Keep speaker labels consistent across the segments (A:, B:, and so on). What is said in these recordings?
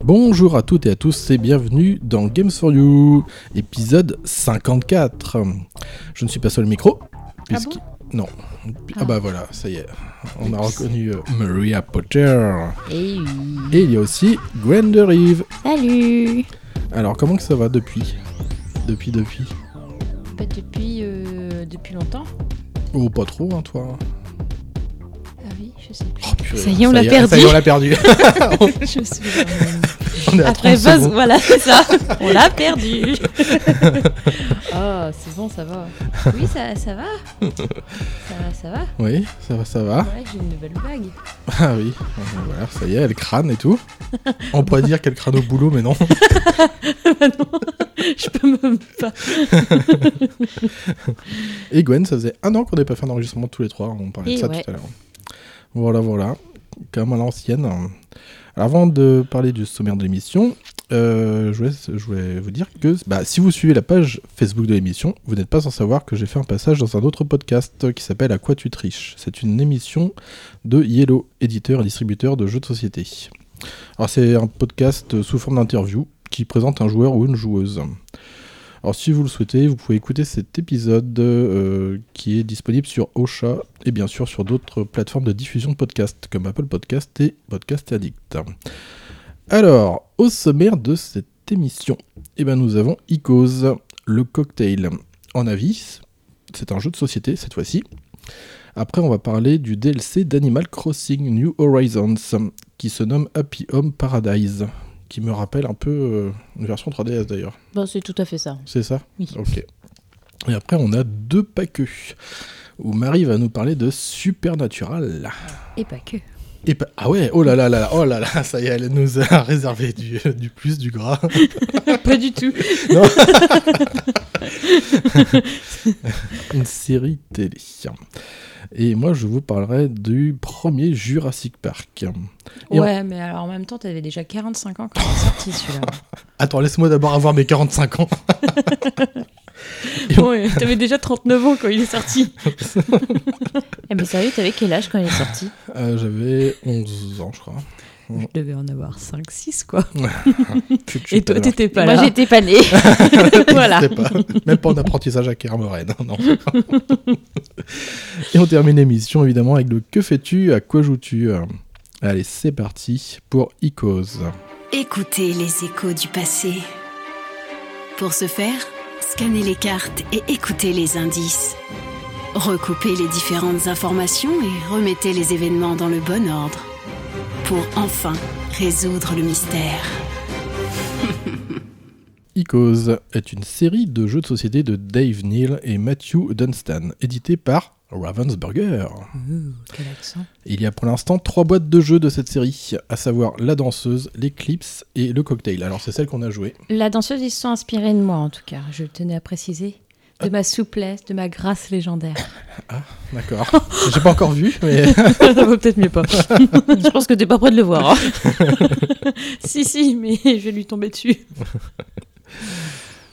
A: Bonjour à toutes et à tous et bienvenue dans Games for You, épisode 54. Je ne suis pas seul au micro. puisqu'- non. Ah, bah voilà, ça y est. On a reconnu euh, Maria Potter.
B: Et Eh oui.
A: Et il y a aussi Gwender Reeve.
B: Salut
A: Alors comment que ça va depuis Depuis, depuis
B: Bah, depuis, euh, depuis longtemps
A: Oh, pas trop, hein, toi
B: Ah oui, je sais plus.
A: Oh, purée.
C: Ça Bah, y est, on l'a perdu.
A: Ça y est, on l'a perdu.
B: je me souviens.
A: On est à
C: Après
A: 30
C: Buzz,
A: secondes.
C: voilà, c'est ça. On l'a perdu.
B: Ah, c'est bon, ça va. Oui, ça, ça va. Ça va, ça va.
A: Oui, ça va, ça va.
B: Ouais, j'ai une nouvelle blague.
A: Ah oui, voilà, ça y est, elle crâne et tout. On pourrait dire qu'elle crâne au boulot, mais non.
B: Je peux même pas.
A: Et Gwen, ça faisait un an qu'on n'avait pas fait un enregistrement tous les trois. On parlait de
B: Et
A: ça
B: ouais.
A: tout à l'heure. Voilà, voilà. Comme à l'ancienne. Alors, avant de parler du sommaire de l'émission, euh, je, voulais, je voulais vous dire que bah, si vous suivez la page Facebook de l'émission, vous n'êtes pas sans savoir que j'ai fait un passage dans un autre podcast qui s'appelle À quoi tu triches C'est une émission de Yellow, éditeur et distributeur de jeux de société. Alors, c'est un podcast sous forme d'interview qui présente un joueur ou une joueuse. Alors si vous le souhaitez, vous pouvez écouter cet épisode euh, qui est disponible sur Ocha et bien sûr sur d'autres plateformes de diffusion de podcasts comme Apple Podcast et Podcast Addict. Alors, au sommaire de cette émission, eh ben, nous avons Icos, le cocktail. En avis, c'est un jeu de société cette fois-ci. Après, on va parler du DLC d'Animal Crossing New Horizons qui se nomme Happy Home Paradise, qui me rappelle un peu euh, une version 3DS d'ailleurs.
C: Bon, c'est tout à fait ça.
A: C'est ça
C: Oui.
A: Ok. Et après, on a deux paqueux, où Marie va nous parler de Supernatural.
B: Et pas que.
A: Et pa- ah ouais, oh là là là, là, oh là là, ça y est, elle nous a réservé du, du plus, du gras.
C: Pas du tout.
A: Non. Une série télé. Et moi, je vous parlerai du premier Jurassic Park. Et on-
B: ouais, mais alors en même temps, t'avais déjà 45 ans quand c'est sorti celui-là.
A: Attends, laisse-moi d'abord avoir mes 45 ans.
C: Ouais, T'avais déjà 39 ans quand il est sorti.
B: Eh, mais sérieux, t'avais quel âge quand il est sorti
A: Euh, J'avais 11 ans, je crois.
B: Je devais en avoir 5-6, quoi.
A: Chut,
C: Et
A: chut,
C: toi,
A: alors.
C: t'étais pas
B: Moi,
C: là.
B: j'étais pas née.
C: voilà.
A: Je sais pas. Même pas en apprentissage à Kermoren. Non, hein, non. Et on termine l'émission évidemment avec le Que fais-tu À quoi joues-tu Allez, c'est parti pour Icos.
D: Écoutez les échos du passé. Pour ce faire, scannez les cartes et écoutez les indices. Recoupez les différentes informations et remettez les événements dans le bon ordre. Pour enfin résoudre le mystère.
A: Icos est une série de jeux de société de Dave Neal et Matthew Dunstan, édité par Ravensburger.
B: Quel accent.
A: Il y a pour l'instant trois boîtes de jeux de cette série, à savoir La Danseuse, L'Eclipse et Le Cocktail. Alors c'est celle qu'on a jouée.
B: La danseuse, ils se sont inspirés de moi, en tout cas. Je tenais à préciser. de ma souplesse, de ma grâce légendaire.
A: D'accord. J'ai pas encore vu, mais
C: Vaut peut-être mieux pas. je pense que t'es pas prêt de le voir. hein. si, si, mais je vais lui tomber dessus.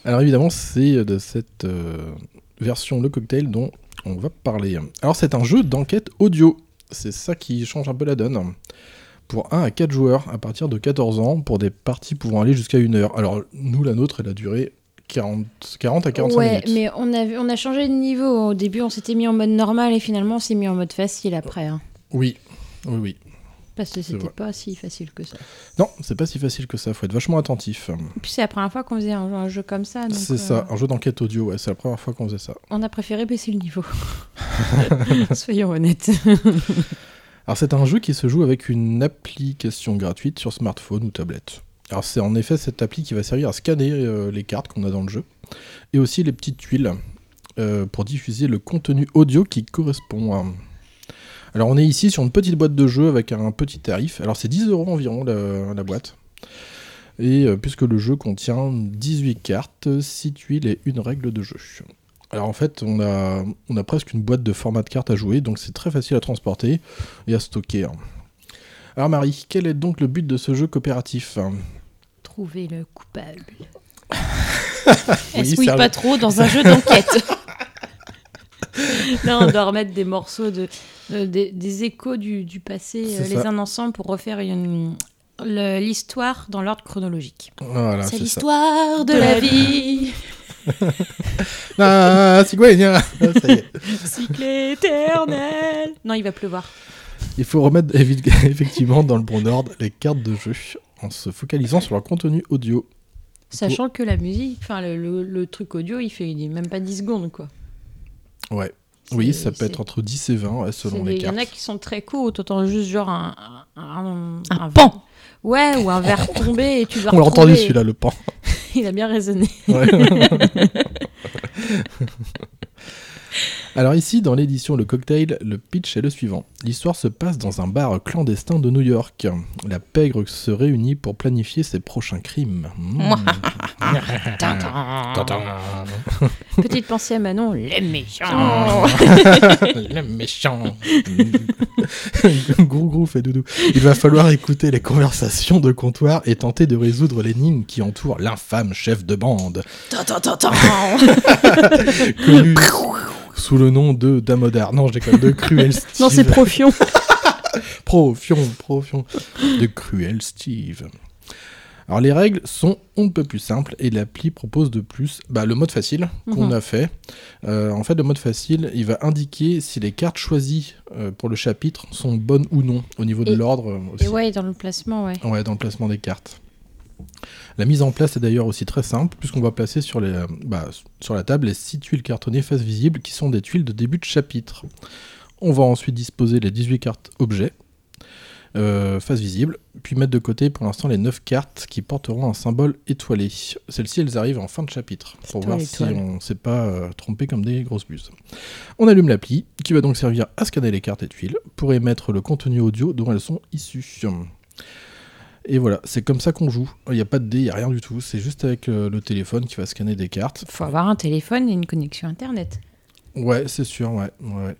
A: Alors évidemment, c'est de cette euh, version Le Cocktail dont on va parler. Alors c'est un jeu d'enquête audio. C'est ça qui change un peu la donne. Pour 1 à 4 joueurs à partir de 14 ans, pour des parties pouvant aller jusqu'à 1 heure. Alors nous, la nôtre, elle a duré 40, 40 à 45
E: ouais,
A: minutes.
E: mais on a, vu- on a changé de niveau. Au début, on s'était mis en mode normal et finalement, on s'est mis en mode facile après. hein.
A: Oui, oui, oui.
E: Parce que c'était
A: vrai.
E: pas si facile que ça.
A: Non, c'est pas si facile que ça, faut être vachement attentif.
E: Et puis, c'est la première fois qu'on faisait un, un jeu comme ça. donc,
A: C'est
E: euh,
A: ça, un jeu d'enquête audio, ouais, c'est la première fois qu'on faisait ça.
E: On a préféré baisser le niveau. Soyons honnêtes.
A: Alors c'est un jeu qui se joue avec une application gratuite sur smartphone ou tablette. Alors c'est en effet cette appli qui va servir à scanner euh, les cartes qu'on a dans le jeu et aussi les petites tuiles euh, pour diffuser le contenu audio qui correspond à... Alors on est ici sur une petite boîte de jeu avec un petit tarif. Alors c'est 10 euros environ la, la boîte. Et euh, puisque le jeu contient 18 cartes, 6 tuiles et une règle de jeu. Alors en fait on a, on a presque une boîte de format de cartes à jouer donc c'est très facile à transporter et à stocker. hein. Alors Marie, quel est donc le but de ce jeu coopératif
E: Trouver le coupable.
C: Elle
A: Oui,
C: se mouille
A: ça-
C: pas trop dans un jeu d'enquête.
E: Là, on doit remettre des morceaux de, de- des, des échos du, du passé euh,
A: C'est
E: les
A: ça.
E: uns ensemble pour refaire une- le- l'histoire dans l'ordre chronologique.
A: Voilà,
E: c'est
A: c'est ça.
E: l'histoire de la vie.
A: Ah, Sigouagne, hein Ah, ça y est.
C: Cycle éternel.
E: Non, il va pleuvoir.
A: Il faut remettre évi- effectivement dans le bon ordre les cartes de jeu en se focalisant sur leur contenu audio.
E: Sachant que la musique, enfin le, le- le truc audio, il fait même pas 10 secondes quoi.
A: Ouais. Oui,
E: C'est-
A: ça peut
E: c'est-
A: être entre 10 et 20 ouais, selon
E: c'est-
A: les
E: Il y en
A: cartes.
E: a qui sont très courts, t'entends juste genre un. Un, un-
C: Un
E: un-
C: pan.
E: Ouais, ou un verre tombé et tu dois
A: On l'a entendu
E: retrouver.
A: celui-là, le pan.
E: Il a bien raisonné.
A: Alors ici, dans l'édition Le Cocktail, le pitch est le suivant. L'histoire se passe dans un bar clandestin de New York. La pègre se réunit pour planifier ses prochains crimes. Mmh.
E: Petite pensée à Manon, les méchants.
A: Le méchant. gros gros fait doudou. Il va falloir écouter les conversations de comptoir et tenter de résoudre l'énigme qui entoure l'infâme chef de bande, connu sous le nom de Damodar. Non, je déconne, de Cruel Steve.
C: Non, c'est Profion.
A: Profion, profion. De Cruel Steve. Alors les règles sont on ne peut plus simples et l'appli propose de plus bah, le mode facile qu'on
E: Mhm.
A: a fait. Euh, en fait le mode facile il va indiquer si les cartes choisies euh, pour le chapitre sont bonnes ou non au niveau de
E: Et-
A: l'ordre euh, aussi.
E: Et ouais, dans le placement, ouais.
A: Ouais, dans le placement des cartes. La mise en place est d'ailleurs aussi très simple, puisqu'on va placer sur, les, euh, bah, sur la table les six tuiles cartonnées face visible, qui sont des tuiles de début de chapitre. On va ensuite disposer les 18 cartes objets, euh, face visible, puis mettre de côté pour l'instant les 9 cartes qui porteront un symbole étoilé. Celles-ci, elles arrivent en fin de chapitre, pour
C: Putain,
A: voir
C: l'étoile.
A: si on ne s'est pas euh, trompé comme des grosses buses. On allume l'appli, qui va donc servir à scanner les cartes et tuiles, pour émettre le contenu audio dont elles sont issues. Et voilà, c'est comme ça qu'on joue. Il n'y a pas de dés, il n'y a rien du tout. C'est juste avec euh, le téléphone qui va scanner des cartes.
E: Faut avoir un téléphone et une connexion internet.
A: Ouais, c'est sûr, ouais. ouais, ouais.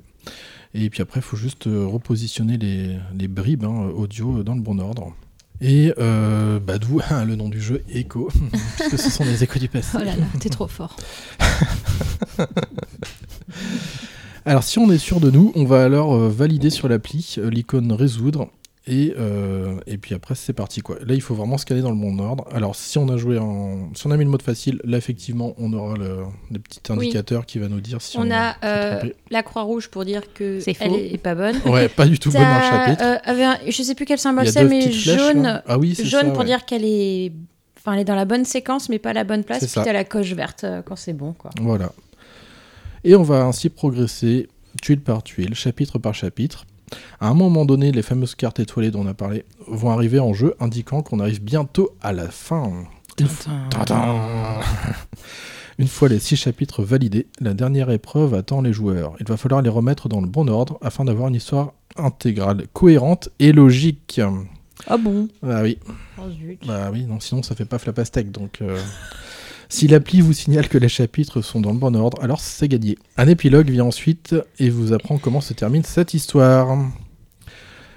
A: Et puis après, il faut juste euh, repositionner les, les bribes hein, audio dans le bon ordre. Et euh, bah, d'où hein, le nom du jeu, Echo, puisque ce sont des échos du passé.
E: Oh là là, t'es trop fort.
A: Alors si on est sûr de nous, on va alors euh, valider sur l'appli euh, l'icône résoudre. Et, euh, et puis après c'est parti quoi. Là il faut vraiment scanner dans le bon ordre. Alors si on a joué en, si on a mis le mode facile, là effectivement on aura le, le petit indicateur qui va nous dire si on,
E: on a
A: s'est
E: euh,
A: trompé.
E: la Croix-Rouge pour dire que
C: C'est faux.
E: elle est pas bonne.
A: Ouais, pas du tout bon dans le
E: T'as,
A: chapitre.
E: euh, avait un- je sais plus quel
A: il
E: symbole
A: y a
E: c'est,
A: deux
E: mais
A: petites flèches,
E: jaune,
A: là. Ah oui, c'est
E: jaune
A: ça,
E: pour
A: ouais.
E: dire qu'elle est, enfin, elle est dans la bonne séquence, mais pas à la bonne place.
A: C'est
E: Puis
A: ça.
E: t'as la coche verte euh, quand c'est bon, quoi.
A: Voilà. Et on va ainsi progresser tuile par tuile, chapitre par chapitre. À un moment donné, les fameuses cartes étoilées dont on a parlé vont arriver en jeu, indiquant qu'on arrive bientôt à la fin. Une, f- Tintin. Une fois les six chapitres validés, la dernière épreuve attend les joueurs. Il va falloir les remettre dans le bon ordre afin d'avoir une histoire intégrale, cohérente et logique.
C: Ah bon
A: Ah oui,
E: Oh, zut.
A: bah oui, non, sinon ça fait pas flapastec, donc euh, Si l'appli vous signale que les chapitres sont dans le bon ordre, alors c'est gagné. Un épilogue vient ensuite et vous apprend comment se termine cette histoire.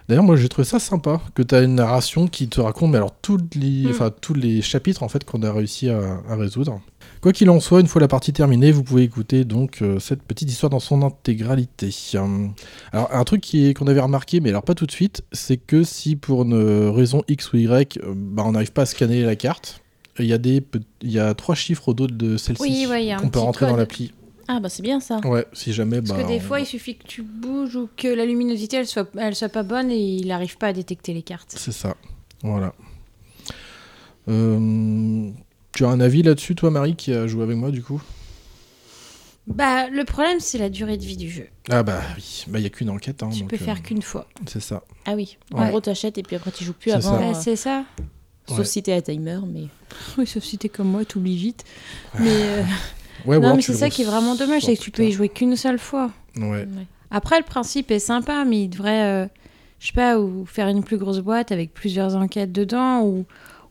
A: D'ailleurs, moi j'ai trouvé ça sympa que tu as une narration qui te raconte, mais alors toutes
E: Mm.
A: les, enfin, tous les chapitres en fait qu'on a réussi à, à résoudre. Quoi qu'il en soit, une fois la partie terminée, vous pouvez écouter donc euh, cette petite histoire dans son intégralité. Hum. Alors un truc qui est- qu'on avait remarqué, mais alors pas tout de suite, c'est que si pour une raison X ou Y, euh, bah, on n'arrive pas à scanner la carte, il y a des, pe- il y a trois chiffres au dos de celle-ci
E: Oui, ouais, il y a un
A: qu'on peut
E: petit
A: rentrer dans
E: code.
A: l'appli.
C: Ah bah c'est bien ça.
A: Ouais, si jamais.
E: Parce
A: bah,
E: que des
A: on-
E: fois, il suffit que tu bouges ou que la luminosité, elle soit, elle soit pas bonne et il n'arrive pas à détecter les cartes.
A: C'est ça. Voilà. Euh, tu as un avis là-dessus, toi, Marie, qui a joué avec moi, du coup
E: Bah, le problème, c'est la durée de vie du jeu.
A: Ah bah oui, il bah, n'y a qu'une enquête. Hein,
E: tu
A: donc,
E: peux
A: euh,
E: faire qu'une fois.
A: C'est ça.
C: Ah oui. En
A: Ouais.
C: gros, t'achètes et puis après tu joues plus
A: C'est
C: avant.
A: ça.
C: euh,
E: Bah, c'est ça.
C: sauf
A: Ouais.
C: si t'es à timer, mais. Oui, sauf si t'es comme moi, t'oublies vite. Mais euh,
A: Ouais, ou
E: non,
A: alors
E: mais
A: tu
E: c'est
A: le
E: ça qui est vraiment dommage,
A: ressors
E: c'est que tu
A: plus
E: peux y
A: tard.
E: jouer qu'une seule fois.
A: Ouais.
E: Après, le principe est sympa, mais il devrait, euh, je sais pas, ou faire une plus grosse boîte avec plusieurs enquêtes dedans, ou,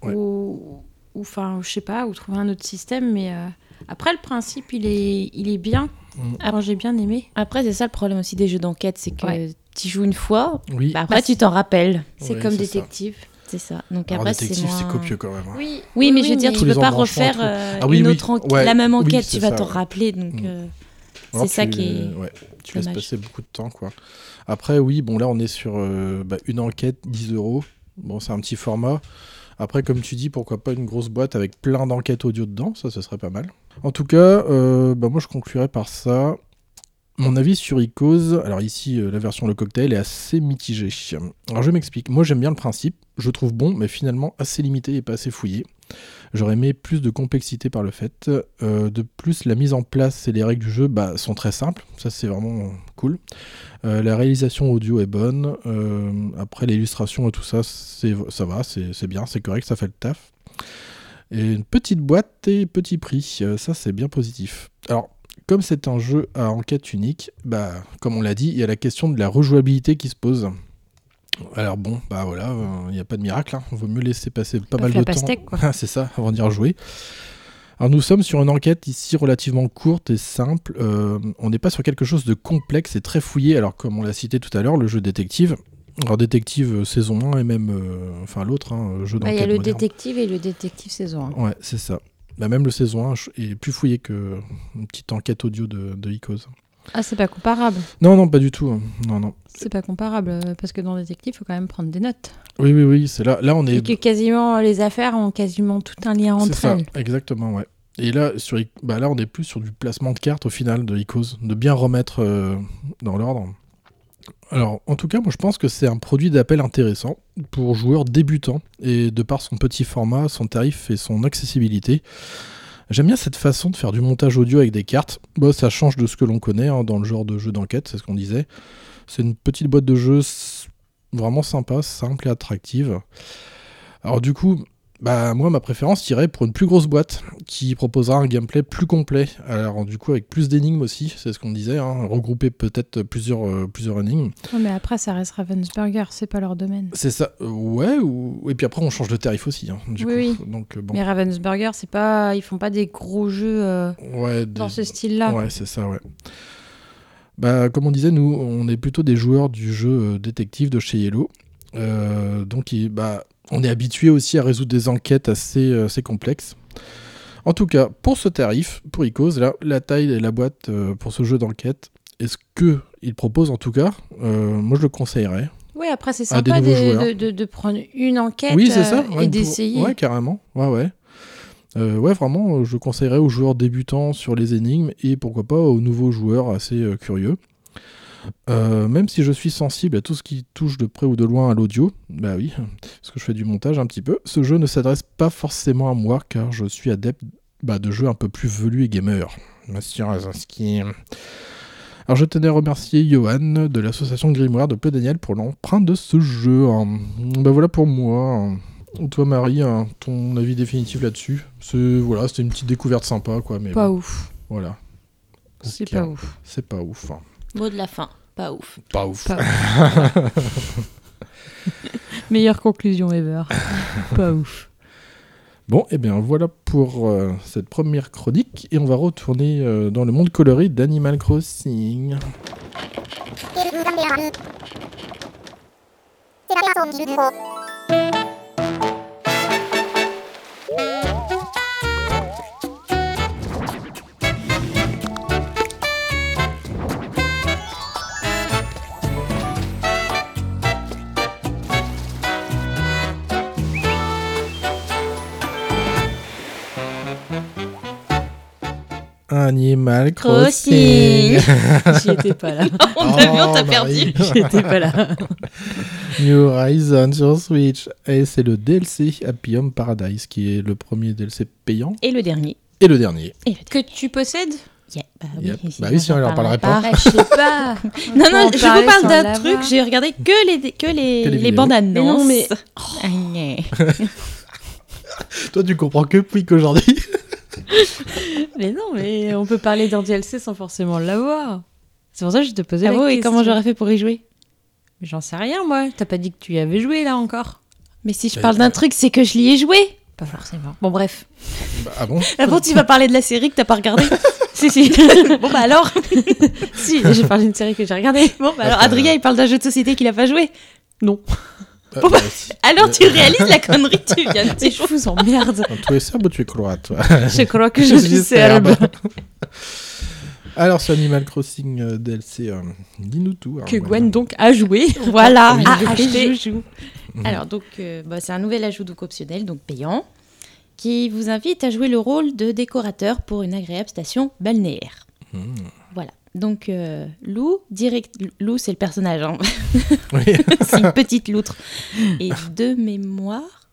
A: Ouais.
E: ou, ou, enfin, je sais pas, ou trouver un autre système. Mais euh, après, le principe, il est, il est bien.
A: Mm.
E: Avant, j'ai bien aimé.
C: Après, c'est ça le problème aussi des jeux d'enquête, c'est que
E: Ouais.
C: tu joues une fois,
A: Oui.
C: bah, après tu t'en rappelles.
E: C'est
A: Ouais,
E: comme
A: c'est ça.
E: détective.
C: C'est ça. Donc
A: Alors,
C: après,
A: détective, Ah, c'est
C: moins-
A: copieux quand même. hein.
E: Oui,
C: Oui, mais je veux dire,
A: Tous
C: tu
A: les
C: peux pas
A: embranchements,
C: refaire
A: tout.
C: euh,
A: Ah oui,
C: une
A: oui.
C: autre enquête,
A: Ouais.
C: la même
A: Oui,
C: enquête,
A: c'est
C: tu vas
A: ça,
C: t'en
A: ouais.
C: rappeler. Donc,
A: Mm.
C: euh,
A: Alors,
C: c'est ça
A: tu-
C: qui est.
A: ouais, tu laisses
C: dommage.
A: passer beaucoup de temps, quoi. Après, oui, bon, là, on est sur euh, bah, une enquête, 10 euros. Bon, c'est un petit format. Après, comme tu dis, pourquoi pas une grosse boîte avec plein d'enquêtes audio dedans Ça, ce serait pas mal. En tout cas, euh, bah, moi, je conclurai par ça. Mon avis sur Icos, alors ici, euh, la version le cocktail est assez mitigée. Alors, je m'explique. Moi, j'aime bien le principe. Je le trouve bon, mais finalement assez limité et pas assez fouillé. J'aurais aimé plus de complexité par le fait. Euh, de plus, la mise en place et les règles du jeu bah, sont très simples. Ça, c'est vraiment euh, cool. Euh, la réalisation audio est bonne. Euh, après, l'illustration et tout ça, c'est- ça va, c'est c'est bien, c'est correct, ça fait le taf. Et une petite boîte et petit prix, euh, ça, c'est bien positif. Alors, comme c'est un jeu à enquête unique, bah, comme on l'a dit, il y a la question de la rejouabilité qui se pose. Alors bon, bah voilà, euh, il n'y a pas de miracle, hein. vaut mieux laisser passer pas
E: Pas
A: mal
E: la
A: de temps.
E: pastèque, quoi.
A: Ah, c'est ça, avant d'y rejouer. Alors nous sommes sur une enquête ici relativement courte et simple. Euh, on n'est pas sur quelque chose de complexe et très fouillé. Alors comme on l'a cité tout à l'heure, le jeu détective. Alors détective euh, saison 1 et même euh, enfin l'autre hein, euh, jeu
E: Bah, il y a
A: d'enquête
E: le
A: moderne.
E: détective et le détective saison un.
A: Ouais, c'est ça. Bah, même le saison 1 est plus fouillé que euh, une petite enquête audio de, de Icos.
E: Ah, c'est pas comparable.
A: Non, non, pas du tout. hein. Non, non.
E: C'est pas comparable euh, parce que dans détective, il faut quand même prendre des notes.
A: Oui, oui, oui. C'est là, là on est.
E: Et que quasiment les affaires ont quasiment tout un lien
A: C'est
E: entre
A: ça,
E: elles.
A: exactement, ouais. Et là, sur, I- bah là, on est plus sur du placement de cartes au final de Icos, de bien remettre euh, dans l'ordre. Alors, en tout cas, moi je pense que c'est un produit d'appel intéressant pour joueurs débutants, et de par son petit format, son tarif et son accessibilité. J'aime bien cette façon de faire du montage audio avec des cartes. Bah, ça change de ce que l'on connaît hein, dans le genre de jeu d'enquête, c'est ce qu'on disait. C'est une petite boîte de jeu s- vraiment sympa, simple et attractive. Alors du coup, bah moi ma préférence irait pour une plus grosse boîte qui proposera un gameplay plus complet. Alors du coup avec plus d'énigmes aussi, c'est ce qu'on disait, hein, regrouper peut-être plusieurs, euh, plusieurs énigmes.
E: Non, mais après, ça reste Ravensburger, c'est pas leur domaine.
A: C'est ça, euh, ouais, ou... et puis après on change de tarif aussi. hein, du
E: Oui,
A: coup. Donc euh, bon,
E: Mais Ravensburger, c'est pas, ils font pas des gros jeux euh,
A: ouais, des-
E: dans ce style-là.
A: Ouais, c'est ça, ouais. Bah, comme on disait, nous, on est plutôt des joueurs du jeu euh, détective de chez Yellow. Euh, donc, il- bah, on est habitué aussi à résoudre des enquêtes assez, euh, assez complexes. En tout cas, pour ce tarif, pour Icos, là, la taille de la boîte euh, pour ce jeu d'enquête, est-ce que il propose en tout cas Euh, Moi, je le conseillerais.
E: Oui, après c'est
A: Ah, des
E: sympa
A: nouveaux
E: de,
A: joueurs.
E: de- de- de prendre une enquête
A: Oui, c'est ça.
E: euh, et
A: ouais, une pour-
E: d'essayer.
A: Ouais, carrément. Ouais, ouais. Euh, ouais, vraiment, euh, je conseillerais aux joueurs débutants sur les énigmes et pourquoi pas aux nouveaux joueurs assez euh, curieux. Euh, même si je suis sensible à tout ce qui touche de près ou de loin à l'audio, bah oui, parce que je fais du montage un petit peu, ce jeu ne s'adresse pas forcément à moi car je suis adepte bah, de jeux un peu plus velus et gamers. Monsieur Razinski. Alors je tenais à remercier Johan de l'association Grimoire de Daniel pour l'empreinte de ce jeu. Ben voilà pour moi. hein. Toi Marie, hein, ton avis définitif là-dessus C'est voilà, c'était une petite découverte sympa quoi, mais
E: Pas
A: bon,
E: ouf.
A: voilà.
E: C'est
A: Ok,
E: pas ouf.
A: C'est pas ouf. hein.
C: Mot de la fin. Pas ouf.
A: Pas ouf.
E: Pas ouf.
C: Meilleure conclusion ever. pas ouf.
A: Bon, et bien voilà pour euh, cette première chronique et on va retourner euh, dans le monde coloré d'Animal Crossing. Animal Crossing.
C: J'y étais pas là.
A: Oh,
C: On t'a vu, on t'a
A: Marie.
C: perdu. J'y étais pas là.
A: New Horizons sur Switch. Et c'est le DLC Happy Home Paradise qui est le premier DLC payant
C: Et le dernier.
A: et le dernier.
C: Et le
E: Que tu possèdes
C: dernier. Bah
A: Yep.
C: oui,
A: Bah oui, sinon, elle en parlerait pas.
E: Ah, je sais pas.
C: Non, non,
E: On
C: je
E: parlait
C: vous parle
E: sans
C: d'un
E: l'avoir.
C: truc, j'ai regardé que les, que
A: Que
C: les,
A: les
C: les,
A: vidéos.
C: bandes annonces. Ah,
E: Mais non,
A: Toi, tu comprends que puis qu'aujourd'hui.
E: Mais non, mais on peut parler d'un DLC sans forcément l'avoir. C'est pour ça que je te posais
C: Ah
E: la
C: bon, et
E: question.
C: comment j'aurais fait pour y jouer
E: Mais J'en sais rien, moi. T'as pas dit que tu y avais joué, là, encore
C: Mais si je parle d'un truc, c'est que je l'y ai joué.
E: Pas forcément. Bon, bref.
A: Bah, ah bon
C: Ah bon, tu vas parler de la série que t'as pas regardée
E: si, si. bon, bah alors Si, j'ai parlé d'une série que j'ai regardée.
C: Bon, bah alors
A: Attends.
C: Adrien, il parle d'un jeu de société qu'il a pas joué.
A: Bah,
C: Bon,
A: bah, si.
C: Alors tu réalises la connerie que tu viens de
E: Mais
C: dire.
E: je vous emmerde.
A: Dans tous les sables, tu es crois, toi.
E: je crois que je suis serbe.
A: serbe. Alors, ce Animal Crossing euh, DLC, euh, dis-nous tout. alors,
C: Que
A: voilà.
C: Gwen donc a joué.
E: Voilà,
C: Oui,
E: à
C: je fais
E: acheter.
C: Ah, Alors donc euh, bah, c'est un nouvel ajout donc optionnel donc payant qui vous invite à jouer le rôle de décorateur pour une agréable station balnéaire.
A: Mmh.
C: Voilà. Donc euh, Lou direct Lou c'est le personnage hein.
A: Oui.
C: c'est une petite loutre et de mémoire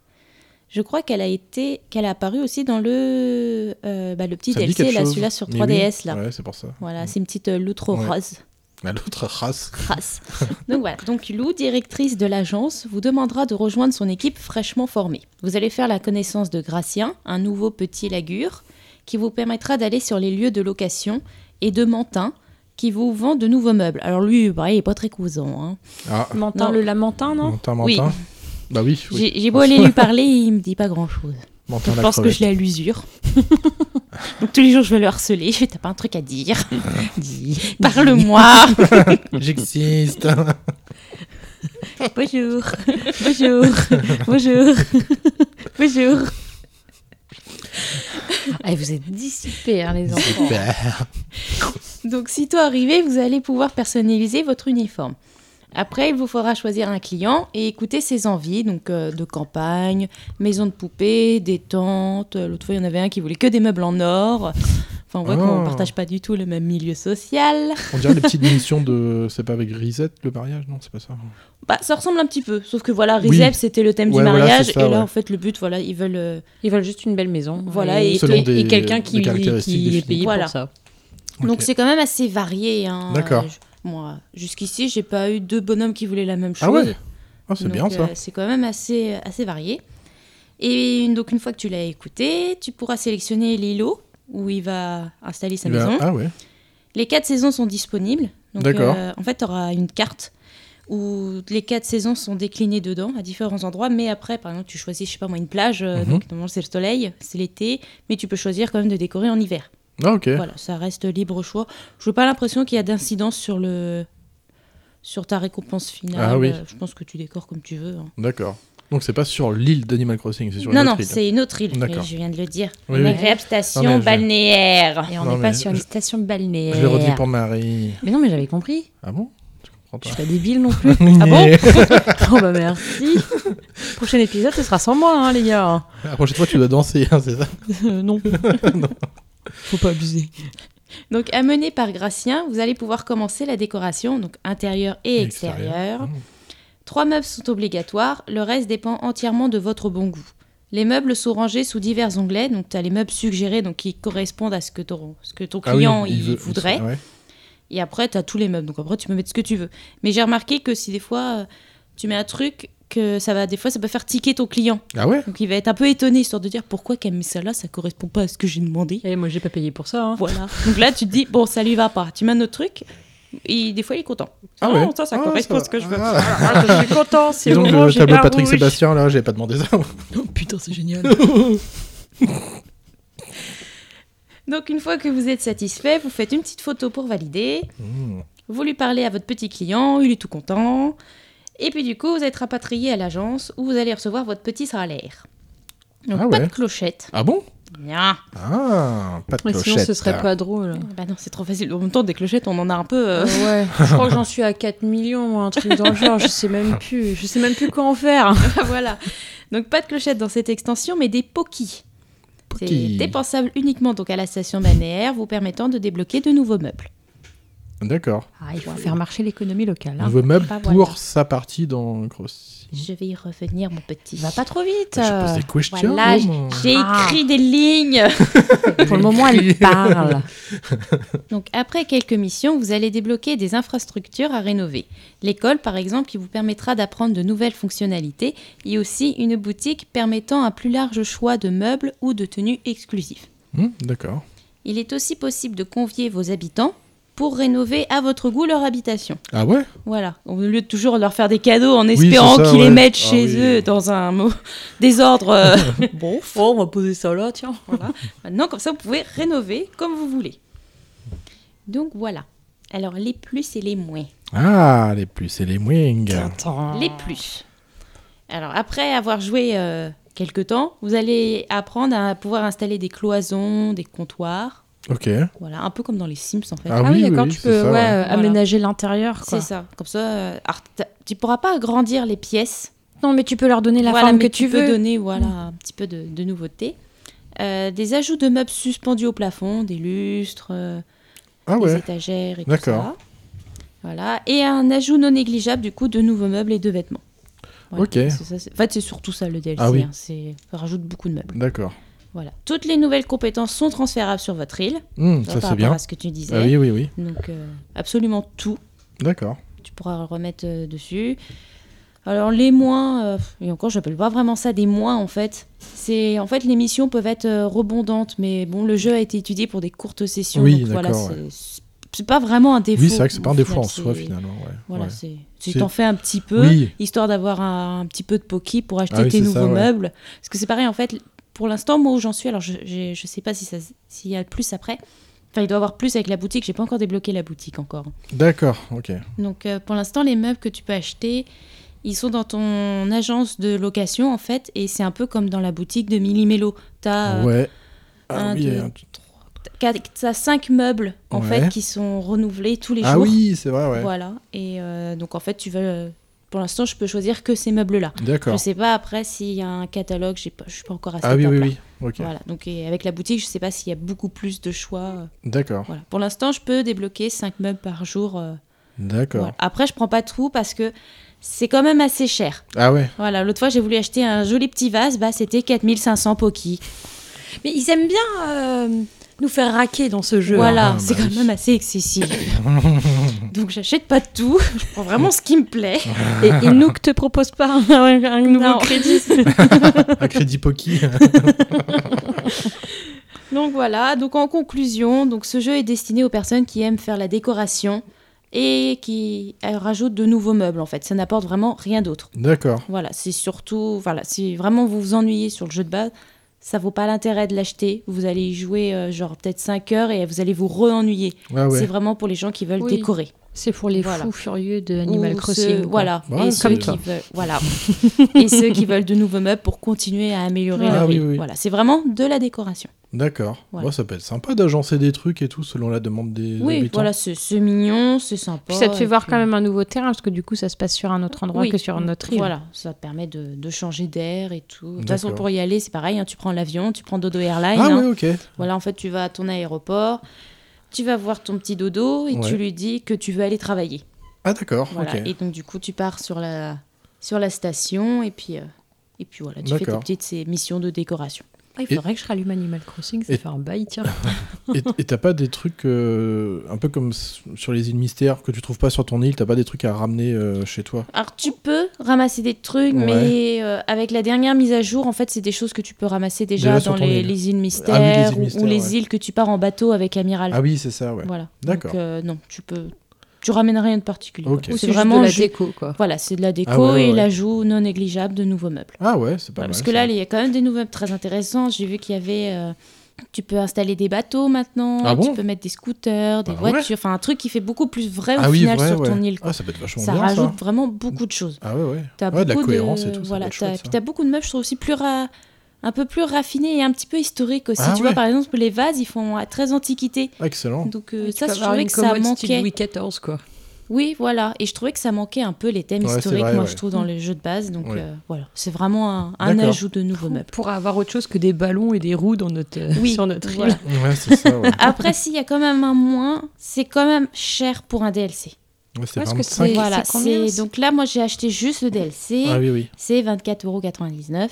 C: je crois qu'elle a été qu'elle a apparu aussi dans le euh, bah, le petit
A: Ça me dit
C: DLC
A: quelque
C: là
A: chose.
C: celui-là sur
A: Mais
C: 3DS
A: oui.
C: là.
A: Ouais, c'est pour ça.
C: Voilà, c'est une petite euh, loutre
A: Ouais.
C: rose
A: Mais l'autre race.
C: crasse. Donc voilà. Donc Lou, directrice de l'agence, vous demandera de rejoindre son équipe fraîchement formée. Vous allez faire la connaissance de Gracien, un nouveau petit lagure, qui vous permettra d'aller sur les lieux de location, et de Mantin, qui vous vend de nouveaux meubles. Alors lui, bah, il est pas très cousin. hein.
A: Ah,
E: Mentin,
C: Non.
E: le lamentin, non
A: Mantin,
C: Oui.
A: Mantin. Bah oui, oui.
C: J'ai- J'ai beau aller lui parler, il me dit pas grand-chose.
A: Mantin
C: Je
A: la
C: pense que
A: crevette.
C: je l'ai à l'usure. Donc tous les jours, je vais le harceler. Je vais t'as pas un truc à dire. Dis, parle-moi.
A: J'existe.
C: Bonjour. Bonjour. Bonjour. Bonjour.
E: Ah, vous êtes dissipés, hein, les enfants.
A: Super.
C: Donc, sitôt arrivé, vous allez pouvoir personnaliser votre uniforme. Après, il vous faudra choisir un client et écouter ses envies, donc euh, de campagne, maison de poupée, des tentes. L'autre fois, il y en avait un qui voulait que des meubles en or. Enfin, on voit qu'on
A: Ah.
C: ne partage pas du tout le même milieu social.
A: On dirait les petites missions de. C'est pas avec Grisette le mariage Non, c'est pas ça.
C: Bah, ça ressemble un petit peu, sauf que voilà,
A: Oui.
C: Rizep, c'était le thème
A: Ouais,
C: du
A: voilà,
C: mariage.
A: c'est ça,
C: et là,
A: ouais.
C: en fait, le but, voilà, ils veulent. euh,
E: Ils veulent juste une belle maison.
C: Voilà, et-
A: Selon
E: et-
A: des-
E: et quelqu'un
A: des
E: qui,
A: caractéristiques
E: qui est
A: définies.
E: payé
C: Voilà.
E: pour ça.
C: Donc
A: Ok.
C: c'est quand même assez varié. hein.
A: D'accord.
C: Euh, je- Moi, jusqu'ici, j'ai pas eu deux bonhommes qui voulaient la même chose.
A: Ah ouais Ah, c'est
C: Donc,
A: bien ça.
C: euh, c'est quand même assez, assez varié. Et donc une fois que tu l'as écouté, tu pourras sélectionner l'îlot où il va installer sa
A: Il va-
C: maison.
A: Ah ouais.
C: Les quatre saisons sont disponibles. Donc,
A: D'accord.
C: euh, en fait, tu auras une carte où les quatre saisons sont déclinées dedans à différents endroits. Mais après, par exemple, tu choisis, je sais pas moi, une plage. euh,
A: Mhm.
C: Donc normalement, c'est le soleil, c'est l'été. Mais tu peux choisir quand même de décorer en hiver.
A: Ah, ok.
C: Voilà, ça reste libre choix. Je n'ai pas l'impression qu'il y a d'incidence sur le sur ta récompense finale.
A: Ah oui.
C: Euh, Je pense que tu décores comme tu veux. hein.
A: D'accord. Donc, c'est pas sur l'île d'Animal Crossing, c'est sur
C: Non,
A: une
C: non,
A: autre île.
C: c'est une autre île. mais
A: D'accord.
C: je viens de le dire.
A: Oui,
C: une
A: oui.
C: agréable station
A: Non, mais je-
C: balnéaire.
E: Et on
A: Non,
E: n'est pas
A: mais
E: sur
A: je-
E: une station balnéaire.
A: Je l'ai redit pour Marie.
E: Mais non, mais j'avais compris.
A: Ah bon Tu comprends
E: Je
A: pas
E: suis pas débile non plus. ah bon Oh bah merci. Prochain épisode, ce sera sans moi, hein, les gars.
A: La prochaine fois, euh, tu dois danser, hein, c'est ça
E: Euh, non. Faut pas abuser.
C: Donc, amené par Gracien, vous allez pouvoir commencer la décoration, donc intérieure et
A: Extérieur.
C: extérieure.
A: Mmh.
C: Trois meubles sont obligatoires, le reste dépend entièrement de votre bon goût. Les meubles sont rangés sous divers onglets, donc tu as les meubles suggérés, donc qui correspondent à ce que ton, ce que ton
A: Ah oui,
C: client
A: donc
C: il
A: veut-
C: voudrait.
A: ouais.
C: Et après, tu as tous les meubles, donc après, tu peux mettre ce que tu veux. Mais j'ai remarqué que si des fois, euh, tu mets un truc, que ça va, des fois, ça peut faire tiquer ton client.
A: Ah ouais
C: Donc il va être un peu étonné, histoire de dire pourquoi qu'elle met ça là, ça correspond pas à ce que j'ai demandé.
E: Et moi, j'ai pas payé pour ça. Hein.
C: Voilà. Donc là, tu te dis, bon, ça lui va pas. Tu mets un autre truc, et des fois, il est content.
A: Ah
C: Non,
A: ouais
C: ça, ça
A: Ah,
C: correspond à
A: va.
C: ce que je veux.
A: Ah.
E: Ah, je suis content,
A: Dis
E: c'est
A: donc,
E: orange
A: le
E: et
A: tableau
E: pas
A: Patrick
E: rouge.
A: Sébastien, là, j'avais pas demandé ça.
E: Oh, putain, c'est génial.
C: Donc une fois que vous êtes satisfait, vous faites une petite photo pour valider.
A: Mmh.
C: Vous lui parlez à votre petit client, il est tout content. Et puis du coup, vous êtes rapatrié à l'agence où vous allez recevoir votre petit salaire. Donc
A: Ah
C: pas
A: ouais.
C: de clochette.
A: Ah bon
C: Nya.
A: Ah, pas de
E: Mais
A: clochette.
E: sinon, ce serait pas drôle.
C: Bah non, c'est trop facile. En même temps, des clochettes, on en a un peu. euh,
E: Ouais, je crois que j'en suis à 4 millions ou un truc dans le genre, je sais même plus, je sais même plus quoi en faire.
C: bah voilà. Donc pas de clochette dans cette extension, mais des pokis. C'est
A: Pokis.
C: dépensable uniquement donc à la station balnéaire, vous permettant de débloquer de nouveaux meubles.
A: D'accord.
C: Ah, il faut faire marcher l'économie locale. hein.
A: Nouveau meuble
C: Pas
A: pour
C: voilà.
A: sa partie dans Cross. Bah,
C: Je vais y revenir, mon petit.
E: Mm. Va pas trop Ah. vite.
A: Ah, Je pose des questions.
C: euh, Voilà,
A: moi.
C: j'ai écrit des lignes.
E: Pour le moment, elle
A: Ah
E: parle.
C: Donc après quelques missions, vous allez débloquer des infrastructures à rénover. L'école par exemple qui vous permettra d'apprendre de nouvelles fonctionnalités et aussi une boutique permettant un plus large choix de meubles ou de tenues exclusives.
A: Hmm, D'accord.
C: Il est aussi possible de convier vos habitants pour rénover à votre goût leur habitation.
A: Ah ouais
C: Voilà, au lieu de toujours leur faire des cadeaux en
A: c'est
C: espérant
A: ça,
C: qu'ils les
A: ouais.
C: mettent
A: Ah
C: chez
A: oui.
C: eux dans un mo- désordre. euh,
E: Bon, on va poser ça là, tiens.
C: Voilà. Maintenant, comme ça, vous pouvez rénover comme vous voulez. Donc voilà. Alors, les plus et les moins.
A: Ah, les puces et les wings.
C: Les plus. Alors, après avoir joué euh, quelques temps, vous allez apprendre à pouvoir installer des cloisons, des comptoirs.
A: Ok.
C: Voilà, un peu comme dans les Sims, en fait.
A: Ah,
E: Ah,
A: oui,
E: oui, d'accord,
A: oui,
E: tu
A: c'est
E: peux
A: ça,
E: ouais,
A: ouais.
E: euh, aménager l'intérieur. quoi.
C: C'est ça. Comme ça, euh, alors, t'as- tu pourras pas agrandir les pièces.
E: Non, mais tu peux leur donner la
C: Voilà,
E: forme que
C: mais
E: tu
C: peux
E: veux. Mm.
C: donner voilà, un petit peu de, de nouveauté. Euh, des ajouts de meubles suspendus au plafond, des lustres, euh,
A: Ah
C: les
A: ouais.
C: étagères et tout
A: D'accord.
C: ça. Voilà. Et un ajout non négligeable, du coup, de nouveaux meubles et de vêtements.
A: Ok.
C: C'est ça, c'est- en fait, c'est surtout ça le DLC.
A: Ah oui.
C: hein. C'est- Ça rajoute beaucoup de meubles.
A: D'accord.
C: Voilà. Toutes les nouvelles compétences sont transférables sur votre île.
A: Hmm,
C: par
A: ça, c'est
C: rapport
A: bien.
C: à ce que tu disais.
A: Ah oui, oui, oui.
C: Donc, euh, absolument tout.
A: D'accord.
C: Tu pourras remettre euh, dessus. Alors, les moins, euh, et encore, j'appelle pas vraiment ça des moins en fait. C'est En fait, les missions peuvent être euh, rebondantes, mais bon, le jeu a été étudié pour des courtes sessions.
A: Oui,
C: donc voilà,
A: d'accord,
C: c'est- c'est pas vraiment un défaut.
A: Oui, c'est vrai que c'est pas un
C: Au
A: défaut en
C: final,
A: soi,
C: c'est-
A: finalement. ouais.
C: Voilà,
A: Ouais.
C: c'est tu
A: C'est-
C: t'en fais un petit peu,
A: Oui.
C: histoire d'avoir un, un petit peu de poki pour acheter
A: Ah oui,
C: tes
A: c'est
C: nouveaux
A: ça, ouais.
C: meubles. Parce que c'est pareil, en fait, pour l'instant, moi où j'en suis, alors je, j'ai- je sais pas si ça- s'il y a plus après. Enfin, il doit y avoir plus avec la boutique, j'ai pas encore débloqué la boutique encore.
A: D'accord, ok.
C: Donc euh, pour l'instant, les meubles que tu peux acheter, ils sont dans ton agence de location en fait, et c'est un peu comme dans la boutique de Millimélo. T'as euh,
A: ouais.
C: un,
A: Ah oui,
C: deux,
A: un-
C: quatre- t'as cinq meubles en
A: Ouais.
C: fait qui sont renouvelés tous les
A: ah
C: jours.
A: oui, c'est vrai, ouais.
C: Voilà. Et euh, donc, en fait, tu veux. euh, Pour l'instant, je peux choisir que ces meubles-là. Je
A: D'accord.
C: sais pas après s'il y a un catalogue, j'ai pas- je suis pas encore à cette
A: Ah oui, oui,
C: étape-là.
A: oui. Ok.
C: Voilà. Donc, et avec la boutique, je sais pas s'il y a beaucoup plus de choix. euh,
A: D'accord.
C: Voilà. Pour l'instant, je peux débloquer 5 meubles par jour. euh,
A: D'accord.
C: voilà. Après, je prends pas tout parce que c'est quand même assez cher.
A: Ah ouais.
C: Voilà. L'autre fois, j'ai voulu acheter un joli petit vase. Bah, c'était 4500 Poki.
E: Mais ils aiment bien euh, nous faire raquer dans ce jeu.
C: Voilà.
A: Ah, bah
C: c'est quand
A: oui.
C: même assez excessif. Donc, j'achète pas tout. Je prends vraiment ce qui me plaît.
E: Et, et Nook te propose pas un, un- un nouveau
C: Non.
E: crédit.
A: Un crédit Poki.
C: Donc voilà, donc en conclusion, donc ce jeu est destiné aux personnes qui aiment faire la décoration et qui euh, rajoutent de nouveaux meubles en fait. Ça n'apporte vraiment rien d'autre.
A: D'accord.
C: Voilà, c'est surtout, voilà, si vraiment vous vous ennuyez sur le jeu de base, ça vaut pas l'intérêt de l'acheter. Vous allez y jouer euh, genre peut-être 5 heures et vous allez vous re-ennuyer.
A: Ah Ouais,
C: C'est
A: ouais.
C: vraiment pour les gens qui veulent
E: Oui.
C: décorer.
E: C'est pour les
C: Voilà.
E: fous furieux de Animal
C: Ou
E: Crossing.
C: ceux-
E: quoi.
C: voilà.
A: Ouais,
C: et
A: c'est-
C: ceux qui veulent, voilà. et ceux qui veulent de nouveaux meubles pour continuer à améliorer
A: Ah,
C: leur
A: oui,
C: vie.
A: oui.
C: Voilà, c'est vraiment de la décoration.
A: D'accord.
C: Voilà.
A: Ouais, ça peut être sympa d'agencer des trucs et tout selon la demande des
C: Oui,
A: habitants.
C: voilà, c'est c'est mignon, c'est sympa.
E: Puis ça te fait
C: Oh, et
E: voir
C: puis-
E: quand même un nouveau terrain, parce que du coup, ça se passe sur un autre endroit
C: Oui,
E: que sur notre île.
C: Voilà, ça te permet de, de changer d'air et tout. De toute
A: D'accord.
C: façon, pour y aller, c'est pareil, hein, tu prends l'avion, tu prends Dodo Airlines.
A: Ah
C: hein.
A: oui, ok.
C: Voilà, en fait, tu vas à ton aéroport, tu vas voir ton petit dodo et
A: Ouais.
C: tu lui dis que tu veux aller travailler.
A: Ah d'accord.
C: Voilà.
A: Ok.
C: Et donc, du coup, tu pars sur la, sur la station et puis, euh, et puis voilà, tu fais tes
A: D'accord.
C: petites ces missions de décoration.
E: Ah, il
A: Et-
E: faudrait que je rallume Animal Crossing, ça
A: Et-
E: fait un bail, tiens.
A: Et et t'as pas des trucs euh, un peu comme s- sur les îles mystères que tu trouves pas sur ton île, t'as pas des trucs à ramener euh, chez toi
C: Alors, tu peux ramasser des trucs,
A: Ouais.
C: mais euh, avec la dernière mise à jour, en fait, c'est des choses que tu peux ramasser déjà,
A: Déjà sur
C: dans
A: ton
C: les,
A: île. Ah
C: les îles mystères,
A: îles
C: ou- ou,
A: mystères,
C: les
A: ouais.
C: îles que tu pars en bateau avec Amiral.
A: Ah oui, c'est ça, ouais.
C: Voilà.
A: D'accord.
C: Donc, euh, non, tu peux tu ramènes rien de particulier.
A: Ok.
C: quoi.
A: Ou
C: C'est
B: juste
C: vraiment
B: de la
C: ju-
B: déco, quoi.
C: Voilà, c'est de la déco
A: Ah ouais, ouais,
C: et
A: ouais.
C: l'ajout non négligeable de nouveaux meubles.
A: Ah ouais, c'est pas
C: Ouais,
A: mal.
C: parce que
A: ça.
C: là, il y a quand même des nouveaux meubles très intéressants. J'ai vu qu'il y avait. euh, tu peux installer des bateaux maintenant,
A: Ah bon
C: tu peux mettre des scooters, des
A: Ah ouais
C: voitures, enfin un truc qui fait beaucoup plus vrai au
A: ah oui,
C: final
A: vrai,
C: sur
A: ouais.
C: ton île. quoi.
A: Ah, ça peut être vachement
C: ça
A: bien,
C: rajoute
A: ça.
C: vraiment beaucoup de choses.
A: Ah ouais, ouais.
C: T'as
A: Ouais, de la
C: beaucoup
A: cohérence et tout, ça
C: Voilà,
A: doit être chouette,
C: t'as-
A: ça.
C: puis t'as beaucoup de meubles, je trouve aussi plus ra- un peu plus raffinés et un petit peu historiques aussi.
A: Ah
C: tu
A: ouais. Oh.
C: vois, par exemple, les vases, ils font à très antiquité.
A: Excellent.
C: Donc euh,
B: Tu
C: ça,
B: peux
C: je
B: avoir
C: trouvais
B: une
C: que ça
B: commode
C: manquait.
B: style Louis XIV, quoi.
C: Oui, voilà. Et je trouvais que ça manquait un peu les thèmes
A: Ouais, c'est
C: historiques,
A: vrai,
C: moi,
A: ouais.
C: je trouve, dans
B: Mm.
C: les jeux de base. Donc
A: Ouais.
C: euh, voilà, c'est vraiment un, un
A: D'accord.
C: ajout de nouveaux meubles.
B: Bah, Pour avoir autre chose que des ballons et des roues dans notre, euh,
C: Oui,
B: sur notre île.
C: voilà.
A: Ouais, c'est ça, ouais.
C: Après, s'il y a quand même un moins, c'est quand même cher pour un DLC.
A: Ouais, c'est
E: Parce que
A: 25.
E: Et
C: voilà,
E: c'est combien,
C: c'est
E: ça
C: donc là, moi, j'ai acheté juste le DLC.
A: Ah oui, oui.
C: C'est 24,99€.
A: Ok.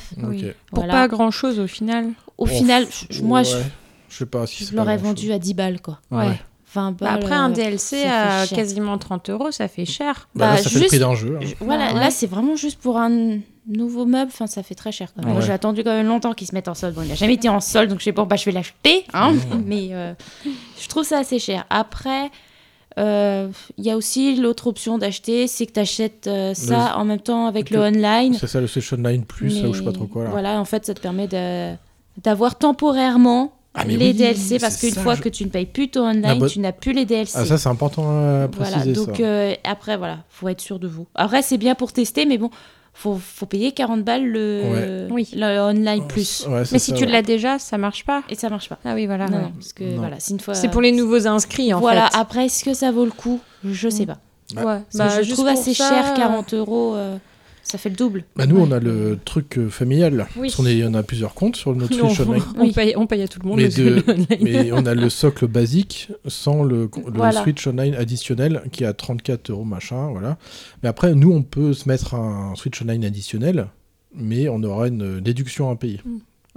E: Pour
C: Voilà.
E: pas grand chose au final.
C: Au
A: Oh,
C: final,
A: pff,
C: je- moi, je-
A: ouais. je sais pas si
C: je,
A: c'est pas
C: l'aurais
A: grand-chose.
C: vendu à 10 balles, quoi.
A: Ouais.
E: Ouais.
C: Enfin,
E: Bah, après, un DLC
C: DLC. Oh ça fait
E: à
C: cher.
E: quasiment 30 euros, ça fait cher.
A: Bah, là,
C: Bah,
A: ça fait le prix
C: juste-
A: d'un jeu. hein.
C: Voilà,
E: Ouais.
C: là, c'est vraiment juste pour un nouveau meuble. Enfin, ça fait très cher quand même. Moi,
A: Ouais.
C: j'ai attendu quand même longtemps qu'il se mette en solde. Bon, il n'a jamais été en solde, donc je sais pas, bah, je vais l'acheter. Hein
A: Mmh.
C: Mais euh, je trouve ça assez cher. Après, euh, il y a aussi l'autre option d'acheter, c'est que tu achètes ça en même temps avec le
A: que-
C: online.
A: C'est ça, le Session Line Plus, là, ou je sais pas
C: Mais
A: trop quoi. Là.
C: Voilà, en fait, ça te permet de- d'avoir temporairement
A: Ah, mais
C: les
A: oui,
C: DLC parce
A: c'est
C: qu'une
A: ça,
C: fois
A: je-
C: que tu ne payes plus ton
A: Ah,
C: online,
A: bah-
C: tu n'as plus les DLC.
A: Ah, ça, c'est important à préciser.
C: Voilà, donc
A: ça.
C: euh, après, voilà, faut être sûr de vous. Après, c'est bien pour tester, mais bon, faut, faut payer 40 balles le,
E: Ouais. Oui.
C: le online
A: Ouais,
C: plus.
A: c'est- ouais, c'est
E: Mais si
A: Oh, ça,
E: tu
A: ouais.
E: l'as déjà, ça marche pas.
C: Et ça marche pas.
E: Ah oui, voilà.
C: non,
E: ouais.
C: non, parce que
A: Non.
C: voilà, c'est une fois.
E: C'est pour les nouveaux inscrits en
C: Voilà,
E: fait.
C: après, est-ce que ça vaut le coup Je sais pas.
A: Bah,
E: ouais.
C: Parce que je
E: juste
C: trouve
E: pour
C: assez
E: ça,
C: cher,
E: euh,
C: 40 euros, euh, ça fait le double.
A: Bah, nous, on a le truc euh, familial. là.
E: Oui.
A: Parce qu'on est- on a plusieurs comptes sur notre
B: Non.
A: Session Line.
B: On, paye, on paye à tout le monde.
A: Mais
B: parce que
A: de-
B: le online-
A: Mais on a le socle basique sans le, le
C: Voilà.
A: Switch Online additionnel qui est à 34 euros machin, voilà. Mais après, nous, on peut se mettre un Switch Online additionnel, mais on aura une déduction à payer.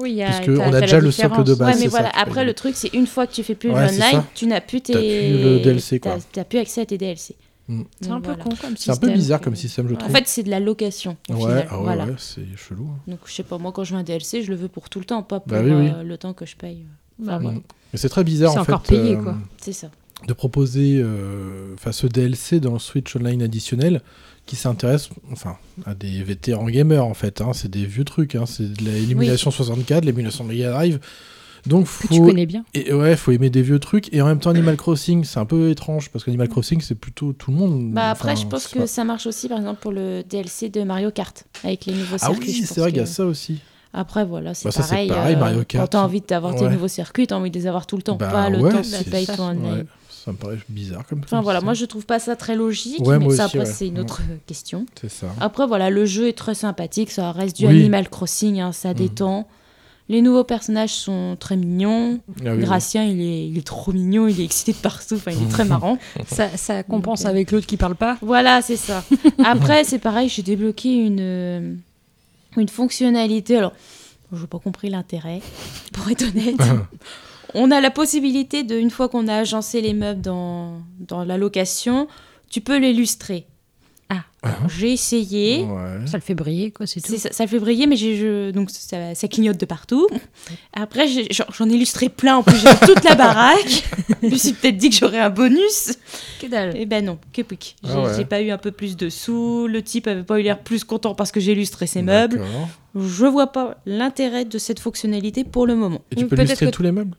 E: Oui, il y a-
A: Parce que
E: t'as-
A: on a
E: t'as
A: déjà
E: la
A: le socle de
E: différence.
A: base. Bah,
C: ouais,
A: c'est
C: mais
A: ça,
C: voilà,
A: tu payes
C: après,
A: le-
C: le truc, c'est une fois que tu fais plus
A: Ouais, c'est
C: l'online,
A: ça.
C: tu n'as plus tes.
A: T'as plus le DLC, quoi.
C: T'as t'as plus accès à tes DLC.
A: Mm.
E: C'est
C: Donc,
E: un peu
C: voilà.
E: con comme
A: C'est
E: système.
A: un peu bizarre
E: que-
A: comme système, je
E: Ouais.
C: En
A: trouve.
C: fait, c'est de la location. Au
A: ouais,
C: final.
A: ah ouais,
C: voilà.
A: ouais, c'est chelou. hein.
C: Donc je sais pas, moi quand je veux un DLC, je le veux pour tout le temps, pas pour
A: Bah oui, oui.
C: euh, le temps que je paye.
E: Bah,
C: Enfin,
E: ouais.
C: voilà.
A: Mais c'est très bizarre,
E: C'est
A: en fait, euh,
E: encore payé, quoi.
C: C'est ça.
A: de proposer euh, enfin, ce DLC dans le Switch Online additionnel qui s'intéresse enfin, à des vétérans gamers, en fait. hein. C'est des vieux trucs. hein. C'est de la- l'émulation 64, l'émulation Mega Drive. Donc,
E: Que tu
A: faut
E: connais bien.
A: Et ouais, faut aimer des vieux trucs. Et en même temps, Animal Crossing, c'est un peu étrange parce qu'Animal Crossing, c'est plutôt tout le monde.
C: Mm. Bah après,
A: Enfin,
C: je pense
A: c'est
C: que
A: pas-
C: ça marche aussi, par exemple, pour le DLC de Mario Kart, avec les nouveaux
A: Ah
C: circuits.
A: oui,
C: je
A: c'est
C: pense
A: vrai
C: que-
A: qu'il y a ça aussi.
C: Après, voilà, c'est
A: Bah, ça, c'est
C: pareil. euh,
A: pareil, Mario
C: Quand
A: Kart.
C: t'as envie d'avoir tes
A: Ouais.
C: nouveaux circuits, t'as envie de les avoir tout le temps,
A: Bah
C: pas le
A: ouais,
C: temps que
A: c'est-
C: tu payes ton online.
A: Ouais, ça me paraît bizarre comme
C: Enfin
A: comme
C: voilà,
A: ça.
C: moi je trouve pas ça très logique,
A: Ouais,
C: mais
A: moi
C: ça
A: aussi,
C: après
A: ouais.
C: c'est une autre euh, question.
A: C'est ça. Ah
C: Après voilà, le jeu est très sympathique, ça reste du
A: Oui.
C: Animal Crossing, hein, ça
A: Mhm.
C: détend. Les nouveaux personnages sont très mignons.
A: Ah oui,
C: Gracien, il est, il est trop mignon, il est excité de partout, enfin, il est très marrant.
E: euh,
B: Ça, ça compense avec l'autre qui parle pas.
C: Voilà, c'est ça. Après, c'est pareil, j'ai débloqué une, euh, une fonctionnalité. Alors, je n'ai pas compris l'intérêt, pour être honnête. On a la possibilité, de, une fois qu'on a agencé les meubles dans, dans la location, tu peux l'illustrer. Ah, Oh. j'ai
A: oui.
C: essayé.
A: Ouais.
B: Ça le fait briller, quoi, c'est tout.
C: C'est Ça, ça le fait briller, mais j'ai- je, donc ça, ça clignote de partout. Après, j'ai- j'en j'en ai illustré plein. En plus, j'avais toute la baraque. Je me suis peut-être dit que j'aurais un bonus.
B: Que dalle.
C: Eh ben non, que pouic. J'ai
A: Ah ouais.
C: j'ai pas eu un peu plus de sous. Le type avait pas eu l'air plus content parce que j'ai illustré ses meubles.
A: D'accord.
C: Je vois pas l'intérêt de cette fonctionnalité pour le moment.
A: Et tu
E: Donc,
A: peux
E: peut-être
A: illustrer
E: que-
A: tous les meubles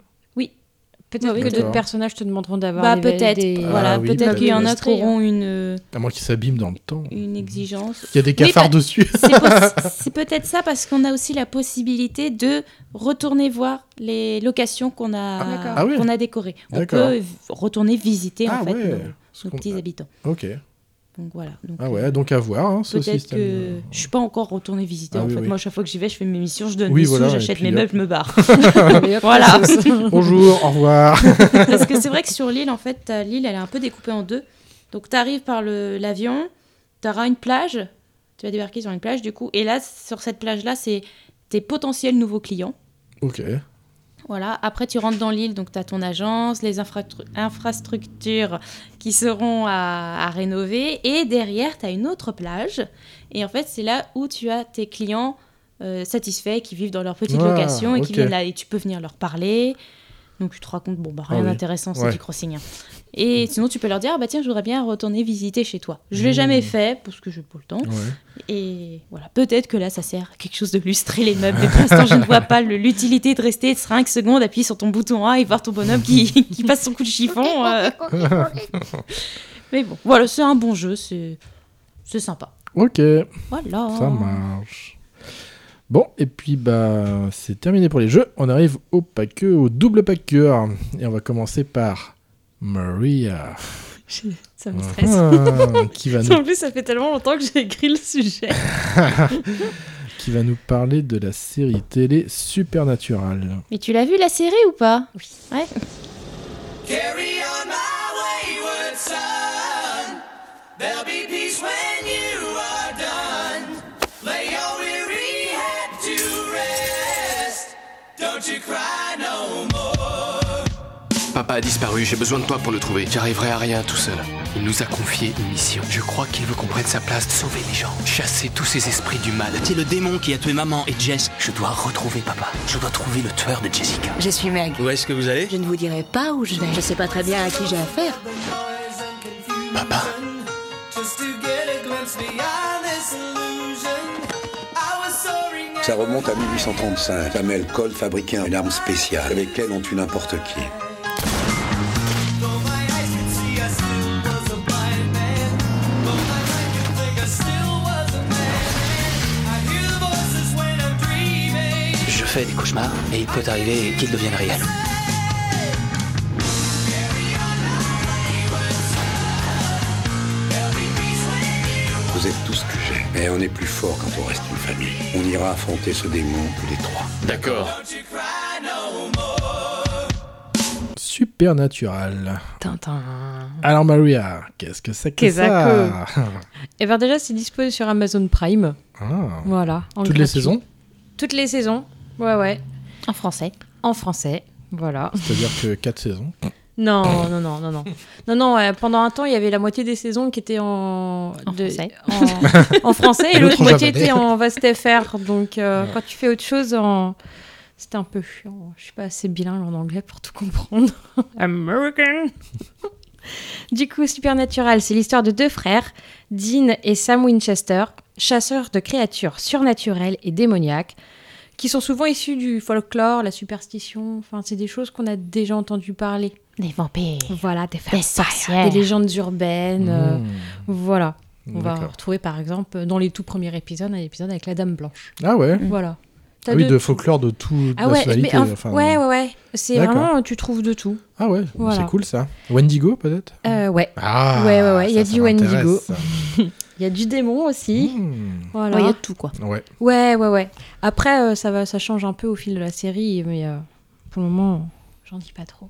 E: Peut-être
C: oui,
E: que
A: d'accord.
E: d'autres personnages te demanderont d'avoir
C: Bah
E: des-
C: peut-être,
E: des-
C: voilà,
A: Ah oui,
C: peut-être
A: bah,
C: qu'il y en a qui
E: illustré,
C: auront une, euh,
A: À moins qu'ils s'abîment dans le temps. Il
C: une exigence.
A: y a des
C: Oui,
A: cafards
C: bah-
A: dessus.
C: C'est possi- c'est peut-être ça parce qu'on a aussi la possibilité de retourner voir les locations qu'on a,
E: Ah, d'accord.
A: Ah oui.
C: qu'on a décorées. On
A: D'accord.
C: peut v- retourner visiter
A: Ah
C: en fait
A: ouais.
C: nos,
A: Parce
C: nos
A: qu'on-
C: petits habitants.
A: Ok.
C: Donc voilà. Donc, euh,
A: Ah ouais, donc à voir hein, ce
C: Peut-être
A: système.
C: que je suis pas encore retournée visiter
A: Ah
C: en
A: oui,
C: fait.
A: oui.
C: Moi, à chaque fois que j'y vais, je fais mes missions, je donne
A: Oui,
C: mes
A: voilà, et
C: sous, j'achète
A: puis
C: mes
A: hop.
C: meubles, je me barre.
E: Et hop,
C: voilà.
A: Bonjour, au revoir.
C: Parce que c'est vrai que sur l'île, en fait, t'as- l'île, elle est un peu découpée en deux. Donc, tu arrives par le- l'avion, tu auras une plage, tu vas débarquer sur une plage, du coup. Et là, sur cette plage-là, c'est tes potentiels nouveaux clients.
A: ok.
C: Voilà. Après, tu rentres dans l'île, donc tu as ton agence, les infrastru- infrastructures qui seront à, à rénover. Et derrière, tu as une autre plage. Et en fait, c'est là où tu as tes clients euh, satisfaits qui vivent dans leur petite
A: Ah,
C: location et
A: ok.
C: qui viennent là. Et tu peux venir leur parler. Donc tu te racontes, bon, bah, rien
A: Ah oui.
C: d'intéressant, c'est
A: Ouais.
C: du crossing. hein. Et sinon, tu peux leur dire, ah bah tiens, je voudrais bien retourner visiter chez toi.
A: Mmh.
C: Je l'ai jamais fait, parce que je n'ai pas le temps. Et voilà, peut-être que là, ça sert à quelque chose de lustrer les meubles. Mais pour l'instant, je ne vois pas le- l'utilité de rester 5 secondes, appuyer sur ton bouton A et voir ton bonhomme qui, qui passe son coup de chiffon. euh. Mais bon, voilà, c'est un bon jeu, c'est c'est sympa.
A: Ok,
C: Voilà.
A: ça marche. Bon, et puis bah c'est terminé pour les jeux. On arrive au paqueux, au double paqueur. Et on va commencer par Maria.
C: Je- Ça me stresse.
A: Ah, qui, va nous,
C: En plus, ça fait tellement longtemps que j'ai écrit le sujet.
A: qui va nous parler de la série télé Supernatural.
C: Mais tu l'as vu la série ou pas Oui. Ouais.
F: Papa a disparu, j'ai besoin de toi pour le trouver. J'arriverai à rien tout seul. Il nous a confié une mission. Je crois qu'il veut qu'on prenne sa place, sauver les gens, chasser tous ces esprits du mal.
G: C'est le démon qui a tué maman et Jess.
F: Je dois retrouver papa. Je dois trouver le tueur de Jessica.
H: Je suis Meg.
G: Où est-ce que vous allez
H: Je ne vous dirai pas où je vais. Je sais pas très bien à qui j'ai affaire.
F: Papa
I: Ça remonte à 1835. Samuel Cole fabriquait une arme spéciale avec laquelle on tue n'importe qui.
G: Je fais des cauchemars et il peut arriver qu'ils deviennent réels.
I: Vous êtes tout ce que j'ai. Mais on est plus fort quand on reste une famille. On ira affronter ce démon tous les trois.
F: D'accord.
A: Supernatural.
E: Tintin.
A: Alors Maria, qu'est-ce que c'est que
E: Qu'est-ce
A: ça
E: Et bien Eh ben, déjà, c'est disponible sur Amazon Prime.
A: Ah.
E: Voilà. en
A: Toutes
E: gratuit.
A: les saisons
E: Toutes les saisons. Ouais, ouais.
C: En français.
E: En français. Voilà.
A: C'est-à-dire que 4 saisons.
E: Non, non, non, non, non. Non, non, euh, pendant un temps, il y avait la moitié des saisons qui étaient en,
C: En français.
E: en- en français et
A: Et l'autre
E: l'autre
A: en
E: moitié
A: japonais.
E: était en vaste FR. Donc, euh,
A: Ouais.
E: quand tu fais autre chose, en... c'était un peu chiant. Je suis pas assez bilingue en anglais pour tout comprendre. American Du coup, Supernatural, c'est l'histoire de deux frères, Dean et Sam Winchester, chasseurs de créatures surnaturelles et démoniaques, qui sont souvent issus du folklore, la superstition, enfin, c'est des choses qu'on a déjà entendu parler.
C: Des vampires.
E: Voilà, des sorcières,
C: Des sorcières.
E: des légendes urbaines. euh,
A: Mmh.
E: Voilà. On va
A: D'accord.
E: retrouver par exemple dans les tout premiers épisodes un épisode avec la Dame Blanche.
A: Ah ouais
C: Mm.
E: Voilà. T'as
A: Ah oui,
E: de-
A: de folklore de toute
E: Ah ouais,
A: nationalité.
E: mais en-
A: enfin,
E: ouais, ouais, ouais. C'est
A: D'accord.
E: vraiment, tu trouves de tout.
A: Ah ouais,
E: Voilà.
A: c'est cool ça. Wendigo peut-être
E: Euh, ouais.
A: Ah
E: Ouais, ouais, ouais, il y a
A: ça,
E: du
A: ça m'intéresse,
E: Wendigo.
A: ça.
E: Il y a du démon aussi.
A: Mmh.
E: Voilà.
C: Ouais, il y a de tout quoi.
A: Ouais,
E: Ouais, ouais, ouais. Après, euh, ça, va, ça change un peu au fil de la série, mais euh, pour le moment, j'en dis pas trop.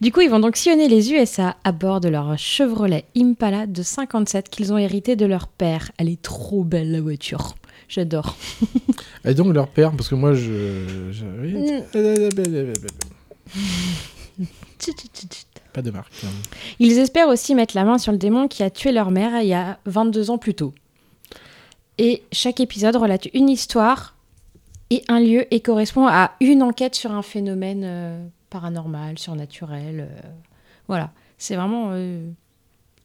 E: du coup, ils vont donc sillonner les USA à bord de leur Chevrolet Impala de 57 qu'ils ont hérité de leur père. Elle est trop belle, la voiture. J'adore.
A: et donc leur père, parce que moi je. je- oui.
E: Hmm. Tchut, tchut, tchut, tchut.
A: Pas de marque. hein.
E: Ils espèrent aussi mettre la main sur le démon qui a tué leur mère il y a 22 ans plus tôt. Et chaque épisode relate une histoire et un lieu et correspond à une enquête sur un phénomène euh, paranormal, surnaturel. euh, voilà, c'est vraiment euh,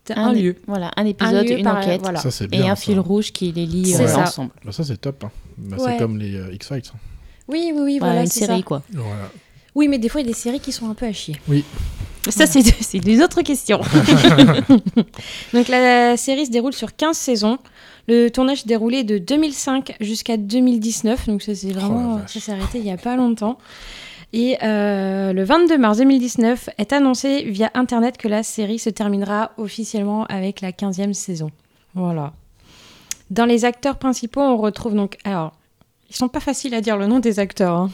E: t'as un,
C: é-
E: lieu.
C: Voilà, un
E: Un
C: épisode,
E: lieu
C: une
E: par-
C: enquête.
E: voilà.
A: Ça c'est
C: Et
A: bien. ça.
C: un fil rouge qui les lie
E: C'est
C: euh,
E: ça.
C: ensemble.
A: Bah, ça c'est top. hein. Bah,
E: Ouais.
A: C'est comme les euh, X-Files.
E: Oui, oui, oui,
C: Voilà,
E: voilà,
C: une
E: c'est
C: série
E: ça.
C: quoi.
A: Voilà.
E: Oui, mais des fois, il y a des séries qui sont un peu à chier.
C: Ça, c'est de- c'est une autre question.
E: Donc la série se déroule sur 15 saisons. Le tournage s'est déroulé de 2005 jusqu'à 2019. Donc ça c'est vraiment
A: Oh, la vache.
E: ça s'est arrêté il y a pas longtemps. Et euh, le 22 mars 2019 est annoncé via internet que la série se terminera officiellement avec la 15e saison. Voilà. Dans les acteurs principaux, on retrouve donc alors ils sont pas faciles à dire le nom des acteurs. hein.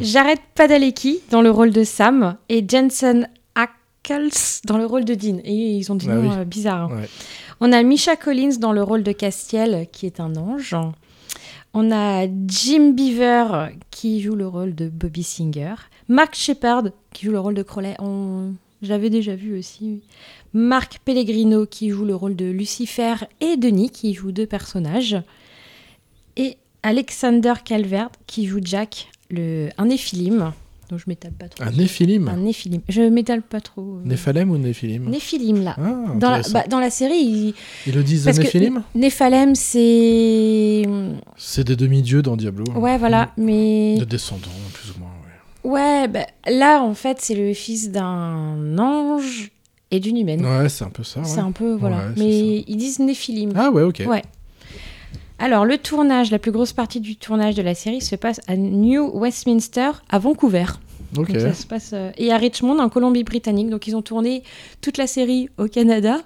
E: Jared Padalecki dans le rôle de Sam et Jensen Ackles dans le rôle de Dean. Et ils ont des
A: Ah
E: noms
A: oui.
E: euh, bizarres. hein.
A: Ouais.
E: On a Misha Collins dans le rôle de Castiel, qui est un ange. On a Jim Beaver qui joue le rôle de Bobby Singer. Mark Shepard qui joue le rôle de Crowley. On... Je l'avais déjà vu aussi. Marc Pellegrino qui joue le rôle de Lucifer et Denis qui joue deux personnages. Et Alexander Calvert qui joue Jack, le... un éphilim. Donc je m'étale pas trop.
A: Un néphilim
E: Un néphilim. Je m'étale pas trop. euh,
A: Néphalem ou néphilim
E: Néphilim, là.
A: Ah,
E: dans, la,
A: intéressant.
E: bah, dans la série, ils,
A: Ils le disent
E: parce que
A: néphilim
E: Néphalem, c'est.
A: C'est des demi-dieux dans Diablo. Mm.
E: Ouais, voilà, mais.
A: De descendants, plus ou moins. ouais.
E: Ouais, bah, là, en fait, c'est le fils d'un ange et d'une humaine.
A: Ouais, c'est un peu ça, Ah ouais.
E: Mm. C'est un peu, voilà.
A: Ouais, c'est
E: mais ils disent Néphilim.
A: Ah ouais, ok.
E: Ouais. Alors, le tournage, la plus grosse partie du tournage de la série se passe à New Westminster, à Vancouver.
A: Ok.
E: Donc, ça se passe, euh, et à Richmond, en Colombie-Britannique. Donc, ils ont tourné toute la série au Canada,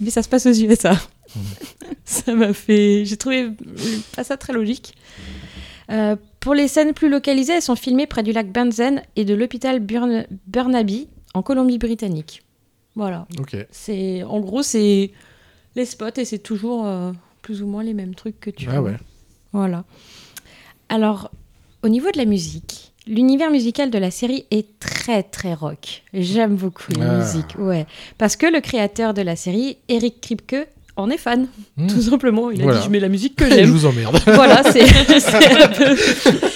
E: mais ça se passe aux USA.
A: Hmm.
E: ça m'a fait. J'ai trouvé euh, pas ça très logique. Euh, pour les scènes plus localisées, elles sont filmées près du lac Banzen et de l'hôpital Burn- Burnaby, en Colombie-Britannique. Voilà.
A: Ok.
E: C'est en gros c'est les spots et c'est toujours euh, plus ou moins les mêmes trucs que tu
A: Ah
E: vois.
A: ouais.
E: Voilà. Alors au niveau de la musique, l'univers musical de la série est très très rock. J'aime beaucoup la
A: Ah.
E: musique, ouais, parce que le créateur de la série, Eric Kripke, en est fan. Tout simplement, il a
A: Voilà.
E: dit je mets la musique que
A: Et
E: j'aime.
A: je vous emmerde.
E: Voilà, c'est c'est à, peu-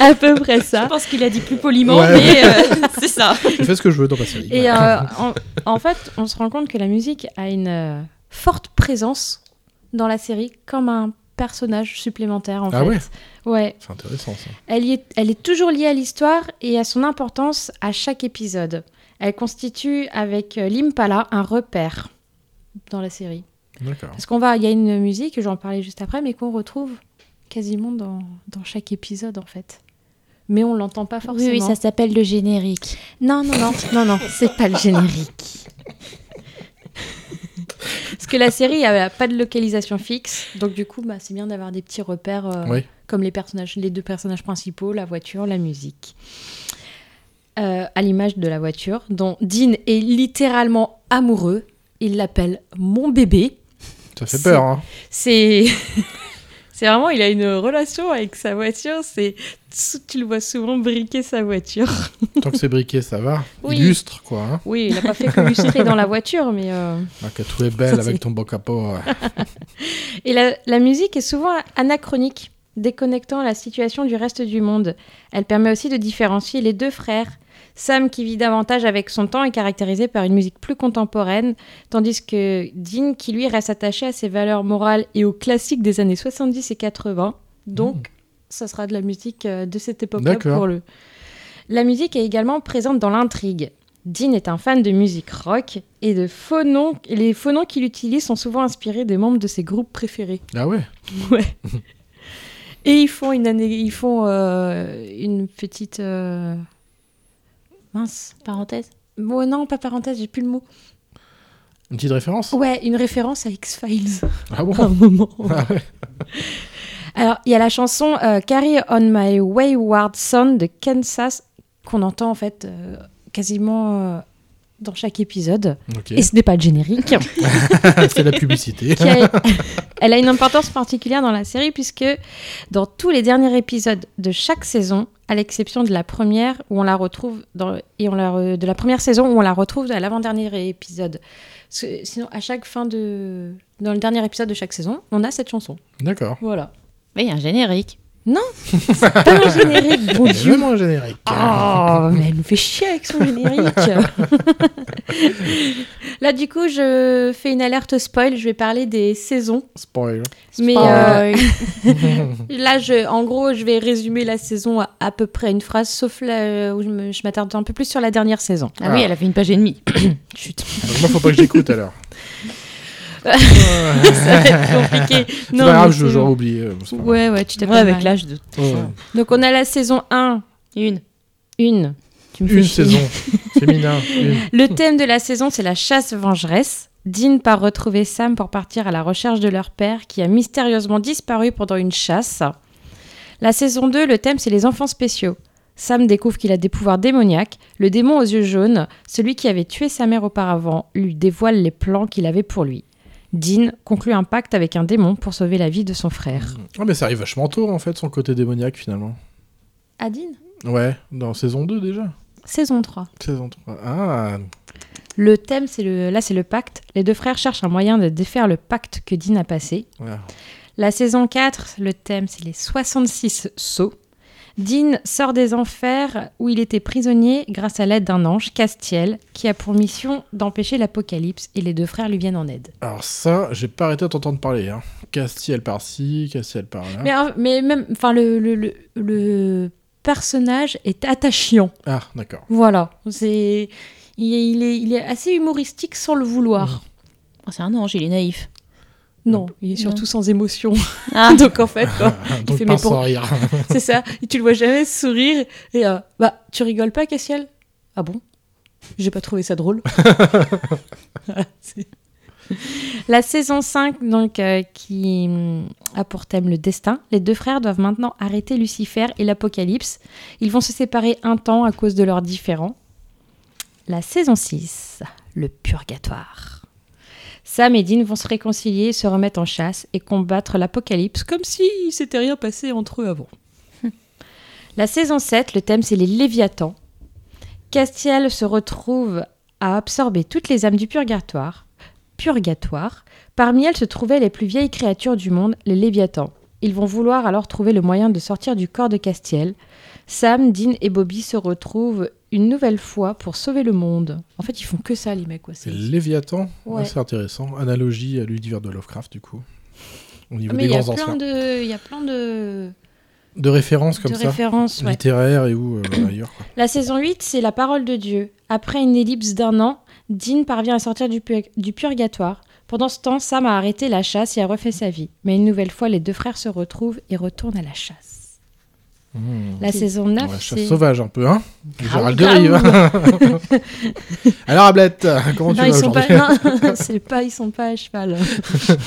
E: à peu près ça. Je pense qu'il a dit plus poliment,
A: Ouais. mais,
E: euh, c'est ça.
A: Je fais ce que je veux dans ma série.
E: Et
A: Ouais.
E: euh, en, en fait, on se rend compte que la musique a une euh, forte présence dans la série comme un personnage supplémentaire en
A: Ah
E: fait.
A: ouais
E: Ouais.
A: C'est intéressant ça.
E: Elle, y est, elle est toujours liée à l'histoire et à son importance à chaque épisode. Elle constitue avec euh, l'Impala un repère dans la série.
A: D'accord.
E: Parce qu'on va, il y a une musique, j'en parlais juste après, mais qu'on retrouve quasiment dans, dans chaque épisode en fait. Mais on l'entend pas
C: Oui,
E: forcément.
C: oui, ça s'appelle le générique.
E: Non, non, non, non, non, c'est pas le générique. Parce que la série n'a pas de localisation fixe, donc du coup, bah, c'est bien d'avoir des petits repères euh,
A: Oui.
E: comme les, personnages, les deux personnages principaux, la voiture, la musique. Euh, à l'image de la voiture, dont Dean est littéralement amoureux, il l'appelle mon bébé.
A: Ça fait peur. Hein.
E: C'est. C'est vraiment, il a une relation avec sa voiture. C'est, tu le vois souvent briquer sa voiture.
A: Tant que c'est briqué, ça va.
E: Oui.
A: Illustre quoi. Hein.
E: Oui, il n'a pas fait qu'illustrer dans la voiture, mais. euh,
A: Ah, que tout est belle
E: C'est-
A: avec ton beau capot. ouais.
E: Et la, la musique est souvent anachronique, déconnectant la situation du reste du monde. Elle permet aussi de différencier les deux frères. Sam, qui vit davantage avec son temps, est caractérisé par une musique plus contemporaine, tandis que Dean, qui lui reste attaché à ses valeurs morales et aux classiques des années 70 et 80. Donc, ça sera de la musique euh, de cette époque-là
A: D'accord.
E: pour le. La musique est également présente dans l'intrigue. Dean est un fan de musique rock et de faux noms. et les faux noms qu'il utilise sont souvent inspirés des membres de ses groupes préférés.
A: Ah ouais
E: Ouais. et ils font une année, ils font euh, une petite euh, mince
C: Parenthèse.
E: Bon, non, pas parenthèse, j'ai plus le mot.
A: Une petite référence
E: Ouais, une référence à X-Files.
A: Ah bon
E: À Oh, un moment.
A: Ah ouais.
E: Alors, il y a la chanson euh, Carry on My Wayward Son de Kansas qu'on entend en fait euh, quasiment euh, dans chaque épisode.
A: Ok.
E: Et ce n'est pas le générique.
A: C'est la publicité.
E: Qui a- Elle a une importance particulière dans la série puisque dans tous les derniers épisodes de chaque saison, à l'exception de la première où on la retrouve dans et on la re- de la première saison où on la retrouve à l'avant-dernier épisode. Parce que Sinon, à chaque fin de dans le dernier épisode de chaque saison, on a cette chanson.
A: D'accord.
E: Voilà.
C: Mais il y a un générique.
E: Non, c'est pas un générique, bon
A: Il y a
E: Dieu.
A: vraiment un générique. hein.
E: Oh, mais elle nous fait chier avec son générique. Là, du coup, je fais une alerte spoil. Je vais parler des saisons
A: Spoil.
C: Oh.
E: Mais
A: Spoil.
E: euh, là, je, en gros, je vais résumer la saison à, à peu près une phrase, sauf là où je me- je m'attarde un peu plus sur la dernière saison.
C: Ah, oui, elle a fait une page et demie.
E: Chut.
A: Donc, moi, faut pas que j'écoute alors.
E: Ça va être compliqué.
A: C'est
E: Non,
A: pas grave,
E: mais
A: je-
E: c'est
A: j'aurais
E: bon.
A: oublié. euh, c'est pas grave.
E: Ouais, ouais, tu t'es
C: Ouais, avec l'âge de.
A: Ouais.
E: Donc, on a la saison 1.
C: Une.
E: Une. Tu me fais
A: Une
E: chier.
A: saison. Féminin. Une.
E: Le thème de la saison, c'est la chasse vengeresse. Dean part retrouver Sam pour partir à la recherche de leur père qui a mystérieusement disparu pendant une chasse. La saison 2, le thème, c'est les enfants spéciaux. Sam découvre qu'il a des pouvoirs démoniaques. Le démon aux yeux jaunes, celui qui avait tué sa mère auparavant, lui dévoile les plans qu'il avait pour lui. Dean conclut un pacte avec un démon pour sauver la vie de son frère.
A: Ah, mais ça arrive vachement tôt en fait, son côté démoniaque finalement.
E: Ah, Dean
A: Ouais, dans saison 2 déjà.
E: Saison 3.
A: Saison 3. Ah,
E: Le thème, c'est le... là, c'est le pacte. Les deux frères cherchent un moyen de défaire le pacte que Dean a passé.
A: ouais.
E: La saison 4, le thème, c'est les 66 sauts. Dean sort des enfers où il était prisonnier grâce à l'aide d'un ange, Castiel, qui a pour mission d'empêcher l'apocalypse et les deux frères lui viennent en aide.
A: Alors ça, j'ai pas arrêté de t'entendre parler. Hein. Castiel par-ci, Castiel par-là.
E: Mais, hein, mais même, enfin, le, le, le, le personnage est attachant.
A: Ah, d'accord.
E: Voilà, c'est il est, il est, il est assez humoristique sans le vouloir.
C: Oh, c'est un ange, il est naïf.
E: Non, il est surtout sans émotion. Ah. donc en fait, quoi,
A: il Donc, pas sans rire.
E: c'est ça. Et tu le vois jamais sourire. Et euh, bah, tu rigoles pas, Cassiel Ah bon J'ai pas trouvé ça drôle. Voilà, c'est- La saison 5, donc, euh, qui hum, a pour thème le destin, les deux frères doivent maintenant arrêter Lucifer et l'Apocalypse. Ils vont se séparer un temps à cause de leurs différends. La saison 6, le purgatoire. Sam et Dean vont se réconcilier, se remettre en chasse et combattre l'Apocalypse comme s'il s'était rien passé entre eux avant. La saison 7, le thème c'est les Léviathans. Castiel se retrouve à absorber toutes les âmes du purgatoire. Purgatoire. Parmi elles se trouvaient les plus vieilles créatures du monde, les Léviathans. Ils vont vouloir alors trouver le moyen de sortir du corps de Castiel. Sam, Dean et Bobby se retrouvent une nouvelle fois pour sauver le monde. En fait, ils font que ça, les mecs. quoi.
A: C'est Léviathan.
E: Ouais.
A: Ouais, c'est intéressant. Analogie à l'univers de Lovecraft, du coup. Au niveau
E: Ah, Mais
A: des
E: il y a
A: grands
E: plein
A: anciens.
E: de, il y a plein de.
A: De références comme
E: de
A: ça.
E: références, ouais.
A: Littéraires et ou euh, ailleurs. quoi.
E: La saison 8, c'est la parole de Dieu. Après une ellipse d'un an, Dean parvient à sortir du, pur- du purgatoire. Pendant ce temps, Sam a arrêté la chasse et a refait sa vie. Mais une nouvelle fois, les deux frères se retrouvent et retournent à la chasse.
A: Hmm.
E: La saison 9,
A: Ouais, chasse
E: c'est-
A: sauvage un peu, hein Gérald de
E: grave.
A: Rive. Alors, Ablette, comment
E: Non,
A: tu
E: ils
A: vas
E: sont
A: aujourd'hui
E: pas, non, c'est pas, ils sont pas à cheval.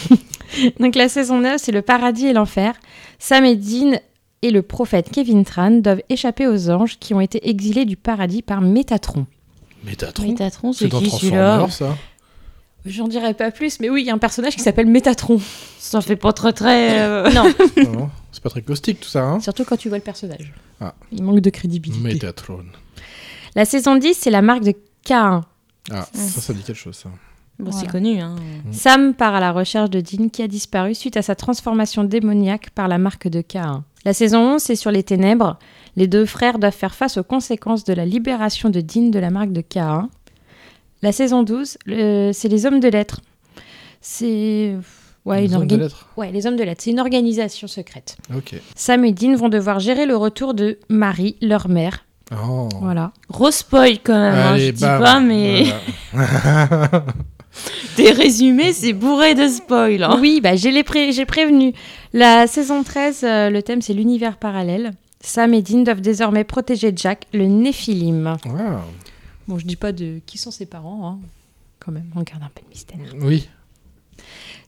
E: Donc la saison 9, c'est le paradis et l'enfer. Sam et Dean et le prophète Kevin Tran doivent échapper aux anges qui ont été exilés du paradis par Métatron.
A: Métatron.
C: Métatron,
A: C'est
C: c'est
A: dans
C: qui celui-là
A: Transformers, ça.
E: J'en dirais pas plus, mais oui, il y a un personnage qui s'appelle Métatron.
C: Ça fait pas très très. euh,
E: Non,
A: Non, Ah C'est pas très caustique, tout ça, hein
E: surtout quand tu vois le personnage.
A: Ah.
E: Il manque de crédibilité.
A: Métatron.
E: La saison 10, c'est la marque de K1.
A: Ah, ça, ça dit quelque chose, ça.
C: Bon,
E: Voilà.
C: c'est connu. Hein.
A: Mm.
E: Sam part à la recherche de Dean qui a disparu suite à sa transformation démoniaque par la marque de K1. La saison 11, c'est sur les ténèbres. Les deux frères doivent faire face aux conséquences de la libération de Dean de la marque de K1. La saison 12, le- c'est les hommes de lettres. C'est. Ouais,
A: Une
E: une
A: zone de
E: organi-
A: lettres.
E: Ouais, les hommes de lettres. C'est une organisation secrète.
A: Ok.
E: Sam et Dean vont devoir gérer le retour de Marie, leur mère.
A: Oh.
E: Voilà.
C: Gros spoil quand même, hein,
A: Allez,
C: je dis
A: bam.
C: pas, mais
A: Voilà.
C: tes résumés, c'est bourré de spoil. hein.
E: Oui, bah, j'ai les pré- j'ai prévenu. La saison 13, euh, le thème c'est l'univers parallèle. Sam et Dean doivent désormais protéger Jack, le Néphilim.
A: Wow.
E: Bon, je dis pas de qui sont ses parents, hein. quand même, on garde un peu de mystère.
A: Oui.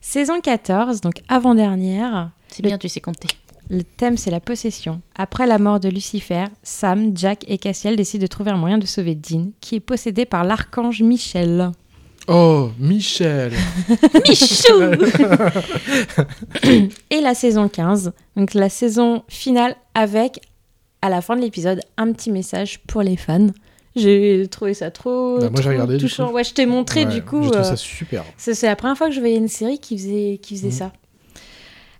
E: Saison 14, donc avant-dernière,
C: C'est bien, tu sais compter.
E: le thème c'est la possession. Après la mort de Lucifer, Sam, Jack et Cassiel décident de trouver un moyen de sauver Dean, qui est possédé par l'archange Michel.
A: Oh, Michel.
E: Michou Et la saison 15, donc la saison finale avec, à la fin de l'épisode, un petit message pour les fans. J'ai trouvé ça trop,
A: Bah, moi, j'ai
E: trop
A: regardé, du
E: touchant.
A: coup.
E: Ouais, je t'ai montré
A: Ouais,
E: du coup.
A: Je trouve
E: euh,
A: ça super.
E: c'est c'est la première fois que je voyais une série qui faisait, qui faisait ça.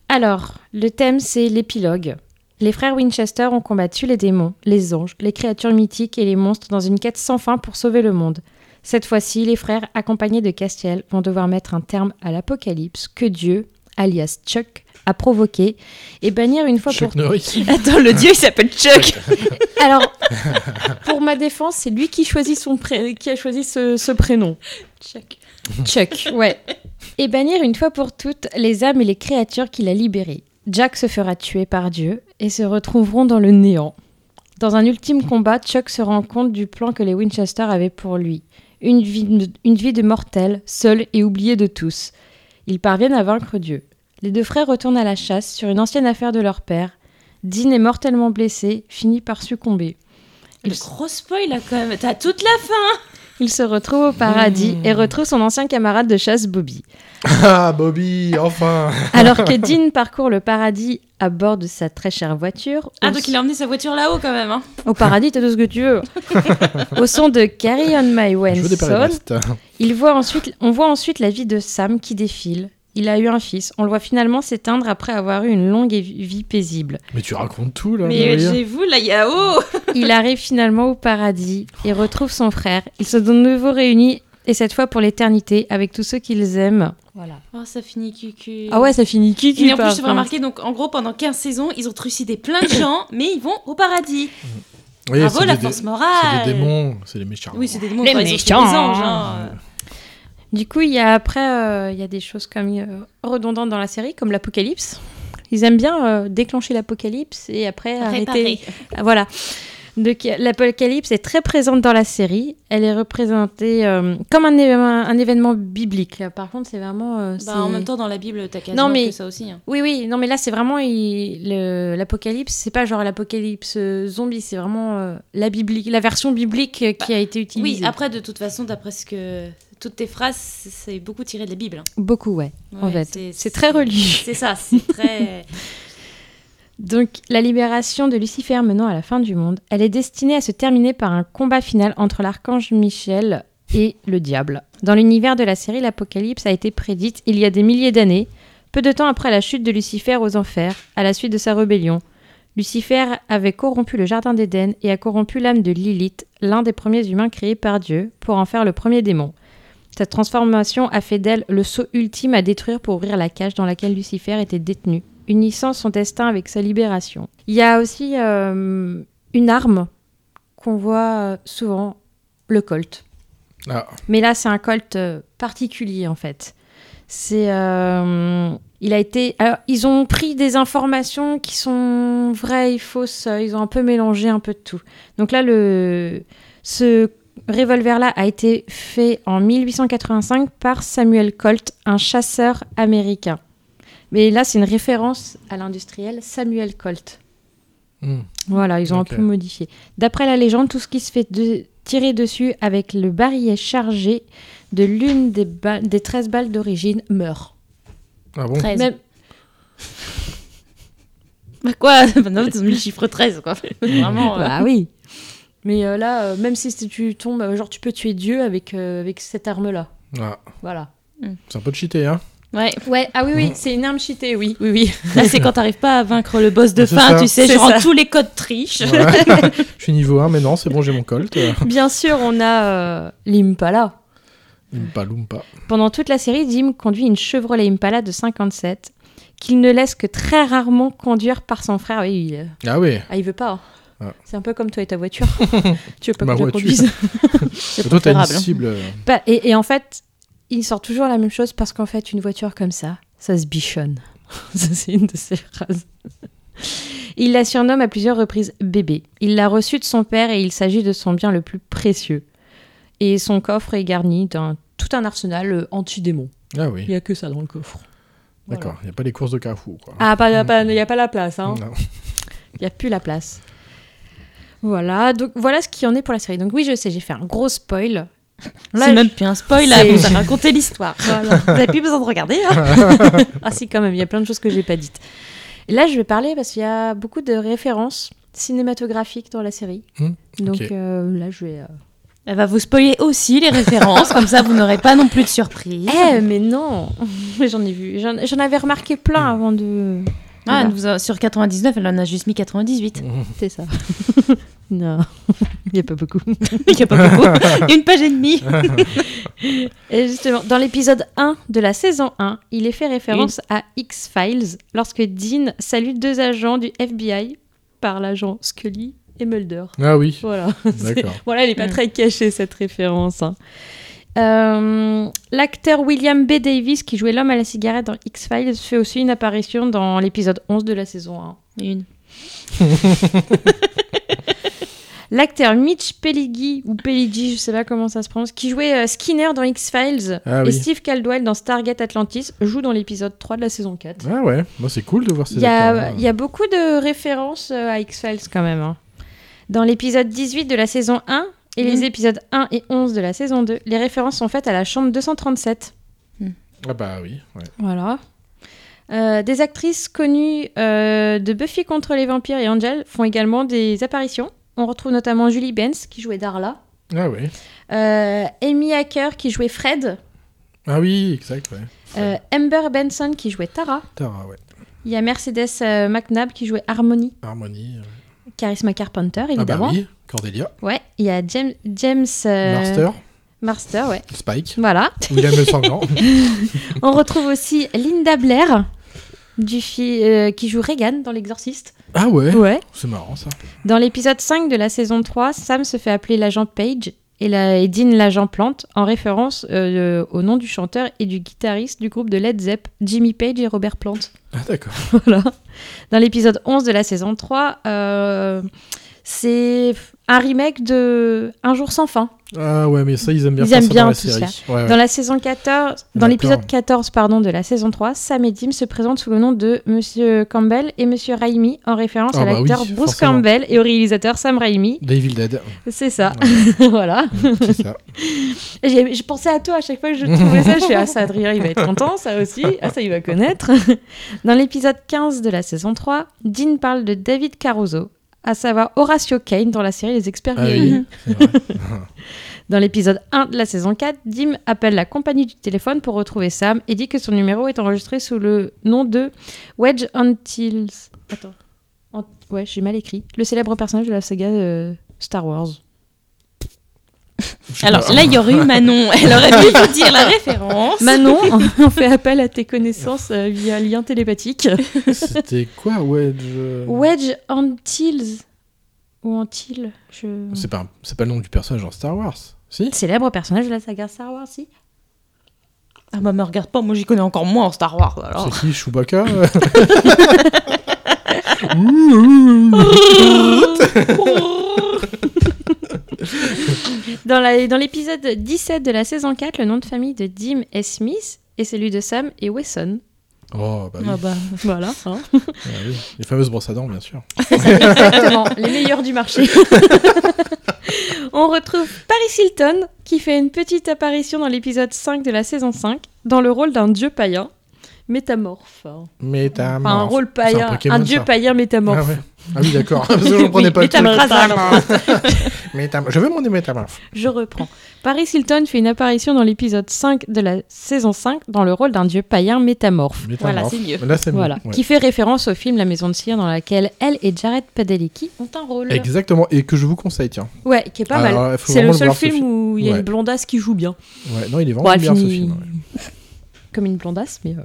E: Alors, le thème, c'est l'épilogue. Les frères Winchester ont combattu les démons, les anges, les créatures mythiques et les monstres dans une quête sans fin pour sauver le monde. Cette fois-ci, les frères, accompagnés de Castiel, vont devoir mettre un terme à l'apocalypse que Dieu, alias Chuck, a provoqué et bannir une fois
A: Chuck
E: pour
A: Norris.
C: Attends, le dieu, il s'appelle Chuck.
E: Alors, pour ma défense, c'est lui qui, choisit son pré- qui a choisi ce, ce prénom.
C: Chuck.
E: Chuck, ouais. Et bannir une fois pour toutes les âmes et les créatures qu'il a libérées. Jack se fera tuer par Dieu et se retrouveront dans le néant. Dans un ultime combat, Chuck se rend compte du plan que les Winchester avaient pour lui. Une vie, de- une vie de mortel, seul et oublié de tous. Ils parviennent à vaincre Dieu. Les deux frères retournent à la chasse sur une ancienne affaire de leur père. Dean est mortellement blessé, finit par succomber.
C: Le gros spoil là quand même, t'as toute la fin.
E: Il se retrouve au paradis et
C: Hmm.
E: retrouve son ancien camarade de chasse Bobby.
A: Ah, Bobby, enfin.
E: Alors que Dean parcourt le paradis à bord de sa très chère voiture,
C: Ah
E: au-
C: donc il a emmené sa voiture là-haut quand même. Hein.
E: au paradis t'as tout ce que tu veux, au son de Carry on My
A: Je
E: Way
A: veux des
E: Son,
A: Paris-Brest.
E: il voit ensuite, on voit ensuite la vie de Sam qui défile. il a eu un fils. On le voit finalement s'éteindre après avoir eu une longue vie paisible.
A: Mais tu racontes tout là.
C: Mais euh,
A: Maria.
C: j'ai vous, la Yao
E: Il arrive finalement au paradis et retrouve son frère. Ils sont de nouveau réunis et cette fois pour l'éternité avec tous ceux qu'ils aiment.
C: Voilà. Oh, ça finit cucu.
E: Ah ouais, ça finit qui qui
C: Et en
E: part,
C: plus, j'ai
E: hein.
C: remarqué, donc en gros, pendant 15 saisons, ils ont trucidé plein de gens, mais ils vont au paradis.
A: Oui,
C: Bravo,
A: Eh, c'est
C: la
A: des-
C: force
A: C'est
C: morale.
A: des démons, c'est des méchants.
C: Oui, c'est des démons.
E: Les
C: enfin, ils ont fait
E: méchants.
C: des anges, hein.
E: Du coup, il y a après, euh, il y a des choses comme euh, redondantes dans la série, comme l'apocalypse. Ils aiment bien euh, déclencher l'apocalypse et après
C: Réparer.
E: arrêter. Ah, Voilà. Donc, l'apocalypse est très présente dans la série. Elle est représentée euh, comme un, événement- un événement biblique. Là, par contre, c'est vraiment. euh,
C: Bah,
E: c'est-
C: en même temps, dans la Bible, t'as
E: Non,
C: quasiment
E: mais
C: que ça aussi. hein.
E: Oui, oui, non, mais là, c'est vraiment il- le- l'apocalypse. C'est pas genre l'apocalypse euh, zombie, c'est vraiment euh, la, biblique, la version biblique euh, qui a été utilisée.
C: Bah, Oui, après, de toute façon, d'après ce que. Toutes tes phrases, c'est beaucoup tiré de la Bible. hein.
E: Beaucoup, ouais, en
C: Ouais,
E: fait.
C: c'est-
E: C'est très religieux.
C: C'est ça, c'est très.
E: Donc, la libération de Lucifer menant à la fin du monde, elle est destinée à se terminer par un combat final entre l'archange Michel et le diable. Dans l'univers de la série, l'Apocalypse a été prédite il y a des milliers d'années, peu de temps après la chute de Lucifer aux enfers, à la suite de sa rébellion. Lucifer avait corrompu le Jardin d'Éden et a corrompu l'âme de Lilith, l'un des premiers humains créés par Dieu, pour en faire le premier démon. Cette transformation a fait d'elle le sceau ultime à détruire pour ouvrir la cage dans laquelle Lucifer était détenu, unissant son destin avec sa libération. Il y a aussi euh, une arme qu'on voit euh, souvent, le colt.
A: Ah.
E: Mais là, c'est un colt euh, particulier en fait. C'est, euh, il a été. Alors, ils ont pris des informations qui sont vraies et fausses. euh, Ils ont un peu mélangé un peu de tout. Donc là, le ce revolver-là a été fait en 1885 par Samuel Colt, un chasseur américain. Mais là, c'est une référence à l'industriel Samuel Colt.
A: Hmm.
E: Voilà, ils ont
A: Ok.
E: un peu modifié. D'après la légende, tout ce qui se fait de- tirer dessus avec le barillet chargé de l'une des, ba- des 13 balles d'origine meurt.
A: Ah bon
C: 13.
E: Même-
C: Bah quoi Maintenant, ils ont mis le chiffre 13, quoi. Vraiment. euh,
E: Bah oui. Mais euh, là, euh, même si c'est- tu tombes, euh, genre tu peux tuer Dieu avec, euh, avec cette arme-là.
A: Ah.
E: Voilà.
A: C'est un peu cheaté, hein
C: Ouais.
E: Ouais, ah oui, oui, c'est une arme cheatée, oui, oui, oui.
C: Là, c'est quand t'arrives pas à vaincre le boss de
A: C'est
C: fin,
A: ça.
C: tu sais,
E: C'est
C: genre
E: ça.
C: tous les codes triche.
A: Ouais. Je suis niveau 1, mais non, c'est bon, j'ai mon Colt. Euh,
E: Bien sûr, on a euh, l'Impala.
A: Loompa Loompa.
E: Pendant toute la série, Jim conduit une Chevrolet Impala de 57 qu'il ne laisse que très rarement conduire par son frère. Oui, il, euh,
A: Ah oui.
E: ah, il veut pas. hein.
A: Ah.
E: C'est un peu comme toi et ta voiture. tu veux pas
A: Ma
E: que je la
A: voiture.
E: conduise.
A: Et Toi, t'as une
C: préférable, hein.
A: cible. euh,
E: Bah, et, et en fait, il sort toujours la même chose parce qu'en fait, une voiture comme ça, ça se bichonne. ça, c'est une de ses phrases. Il la surnomme à plusieurs reprises bébé. Il l'a reçue de son père et il s'agit de son bien le plus précieux. Et son coffre est garni d'un tout un arsenal euh, anti-démon.
A: Ah oui.
E: Il n'y a que ça dans le coffre. Voilà.
A: D'accord. Il n'y a pas les courses de Carrefour, quoi.
E: Ah, pas- pas- il n'y a pas la place. hein.
A: Non.
E: Il n'y a plus la place. Voilà, donc voilà ce qu'il y en est pour la série. Donc oui, je sais, j'ai fait un gros spoil. Là,
C: C'est même plus un spoil, là,
E: C'est-
C: vous a raconté l'histoire.
E: Voilà.
C: Vous avez plus besoin de regarder. hein.
E: ah si, quand même, il y a plein de choses que j'ai pas dites. Et là, je vais parler parce qu'il y a beaucoup de références cinématographiques dans la série.
A: Hmm,
E: Donc
A: ok.
E: euh, là, je vais... euh,
C: Elle va vous spoiler aussi les références, comme ça, vous n'aurez pas non plus de surprise.
E: Eh, mais non Mais J'en ai vu, j'en j'en avais remarqué plein avant de...
C: Ah,
E: Voilà.
C: elle nous a- sur 99, elle en a juste mis 98.
E: C'est ça. non, il n'y a pas beaucoup.
C: Il n'y a pas beaucoup. Une page et demie.
E: Et justement, dans l'épisode 1 de la saison 1, il est fait référence à X-Files lorsque Dean salue deux agents du FBI par l'agent Scully et Mulder.
A: Ah oui.
E: Voilà.
A: D'accord.
E: C'est- voilà, elle n'est pas
C: Mm.
E: très cachée cette référence. hein. Euh, L'acteur William B. Davis, qui jouait l'homme à la cigarette dans X-Files, fait aussi une apparition dans l'épisode 11 de la saison 1.
C: Une.
E: L'acteur Mitch Peligi, ou Peligi, je sais pas comment ça se prononce, qui jouait euh, Skinner dans X-Files,
A: Ah
E: et
A: oui.
E: Steve Caldwell dans Stargate Atlantis, joue dans l'épisode 3 de la saison 4.
A: Ah ouais. Moi, c'est cool de voir ces
E: Il y, a,
A: acteurs-là.
E: il y a beaucoup de références euh, à X-Files quand même. hein. Dans l'épisode 18 de la saison 1 et les
C: Mhm.
E: épisodes 1 et 11 de la saison 2, les références sont faites à la chambre 237.
A: Ah bah oui. ouais.
E: Voilà. Euh, des actrices connues euh, de Buffy contre les vampires et Angel font également des apparitions. On retrouve notamment Julie Benz qui jouait Darla,
A: Ah oui.
E: euh, Amy Hacker qui jouait Fred
A: Ah oui, exact, ouais.
E: Euh, Amber Benson qui jouait Tara.
A: Tara, ouais.
E: Il y a Mercedes euh, McNabb qui jouait Harmony.
A: Harmonie.
E: Charisma Carpenter,
A: Ah bah
E: évidemment.
A: oui, Cordelia,
E: Ouais, il y a James. James euh,
A: Marster,
E: Marster, ouais.
A: Spike,
E: Voilà.
A: William le Sanglant.
E: On retrouve aussi Linda Blair du fi- euh, qui joue Regan dans L'Exorciste.
A: Ah ouais
E: Ouais.
A: C'est marrant ça.
E: Dans l'épisode 5 de la saison 3, Sam se fait appeler l'agent Page et, la, et Dean l'agent Plante en référence euh, au nom du chanteur et du guitariste du groupe de Led Zepp, Jimmy Page et Robert Plant.
A: Ah d'accord.
E: Voilà. Dans l'épisode 11 de la saison 3, euh, c'est un remake de Un jour sans fin.
A: Ah ouais, mais ça, ils aiment bien
E: Ils
A: faire
E: aiment
A: ça
E: bien
A: dans la
E: tout
A: série.
E: ça.
A: Ouais, ouais.
E: Dans la saison 14,
A: Il y en
E: dans
A: a
E: l'épisode
A: plein.
E: 14 pardon, de la saison 3, Sam et Jim se présentent sous le nom de Monsieur Campbell et Monsieur Raimi en référence
A: Ah
E: à
A: bah oui,
E: l'acteur Bruce
A: forcément.
E: Campbell et au réalisateur Sam Raimi.
A: The Evil Dead.
E: C'est ça. voilà.
A: C'est ça.
E: J'ai- Je pensais à toi à chaque fois que je trouvais ça. Je fais, ah, ça, Adrien, il va être content, ça aussi. Ah, ça, il va connaître. Dans l'épisode 15 de la saison 3, Dean parle de David Caruso, à savoir Horatio Kane dans la série Les Experts
A: Ah oui,
E: Véreux.
A: c'est vrai.
E: Dans l'épisode 1 de la saison 4, Dim appelle la compagnie du téléphone pour retrouver Sam et dit que son numéro est enregistré sous le nom de Wedge Antilles. Attends. Ant- Ouais, j'ai mal écrit. Le célèbre personnage de la saga euh, Star Wars.
C: Alors là, il y aurait eu Manon. Elle aurait dû vous dire la référence.
E: Manon, on fait appel à tes connaissances euh, via lien télépathique.
A: C'était quoi, Wedge euh,
E: Wedge Antilles ou Antilles je...
A: C'est pas, c'est pas le nom du personnage dans Star Wars. Si
E: Célèbre personnage de la saga Star Wars, si.
C: Ah bah me regarde pas, moi j'y connais encore moins en Star Wars
E: Oh.
C: alors.
A: C'est qui Chewbacca
E: Dans la- dans l'épisode 17 de la saison 4, le nom de famille de Dim est Smith et celui de Sam est Wesson.
A: Oh, bah oui.
E: Ah bah, voilà. hein.
A: Ah oui, Les fameuses brosses à dents, bien sûr.
E: Exactement, les meilleurs du marché. On retrouve Paris Hilton qui fait une petite apparition dans l'épisode 5 de la saison 5 dans le rôle d'un dieu païen métamorphe. hein.
A: Métamorphe.
E: Enfin, un rôle
A: C'est un
E: païen, un,
A: Pokémon,
E: dieu
A: ça.
E: païen métamorphe.
A: Ah, ouais. Ah oui, d'accord. Parce que j'en prenais
E: Oui,
A: pas le
E: métamorphe.
A: truc. Métam- Je veux mon métamorphe.
E: Je reprends. Paris Hilton fait une apparition dans l'épisode 5 de la saison 5 dans le rôle d'un dieu païen métamorphe.
A: Métamorphe. Voilà, c'est mieux. Là, c'est mieux,
E: Voilà,
A: Mmh, ouais.
E: qui fait référence au film La Maison de cire dans laquelle elle et Jared Padalecki ont un rôle.
A: Exactement, et que je vous conseille, tiens.
E: Ouais, qui est pas
A: Alors,
E: mal.
A: il faut
E: C'est le
A: vraiment
E: seul
A: voir, ce
E: film où il y a
A: Ouais.
E: une blondasse qui joue bien.
A: Ouais, non, il est vraiment
E: Bon, elle
A: bien ce
E: finit
A: film.
E: Comme une blondasse, mais. euh.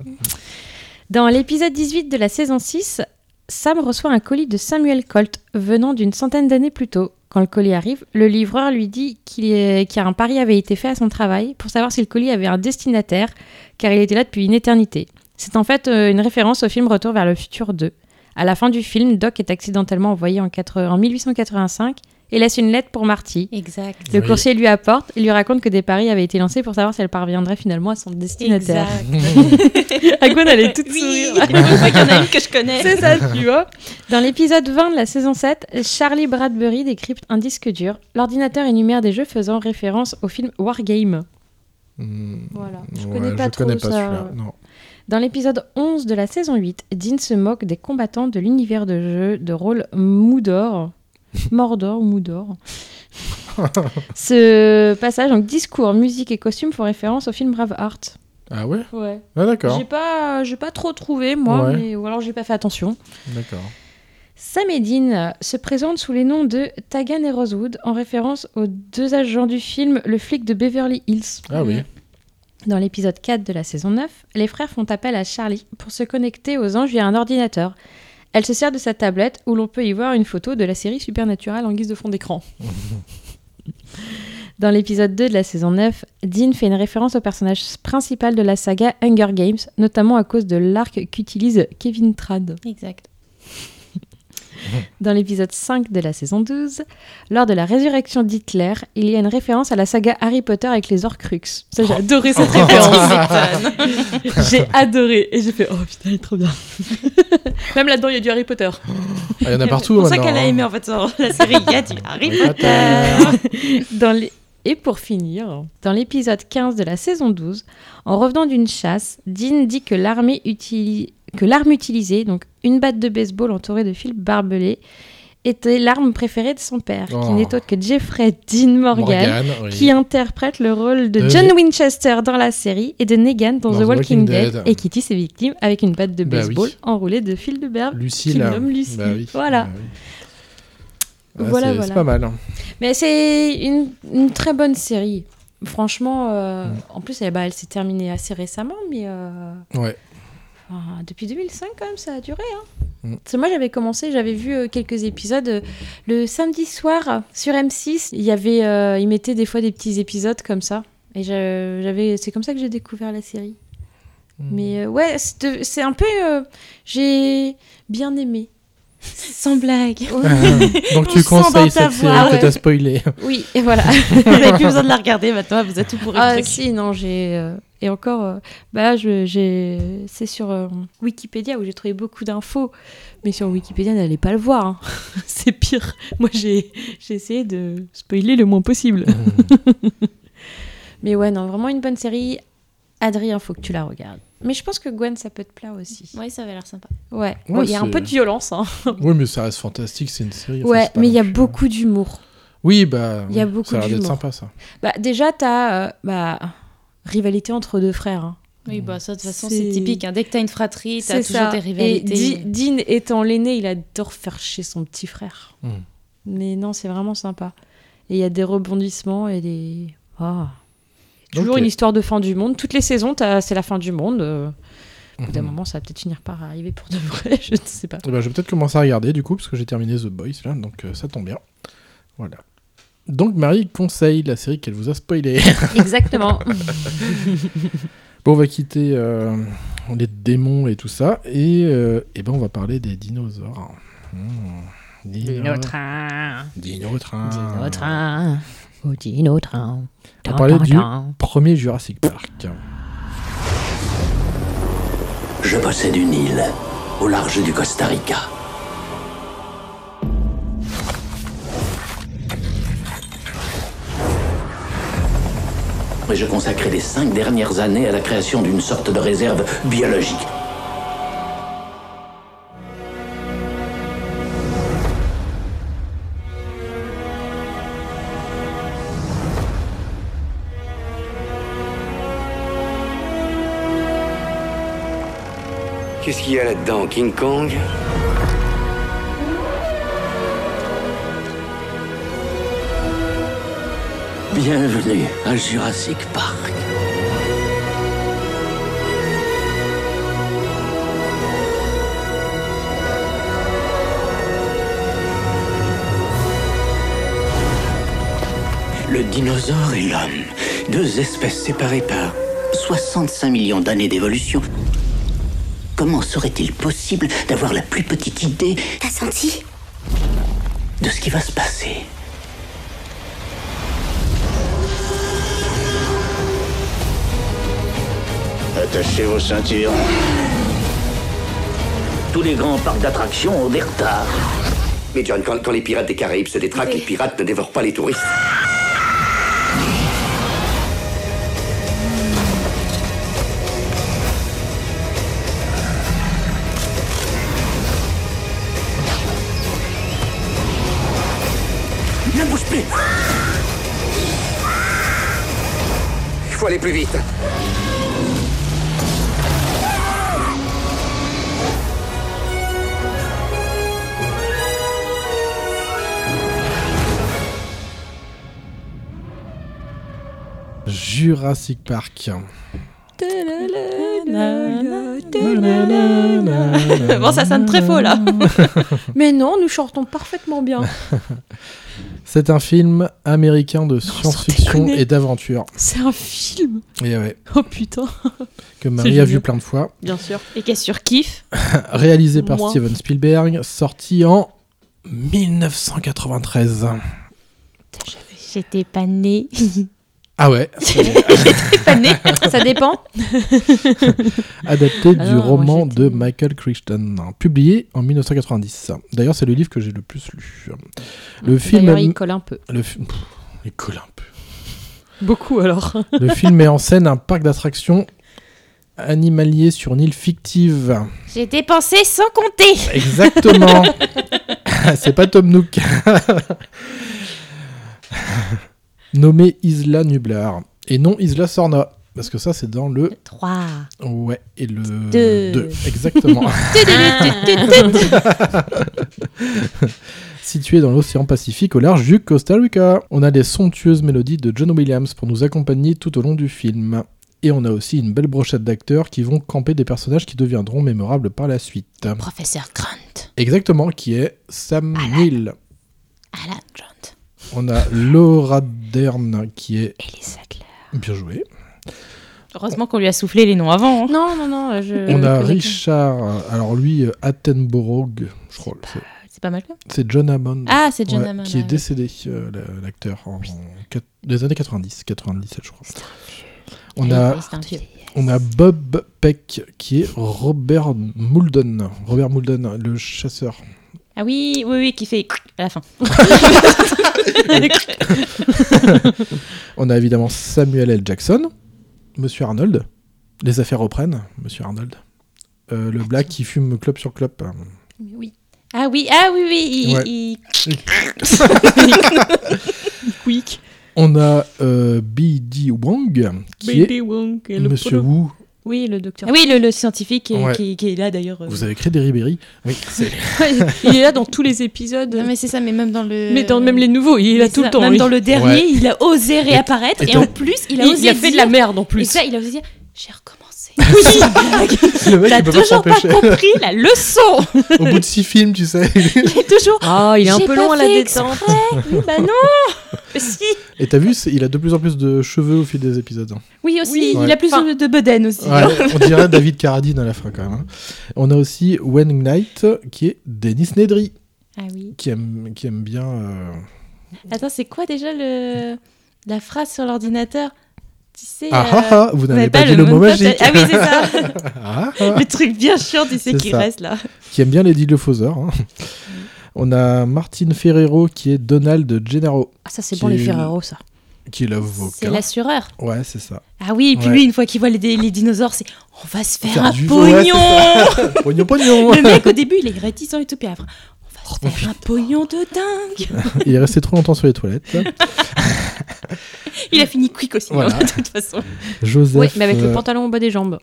E: Dans l'épisode 18 de la saison 6, Sam reçoit un colis de Samuel Colt venant d'une centaine d'années plus tôt. Quand le colis arrive, le livreur lui dit qu'il est- qu'un pari avait été fait à son travail pour savoir si le colis avait un destinataire, car il était là depuis une éternité. C'est en fait euh, une référence au film Retour vers le futur 2. À la fin du film, Doc est accidentellement envoyé en, 80 en 1885 et laisse une lettre pour Marty.
C: Exact.
E: Le
C: Oui.
E: coursier lui apporte et lui raconte que des paris avaient été lancés pour savoir si elle parviendrait finalement à son destinataire. Gwen, elle est toute sourire.
C: Il y en a une que je connais.
E: C'est ça, tu vois. Dans l'épisode 20 de la saison 7, Charlie Bradbury décrypte un disque dur. L'ordinateur énumère des jeux faisant référence au film Wargame. Voilà, je
A: Hmm. Ouais,
E: connais pas
A: je
E: trop
A: connais pas
E: ça.
A: celui-là, non.
E: Dans l'épisode 11 de la saison 8, Dean se moque des combattants de l'univers de jeu de rôle Moudor. Mordor ou Moudor. Ce passage, donc discours, musique et costumes font référence au film Braveheart.
A: Ah ouais
E: Ouais.
A: Ah d'accord.
E: J'ai pas, j'ai pas trop trouvé, moi,
A: Ouais.
E: mais- ou alors j'ai pas fait attention.
A: D'accord. Ah,
E: Sam et Dean se présentent sous les noms de Tagan et Rosewood en référence aux deux agents du film Le flic de Beverly Hills.
A: Ah oui.
E: Dans l'épisode 4 de la saison 9, les frères font appel à Charlie pour se connecter aux anges via un ordinateur. Elle se sert de sa tablette où l'on peut y voir une photo de la série Supernatural en guise de fond d'écran. Dans l'épisode 2 de la saison 9, Dean fait une référence au personnage principal de la saga Hunger Games, notamment à cause de l'arc qu'utilise Kevin Trad.
C: Exact.
E: Dans l'épisode 5 de la saison 12, lors de la résurrection d'Hitler, il y a une référence à la saga Harry Potter avec les Horcruxes. Ça, j'ai adoré cette Oh, référence. j'ai adoré et j'ai fait oh putain, il est trop bien. Même là-dedans, il y a du Harry Potter.
A: Ah, il y en a partout
C: C'est pour ça
A: maintenant,
C: qu'elle a
A: hein.
C: aimé en fait ça, la série. Il y a du Harry
A: Harry
C: Potter.
E: Dans les- Et pour finir, dans l'épisode 15 de la saison 12, en revenant d'une chasse, Dean dit que l'armée utili- que l'arme utilisée, donc une batte de baseball entourée de fils barbelés, était l'arme préférée de son père,
A: Oh.
E: qui n'est autre que Jeffrey Dean Morgan,
A: Morgan, oui.
E: qui interprète le rôle de
A: De-
E: John Winchester dans la série et de Negan Euh, dans, The Walking, Dead,
A: Dead.
E: et qui tue ses victimes avec une batte de
A: Bah oui.
E: baseball enroulée de fil de berbe.
A: Lucie,
E: qu'il
A: là.
E: nomme Lucie.
A: Bah oui,
E: Voilà.
A: Ah,
E: voilà,
A: c'est-
E: voilà.
A: C'est pas mal.
E: Mais c'est une, une très bonne série. Franchement, euh, en plus, elle, bah, elle s'est terminée assez récemment, mais euh,
A: Ouais.
E: ah, depuis 2005, quand même, ça a duré. Hein.
A: Mm.
E: Parce que moi, j'avais commencé, j'avais vu euh, quelques épisodes euh, le samedi soir euh, sur M6. Il y avait, euh, ils mettaient des fois des petits épisodes comme ça. Et j'a- j'avais, c'est comme ça que j'ai découvert la série. Mais euh, ouais, c'est de- c'est un peu, euh, j'ai bien aimé.
C: Sans blague.
A: Donc tu conseilles cette série que t'as spoilée.
E: Oui, et voilà.
C: vous n'avez plus besoin de la regarder maintenant, vous êtes tout pourri.
E: Ah
C: le truc.
E: si, non, j'ai... euh, et encore, euh, bah là, je- j'ai... C'est sur euh, Wikipédia où j'ai trouvé beaucoup d'infos. Mais sur Wikipédia, n'allez pas le voir. hein. C'est pire. Moi, j'ai, j'ai essayé de spoiler le moins possible.
A: Mmh.
E: Mais ouais, non, vraiment une bonne série. Adrien, faut que tu la regardes. Mais je pense que Gwen, ça peut te plaire aussi.
C: Oui, ça avait l'air sympa.
E: Ouais,
A: Ouais,
E: il y a un
A: c'est-
E: peu de violence. hein.
A: Oui, mais ça reste fantastique, c'est une série. enfin,
E: ouais,
A: c'est pas
E: mais il
A: non
E: y a
A: plus- hein. euh,
E: beaucoup d'humour.
A: Oui, bah.
E: Il y a
A: oui,
E: beaucoup
A: Ça a l'air d'être
E: d'humour.
A: sympa, ça.
E: Bah, déjà, t'as euh, bah, rivalité entre deux frères. hein.
C: Oui, bah ça, de toute façon,
E: C'est-
C: c'est typique. hein. Dès que t'as une fratrie, t'as
E: C'est ça.
C: toujours des rivalités.
E: Et Di- Dean étant l'aîné, il adore faire chier son petit frère.
A: Mm.
E: Mais non, c'est vraiment sympa. Et il y a des rebondissements et des. Ah. Toujours
A: Ok.
E: une histoire de fin du monde. Toutes les saisons, t'as- c'est la fin du monde. euh, Au bout d'un
A: Mhm.
E: moment, ça va peut-être finir par arriver pour de vrai. Je ne sais pas.
A: Eh ben, je vais peut-être commencer à regarder du coup, parce que j'ai terminé The Boys là, donc euh, ça tombe bien. Voilà. Donc Marie conseille la série qu'elle vous a spoilée.
E: Exactement.
A: bon, on va quitter euh, les démons et tout ça, et, euh, eh ben on va parler des dinosaures. Mmh.
E: Euh,
A: Dino-
E: Dinotrain.
A: Dinotrain.
E: Dinotrain. Au dinotrain.
A: On va parler
E: Tan, tan,
A: du
E: tan.
A: premier Jurassic Park.
G: Je possède une île au large du Costa Rica. Et je consacrais les cinq dernières années à la création d'une sorte de réserve biologique.
J: Qu'est-ce qu'il y a là-dedans King Kong
G: Bienvenue à Jurassic Park. Le dinosaure et l'homme, deux espèces séparées par 65 millions d'années d'évolution. Comment serait-il possible d'avoir la plus petite idée
H: T'as senti
G: de ce qui va se passer
K: Attachez vos ceintures.
G: Tous les grands parcs d'attractions ont des retards.
J: Mais John, quand, quand les pirates des Caraïbes se détraquent, les pirates ne dévorent pas les touristes.
G: Ne bouge plus
J: Il faut aller plus vite.
A: Jurassic Park.
E: bon,
C: ça sonne très faux, là.
E: Mais non, nous chantons parfaitement bien.
A: C'est un film américain de science-fiction
E: déconner.
A: et d'aventure.
E: C'est un film.
A: Et Eh ouais,
E: Oh putain. C'est
A: que Marie a vu
E: génial.
A: plein de fois.
E: Bien sûr.
C: Et qu'elle surkiffe.
A: réalisé par
C: Moi.
A: Steven Spielberg, sorti en 1993.
C: J'étais pas née.
A: Ah ouais, c'est
C: pas née.
E: Ça dépend.
A: adapté
E: Ah
A: du
E: non, moi,
A: roman de Michael Crichton, hein, publié en 1990. D'ailleurs, c'est le livre que j'ai le plus lu. Le film,
E: D'ailleurs,
A: am-
E: il colle un peu.
A: le fi- Pff, il colle un peu.
E: Beaucoup alors.
A: Le film met en scène un parc d'attractions animalier sur une île fictive.
C: J'ai dépensé sans compter.
A: Exactement. c'est pas Tom Nook. Nommé Isla Nublar. Et non Isla Sorna. Parce que ça, c'est dans le.
C: 3.
A: Ouais, et le.
C: Deux.
A: 2. Exactement. Situé dans l'océan Pacifique au large du Costa Rica. On a les somptueuses mélodies de John Williams pour nous accompagner tout au long du film. Et on a aussi une belle brochette d'acteurs qui vont camper des personnages qui deviendront mémorables par la suite.
C: Professeur Grant.
A: Exactement, qui est Sam Neill.
C: Alan Grant.
A: On a Laura Dern qui est.
C: Ellie Sattler.
A: Bien joué.
C: Heureusement qu'on lui a soufflé les noms avant. hein.
E: Non, non, non. Je...
A: On a
E: je-
A: Richard, euh, alors lui, euh, Attenborough, je crois. c'est-
C: C'est pas mal.
A: C'est John Hammond.
C: Ah, c'est John Hammond,
A: Qui est
C: ouais.
A: décédé, euh, la- l'acteur, en quat- des années 90, 97, je crois. On a,
C: Ah Oui, c'est un vieux.
A: on a Bob Peck, qui est Robert Mulden. Robert Mulden, le chasseur.
C: Ah oui, oui, oui, qui fait à la fin.
A: on a évidemment Samuel L. Jackson, Monsieur Arnold. Les affaires reprennent, Monsieur Arnold. Euh, le black qui fume clope sur clope. euh,
C: Mais oui. Ah oui, ah oui, oui. Il,
A: Ouais.
C: il-
A: Quick. On a euh, B.D. Wang, qui est Monsieur Wu.
E: Oui, le docteur.
C: Ah oui, le, le scientifique est-
A: Ouais.
C: qui, qui est là d'ailleurs. euh.
A: Vous avez créé des Ribéry Oui, c'est
E: il est là dans tous les épisodes.
C: Non mais c'est ça, mais même dans le.
E: Mais dans même les nouveaux, il est là
C: Mais
E: tout
C: c'est
E: le
C: ça,
E: temps.
C: Même
E: lui.
C: dans le dernier,
A: Ouais.
C: il a osé réapparaître
A: et
C: et,
A: t'as-
C: en plus, il a
E: Il-
C: osé.
E: il a fait de la
C: dire-
E: merde, en plus.
C: Et ça, il a osé dire J'ai recommencé.
A: le mec
C: T'as
A: qui peut pas
C: toujours pas
A: s'empêcher.
C: compris la leçon
A: Au bout de six films, tu sais.
C: Il est toujours.
E: Ah, il est un
C: J'ai
E: peu
C: pas
E: long à la
C: fait
E: détente.
C: exprès. Oui, bah non Mais Si
A: Et t'as vu, c'est- il a de plus en plus de cheveux au fil des épisodes.
C: Oui, aussi,
A: Oui.
C: il
A: Ouais.
C: a plus
E: Enfin-
C: de- de bedaine aussi.
A: Ouais, on dirait David Carradine à la fin quand même. hein. On a aussi Wayne Knight qui est Dennis Nedry,
C: Ah oui.
A: qui aime, qui aime bien. euh,
C: Attends, c'est quoi déjà le... la phrase sur l'ordinateur Tu sais.
A: Ah,
C: euh,
A: ah, ah, vous n'avez pas dit le mot
C: mot
A: magique.
C: Ah oui, c'est ça
A: Ah, ah.
C: Le truc bien chiant, tu sais,
A: C'est
C: qui
A: ça.
C: reste là.
A: qui aime bien Lady Lefauseur. hein.
C: Mm.
A: On a Martin Ferrero qui est Donald Gennaro,
E: Ah, ça, c'est
A: Qui-
E: bon, les Ferrero, ça.
A: qui est l'avocat.
C: C'est l'assureur.
A: Ouais, c'est ça.
C: Ah oui, et puis
A: Ouais.
C: lui, une fois qu'il voit les, dé- les dinosaures, c'est on va se faire,
A: Faire
C: un
A: du- ouais, c'est
C: pognon
A: ça. Pognon, pognon
C: Le mec, au début, il est réticent et tout, puis après, on va se faire un pognon de dingue
A: Il est resté trop longtemps sur les toilettes.
C: Il a fini quick aussi,
A: Voilà.
C: hein, de toute façon.
A: Joseph
E: Oui, mais avec le
A: euh,
E: pantalon au bas des jambes.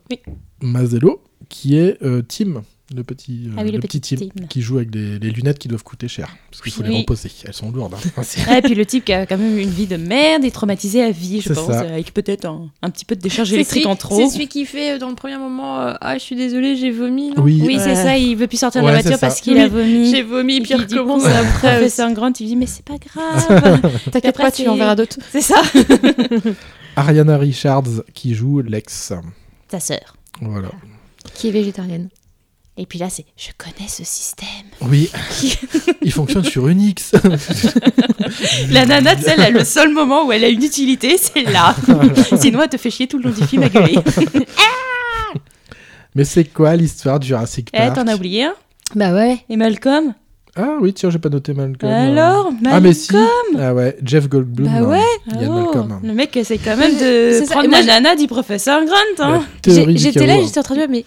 A: Mazzello, qui est euh, Tim, le petit, euh,
C: Ah oui,
A: le
C: le
A: petit
C: petit
A: Tim,
C: Tim.
A: qui joue avec des, les lunettes qui doivent coûter cher. Parce qu'il faut les
C: Oui.
A: reposer. Elles sont lourdes. hein. C'est-
C: Ah, et puis le type qui a quand même une vie de merde et traumatisé à vie, je
A: C'est
C: pense,
A: ça.
C: euh, avec peut-être un, un petit peu de décharge
E: C'est
C: électrique
E: celui-
C: en trop.
E: C'est celui qui fait euh, dans le premier moment euh, Ah, je suis désolé, j'ai vomi. non
A: Oui,
C: Oui,
E: Ouais.
C: c'est ça, il veut plus sortir de
A: Ouais,
C: la
A: c'est
C: voiture
A: ça.
C: parce qu'il
E: Oui,
C: a vomi.
E: J'ai vomi, puis
C: il
E: recommence
C: après.
E: après.
C: Professeur Grant, il dit Mais c'est pas grave
E: T'inquiète
C: après,
E: pas, tu
C: c'est-
E: en verras d'autres.
C: C'est ça
A: Ariana Richards, qui joue Lex.
C: Ta sœur,
A: Voilà.
E: Qui est végétarienne.
C: Et puis là, c'est Je connais ce système.
A: Oui, il fonctionne sur Unix.
C: La nana, tu sais, elle a le seul moment où elle a une utilité, c'est là. Sinon, elle te fait chier tout le long du film à gueuler.
A: Mais c'est quoi l'histoire du Jurassic
C: Eh,
A: Park
C: t'en as oublié un
E: Bah ouais.
C: Et Malcolm
A: Ah oui, tiens, j'ai pas noté Malcolm.
C: Alors,
A: Ah mais si.
C: Malcolm
A: Ah ouais, Jeff Goldblum.
E: Bah ouais.
A: Il y a
C: Oh,
A: Malcolm. hein.
C: Le mec essaie quand même de
E: C'est ça,
C: prendre
E: moi,
C: la
E: je-
C: nana du professeur Grant.
A: La
C: Hein.
A: théorie du
E: J'étais là,
A: chaos. Eh
E: j'étais en train de dire Mais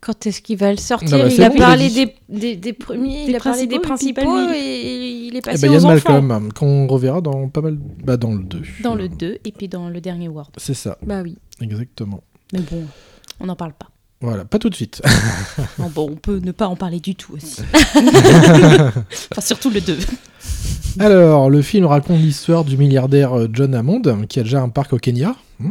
E: quand est-ce qu'il va le sortir
A: Non, bah,
E: Il
A: c'est
E: a
A: bon, il a
E: parlé
A: dit.
E: des, des, des premiers,
C: Des
E: il a parlé des
C: principaux, et puis pas
E: principaux
C: lui.
E: et, et il est
A: Eh
E: passé
A: ben, il y a
E: aux enfants.
A: Malcolm qu'on reverra dans pas mal, bah dans le 2.
C: Dans le 2 et puis dans le dernier World.
A: C'est ça,
E: Bah oui.
A: exactement.
C: Mais bon, on n'en parle pas.
A: Voilà, pas tout de suite.
C: Non, bon, on peut ne pas en parler du tout aussi. enfin, surtout le 2.
A: Alors, le film raconte l'histoire du milliardaire euh, John Hammond, euh, qui a déjà un parc au Kenya. Hmm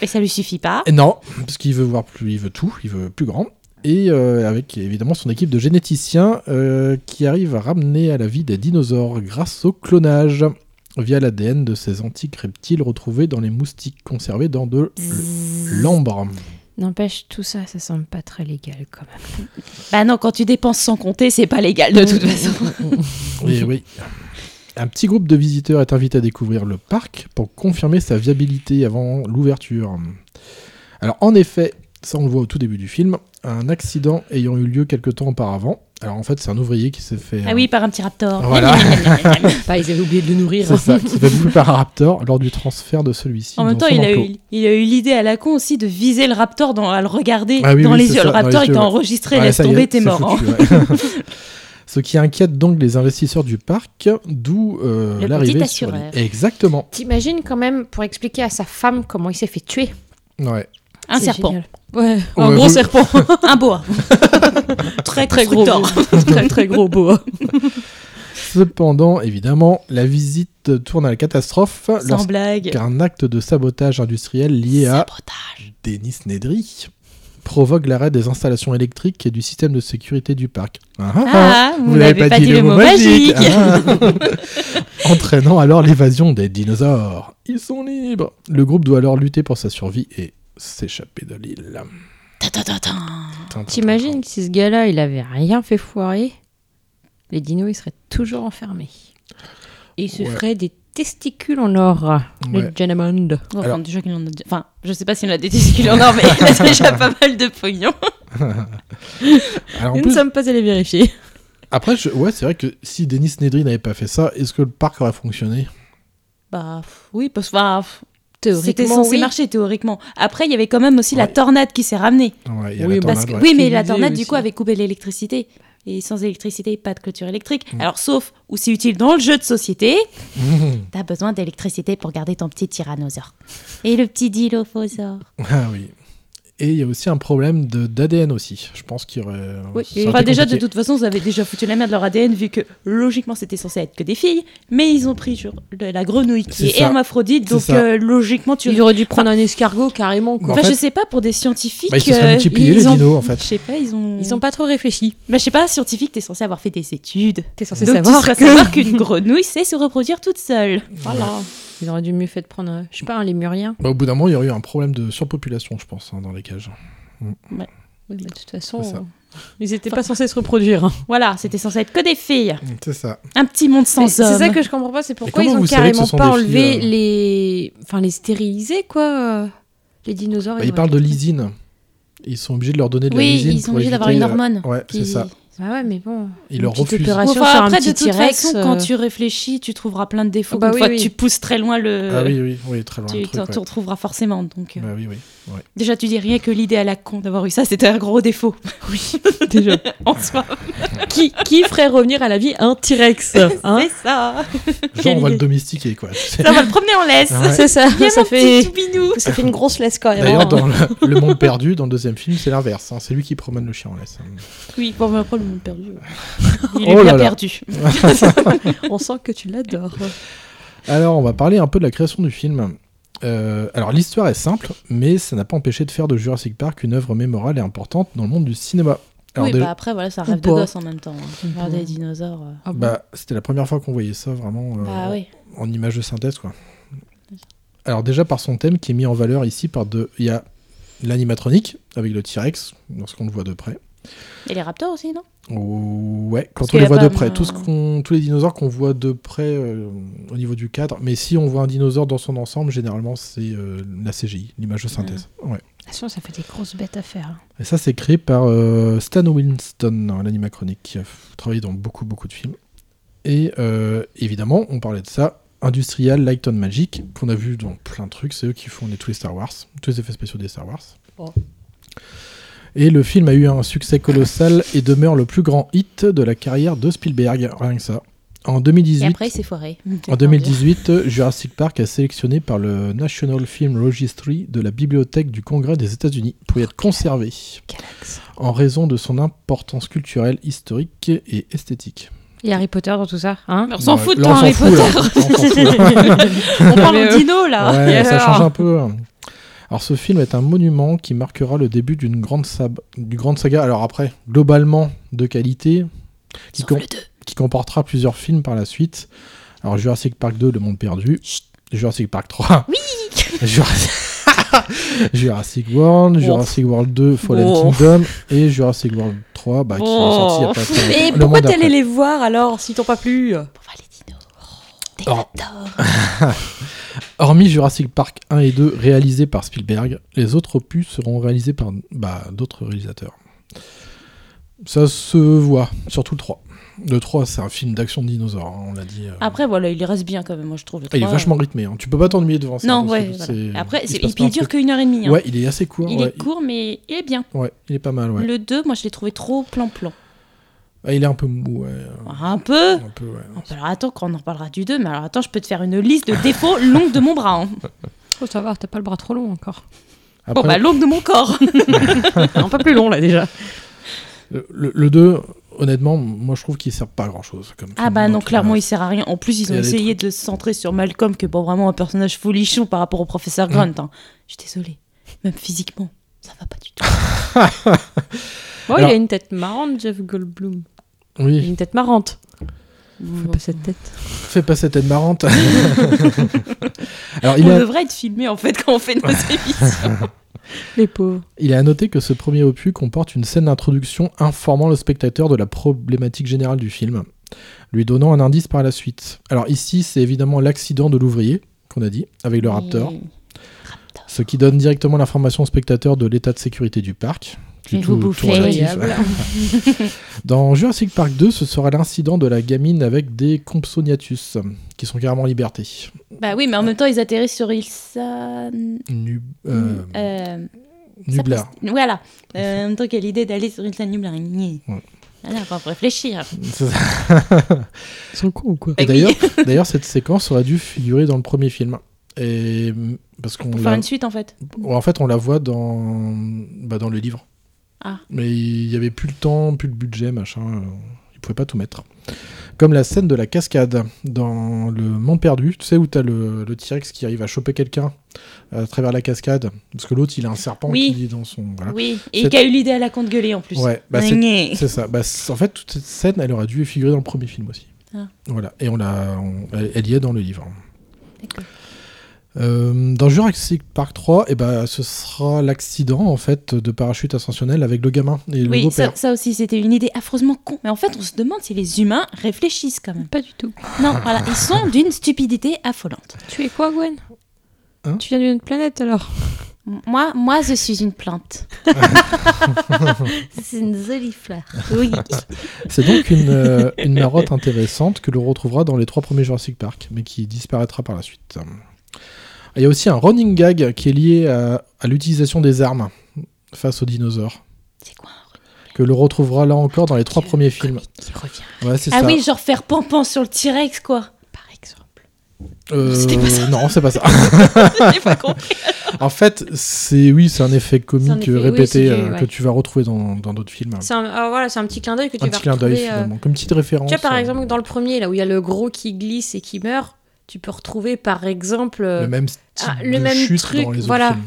C: Mais ça lui suffit pas.
A: Et Non, parce qu'il veut voir plus, il veut tout, il veut plus grand. Et euh, avec évidemment son équipe de généticiens euh, qui arrive à ramener à la vie des dinosaures grâce au clonage via l'ADN de ces antiques reptiles retrouvés dans les moustiques conservés dans de l'ambre.
E: N'empêche, tout ça, ça semble pas très légal quand même.
C: Bah non, quand tu dépenses sans compter, c'est pas légal de toute façon.
A: Oui, oui. Un petit groupe de visiteurs est invité à découvrir le parc pour confirmer sa viabilité avant l'ouverture. Alors en effet, ça on le voit au tout début du film, un accident ayant eu lieu quelque temps auparavant. Alors en fait c'est un ouvrier qui s'est fait... euh,
C: Ah oui, par un petit raptor.
A: Voilà.
E: Enfin, ils avaient oublié de le nourrir.
A: C'est ça, qui s'est fait bouffer par un raptor lors du transfert de celui-ci.
C: En même
A: dans
C: temps,
A: son
C: il a,
A: enclos.
C: eu, il a eu l'idée à la con aussi de viser le raptor dans, à le regarder
A: Ah oui,
C: dans
A: oui,
C: les
A: c'est
C: yeux.
A: ça,
C: le
A: dans les
C: raptor, il
A: yeux,
C: t'a
A: ouais.
C: enregistré,
A: Ouais,
C: laisse
A: ça y est,
C: tomber, t'es
A: c'est
C: mort. hein.
A: foutu, ouais. ce qui inquiète donc les investisseurs du parc, d'où euh,
E: Le
A: l'arrivée
E: petit
A: sur
E: assureur.
A: l'île. Exactement.
E: T'imagines quand même pour expliquer à sa femme comment il s'est fait tuer
A: Ouais.
C: Un
E: Ah, C'est
C: serpent.
E: génial.
C: Ouais,
A: Oh,
C: un
A: bah,
C: gros
A: vous-
C: serpent. un boa. très très gros.
E: Constructeur.
C: boa. très très gros
A: hein.
C: boa.
A: Cependant, évidemment, la visite tourne à la catastrophe
C: Sans blague.
A: lorsqu'un acte de sabotage industriel lié à Denis Nedry provoque l'arrêt des installations électriques et du système de sécurité du parc. Ah, ah,
C: Ah, vous n'avez pas dit le mot magique.
A: Ah. Entraînant alors l'évasion des dinosaures. Ils sont libres. Le groupe doit alors lutter pour sa survie et s'échapper de l'île. Tintin.
E: T'imagines si ce gars-là, il avait rien fait foirer, les dinos, ils seraient toujours enfermés. Et ils se
C: Ouais.
E: feraient des testicules en or,
C: Ouais.
E: le Janamond.
C: Enfin, déjà qu'il en a. Enfin, je sais pas s'il en a des testicules en or, mais il a déjà pas mal de pognon.
A: Alors, en
C: Nous ne
A: plus-
C: sommes pas allés vérifier.
A: Après, je- ouais, c'est vrai que si Denis Nedry n'avait pas fait ça, est-ce que le parc aurait fonctionné
C: Bah pff, oui, parce que bah, pff,
E: Théoriquement,
C: c'était censé
E: oui.
C: marcher théoriquement. Après, il y avait quand même aussi la tornade qui s'est ramenée.
A: Ouais, il y a la
C: oui,
A: tornade,
C: parce que-
A: ouais.
C: oui, mais
A: Quelle
C: la
A: idée
C: tornade
A: aussi.
C: du coup avait coupé l'électricité. Et sans électricité, pas de clôture électrique. Alors sauf où c'est utile dans le jeu de société, t'as besoin d'électricité pour garder ton petit tyrannosaure et le petit dilophosaure.
A: Ah oui. Et il y a aussi un problème de- d'ADN aussi. Je pense qu'il y aurait. euh,
C: Oui,
A: ça aurait
C: enfin,
A: été
C: déjà, de
A: compliqué.
C: toute façon, vous avez déjà foutu la merde de leur ADN, vu que logiquement, c'était censé être que des filles, mais ils ont pris genre, le- la grenouille
E: C'est
C: qui est,
E: ça.
C: hermaphrodite,
E: C'est
C: donc
E: ça.
C: euh, logiquement, tu.
E: Ils auraient dû prendre un escargot carrément.
C: Enfin, je sais pas, pour des scientifiques.
A: Bah, ils se seraient
C: euh,
A: multipliés, les
C: ont-
A: dinos, en fait.
C: Je sais pas, ils ont.
E: Ils ont pas trop réfléchi.
C: Bah, je sais pas, scientifique, t'es censé avoir fait des études. T'es
E: censé
C: donc,
E: savoir
C: tu dois
E: que-
C: savoir qu'une grenouille sait se reproduire toute seule.
E: Voilà. Ils auraient dû mieux fait de prendre, euh, je sais pas, un lémurien.
A: Bah, au bout d'un moment, il y aurait eu un problème de surpopulation, je pense, hein, dans les cages. Mm.
E: Oui, mais de toute
A: C'est
E: façon,
A: ça.
E: euh, ils étaient pas censés se reproduire. hein.
C: Voilà, c'était censé être que des filles.
A: Mm, C'est ça.
C: Un petit monde sans
E: Mais C'est
C: hommes.
E: ça que je comprends pas, c'est pourquoi
A: comment
E: ils ont
A: vous savez que ce
E: carrément
A: sont
E: pas
A: des filles,
E: enlevé
A: euh
E: les. Enfin, les stérilisés, quoi. euh, Les dinosaures.
A: Bah,
E: ils
A: ils
E: ont-
A: parlent de lysine. Ils sont obligés de leur donner de la
E: Oui,
A: lysine.
E: ils sont
A: pour
E: obligés d'avoir
A: éviter,
E: une
A: euh,
E: hormone
A: Ouais,
E: qui-
A: c'est ça.
E: Ah ouais, mais bon.
A: Ils
E: une
A: leur
E: petite
A: refusent.
E: opération
C: Enfin,
E: sur un
C: après,
E: petit
C: de toute
E: T-Rex,
C: façon,
E: euh,
C: quand tu réfléchis, tu trouveras plein de défauts.
E: Ah bah
C: Une
E: oui,
C: fois
E: oui.
C: que tu pousses très loin le.
A: Ah oui, oui, oui, très loin. le
C: Tu
A: truc,
C: t'en
A: ouais.
C: t'en retrouveras forcément. Donc, euh,
A: Bah oui, oui. ouais.
C: Déjà, tu dis rien que l'idée à la con d'avoir eu ça, c'était un gros défaut. Oui,
E: déjà.
C: en soi.
E: qui, qui ferait revenir à la vie un T-Rex hein
C: C'est ça.
A: Genre, on va le domestiquer, quoi.
C: Ça, on va le promener en laisse.
A: Ah ouais.
E: C'est ça,
C: Viens,
E: ça
C: mon
E: fait-
C: petit toubinou.
E: Ça fait une grosse laisse quand même.
A: D'ailleurs,
E: hein.
A: dans le, le Monde Perdu, dans le deuxième film, c'est l'inverse. hein. C'est lui qui promène le chien en laisse.
C: Oui, bon, mais après, le monde perdu. Il
A: Oh
C: est
A: là
C: bien
A: là.
C: perdu.
E: On sent que tu l'adores.
A: Alors, on va parler un peu de la création du film. Euh, alors, l'histoire est simple, mais ça n'a pas empêché de faire de Jurassic Park une œuvre mémorale et importante dans le monde du cinéma. Alors,
C: oui,
A: déjà-
C: bah après, voilà, c'est un
E: Ou
C: rêve de
E: pas.
C: gosse en même temps. hein. Voir des dinosaures. euh.
E: Ah
A: bah, c'était la première fois qu'on voyait ça vraiment euh,
C: Bah oui.
A: en image de synthèse, quoi. Alors, déjà par son thème qui est mis en valeur ici par deux. Il y a l'animatronique avec le T-Rex, lorsqu'on le voit de près.
C: Et les raptors aussi, non
A: Ouais, quand
C: Parce
A: on
C: qu'il y
A: les
C: a
A: voit de
C: pas
A: près,
C: un-
A: tout ce qu'on- tous les dinosaures qu'on voit de près euh, au niveau du cadre, mais si on voit un dinosaure dans son ensemble, généralement c'est euh, la CGI, l'image de synthèse. Ouais.
E: façon, ça fait des grosses bêtes à faire. hein.
A: Et ça, c'est créé par euh, Stan Winston, hein, l'animachronique, qui a f- travaillé dans beaucoup, beaucoup de films. Et euh, évidemment, on parlait de ça, Industrial Light and Magic, qu'on a vu dans plein de trucs, c'est eux qui font les, tous les Star Wars, tous les effets spéciaux des Star Wars.
E: Oh.
A: Et le film a eu un succès colossal et demeure le plus grand hit de la carrière de Spielberg, rien que ça. En 2018,
C: Et après, il s'est foiré.
A: en 2018, euh, Jurassic Park est sélectionné par le National Film Registry de la Bibliothèque du Congrès des États-Unis pour y être conservé en raison de son importance culturelle, historique et esthétique.
E: Et Harry Potter dans tout ça, hein
C: On s'en
A: Ouais,
C: fout de
A: là,
C: ton
A: on s'en
C: Harry
A: fout, là.
C: Potter. On parle de dino, là.
A: Ouais,
C: Et
A: ça
C: alors
A: change un peu. hein. Alors ce film est un monument qui marquera le début d'une grande, sab- du grande saga, alors après, globalement de qualité, qui, com- qui comportera plusieurs films par la suite. Alors Jurassic Park 2, Le Monde Perdu, Jurassic Park 3, Jurassic... Jurassic World, Jurassic World 2, Fallen
E: Bon.
A: Kingdom et Jurassic World 3 bah, qui
E: Bon.
A: est sorti il y a pas très
E: Mais
A: le
E: pourquoi
A: monde
E: t'es
A: après.
E: allé les voir alors, s'ils t'ont pas plu
A: Or- Hormis Jurassic Park 1 et 2 réalisés par Spielberg, les autres opus seront réalisés par bah, d'autres réalisateurs. Ça se voit, surtout le 3. Le 3, c'est un film d'action de dinosaures, hein, on l'a dit. euh.
C: Après, voilà, il reste bien quand même, moi, je trouve. le
A: Il est
C: Ah, trois, euh.
A: vachement rythmé, hein. tu peux pas t'ennuyer devant ça.
C: Non,
A: parce
C: ouais.
A: que
C: voilà.
A: c'est-
C: Après,
A: se
C: c'est-
A: passe
C: il,
A: plein de
C: dure
A: trucs.
C: qu'une heure et demie. hein.
A: Ouais, il est assez court.
C: Il Mm.
A: ouais.
C: est court, mais il est bien.
A: Ouais, il est pas mal, ouais.
C: Le 2, moi, je l'ai trouvé trop plan-plan.
A: Ah, il est un peu mou, Ah ouais.
C: Un peu. Un peu, ouais. Ah, bah alors attends, quand on en parlera du 2, mais alors attends, je peux te faire une liste de défauts longue de mon bras. Hein.
E: Oh, ça va, t'as pas le bras trop long encore.
C: Après... Bon, bah, longue de mon corps.
E: Ah, un peu plus long, là, déjà.
A: Le, le 2, honnêtement, moi je trouve qu'il sert pas à grand chose. Comme euh,
C: ah bah non, clairement il sert à rien. En plus, ils ont essayé de se centrer sur Malcolm, que bon, vraiment un personnage folichon par rapport au
A: Mm.
C: professeur Grant. Hein. Je suis désolée, même physiquement, ça va pas du tout.
E: bon, Alors... il a une tête marrante, Jeff Goldblum.
A: Oui.
E: Il a une tête marrante. Fais pas cette tête.
A: Fais pas cette tête marrante. Ah,
C: Alors, il on a... devrait être filmé en fait quand on fait nos émissions.
E: Les pauvres.
A: Il est à noter que ce premier opus comporte une scène d'introduction informant le spectateur de la problématique générale du film, lui donnant un indice par la suite. Alors ici, c'est évidemment l'accident de l'ouvrier, qu'on a dit, avec le raptor, oui. raptor. ce qui donne directement l'information au spectateur de l'état de sécurité du parc.
C: Du tout, vous bouffez,
A: Dans Jurassic Park 2, ce sera l'incident de la gamine avec des Compsognathus, qui sont carrément en liberté.
C: Bah oui, mais en même temps, ils atterrissent sur Ilsa.
A: Nub... Euh... Euh... Nublar.
C: Peut... Voilà. Euh, en même temps, quelle idée d'aller sur Ilsa Nublar. Ouais. Voilà, on va réfléchir.
E: Ils sont cons ou
C: Eh
E: quoi
A: D'ailleurs, cette séquence aurait dû figurer dans le premier film. Et mm, parce qu'on
C: faire une suite en fait.
A: En fait, on la voit dans, bah, dans le livre.
C: Ah.
A: Mais il n'y avait plus le temps, plus le budget, machin. Ils pouvaient pas tout mettre. Comme la scène de la cascade dans le Monde Perdu, tu sais où t'as le, le T-Rex qui arrive à choper quelqu'un à travers la cascade, parce que l'autre il a un serpent
C: oui.
A: qui est dans son. Voilà.
C: Oui, et qui a eu l'idée à la compte gueuler en plus.
A: Ouais, bah c'est ça. Bah, en fait, toute cette scène elle aurait dû figurer dans le premier film aussi.
C: Ah.
A: Voilà, et on l'a, elle, elle y est dans le livre. D'accord. Euh, dans Jurassic Park 3, eh ben, ce sera l'accident en fait de parachute ascensionnel avec le gamin et le
C: oui,
A: beau-père.
C: Ça, ça, aussi, c'était une idée affreusement con. Mais en fait, on se demande si les humains réfléchissent quand même.
E: Pas du tout.
C: Non, voilà, ils sont d'une stupidité affolante.
E: Tu es quoi, Gwen hein Tu viens d'une planète alors
C: moi, moi, je suis une plante.
H: C'est une jolie fleur.
C: Oui.
A: C'est donc une, euh, une marotte intéressante que l'on retrouvera dans les trois premiers Jurassic Park, mais qui disparaîtra par la suite. Il y a aussi un running gag qui est lié à, à l'utilisation des armes face aux dinosaures.
C: C'est quoi un running gag
A: Que l'on retrouvera là encore dans les trois premiers films.
C: Qui revient.
A: Ouais, c'est
C: ah
A: ça.
C: oui, genre faire pampan sur le T-Rex, quoi. Par exemple.
A: Euh,
C: C'était pas ça.
A: Non, c'est pas ça.
C: J'ai pas compris.
A: en fait, c'est oui, c'est un effet comique
E: un effet,
A: répété
E: oui, euh, ouais.
A: que tu vas retrouver dans, dans d'autres films.
E: C'est un, euh, voilà, c'est un petit clin d'œil que tu
A: un
E: vas
A: petit clin d'œil
E: retrouver, euh,
A: finalement, comme petite référence. euh,
E: Tu vois, par exemple, dans le premier, là où il y a le gros qui glisse et qui meurt, tu peux retrouver par exemple
A: le même, type
E: ah,
A: le
E: de
A: même
E: chute
A: truc, dans les autres
E: voilà.
A: films.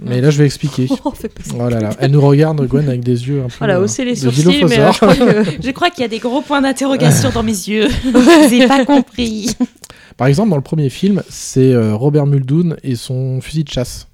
A: Mais là, je vais expliquer.
E: Oh, fais pas ça.
A: Oh là là. Elle nous regarde, Gwen, avec des yeux un peu. euh,
E: Voilà, hausser les sourcils,
A: de
E: mais euh, je crois que-
C: Je crois qu'il y a des gros points d'interrogation dans mes yeux. J'ai pas compris.
A: Par exemple, dans le premier film, c'est euh, Robert Muldoon et son fusil de chasse.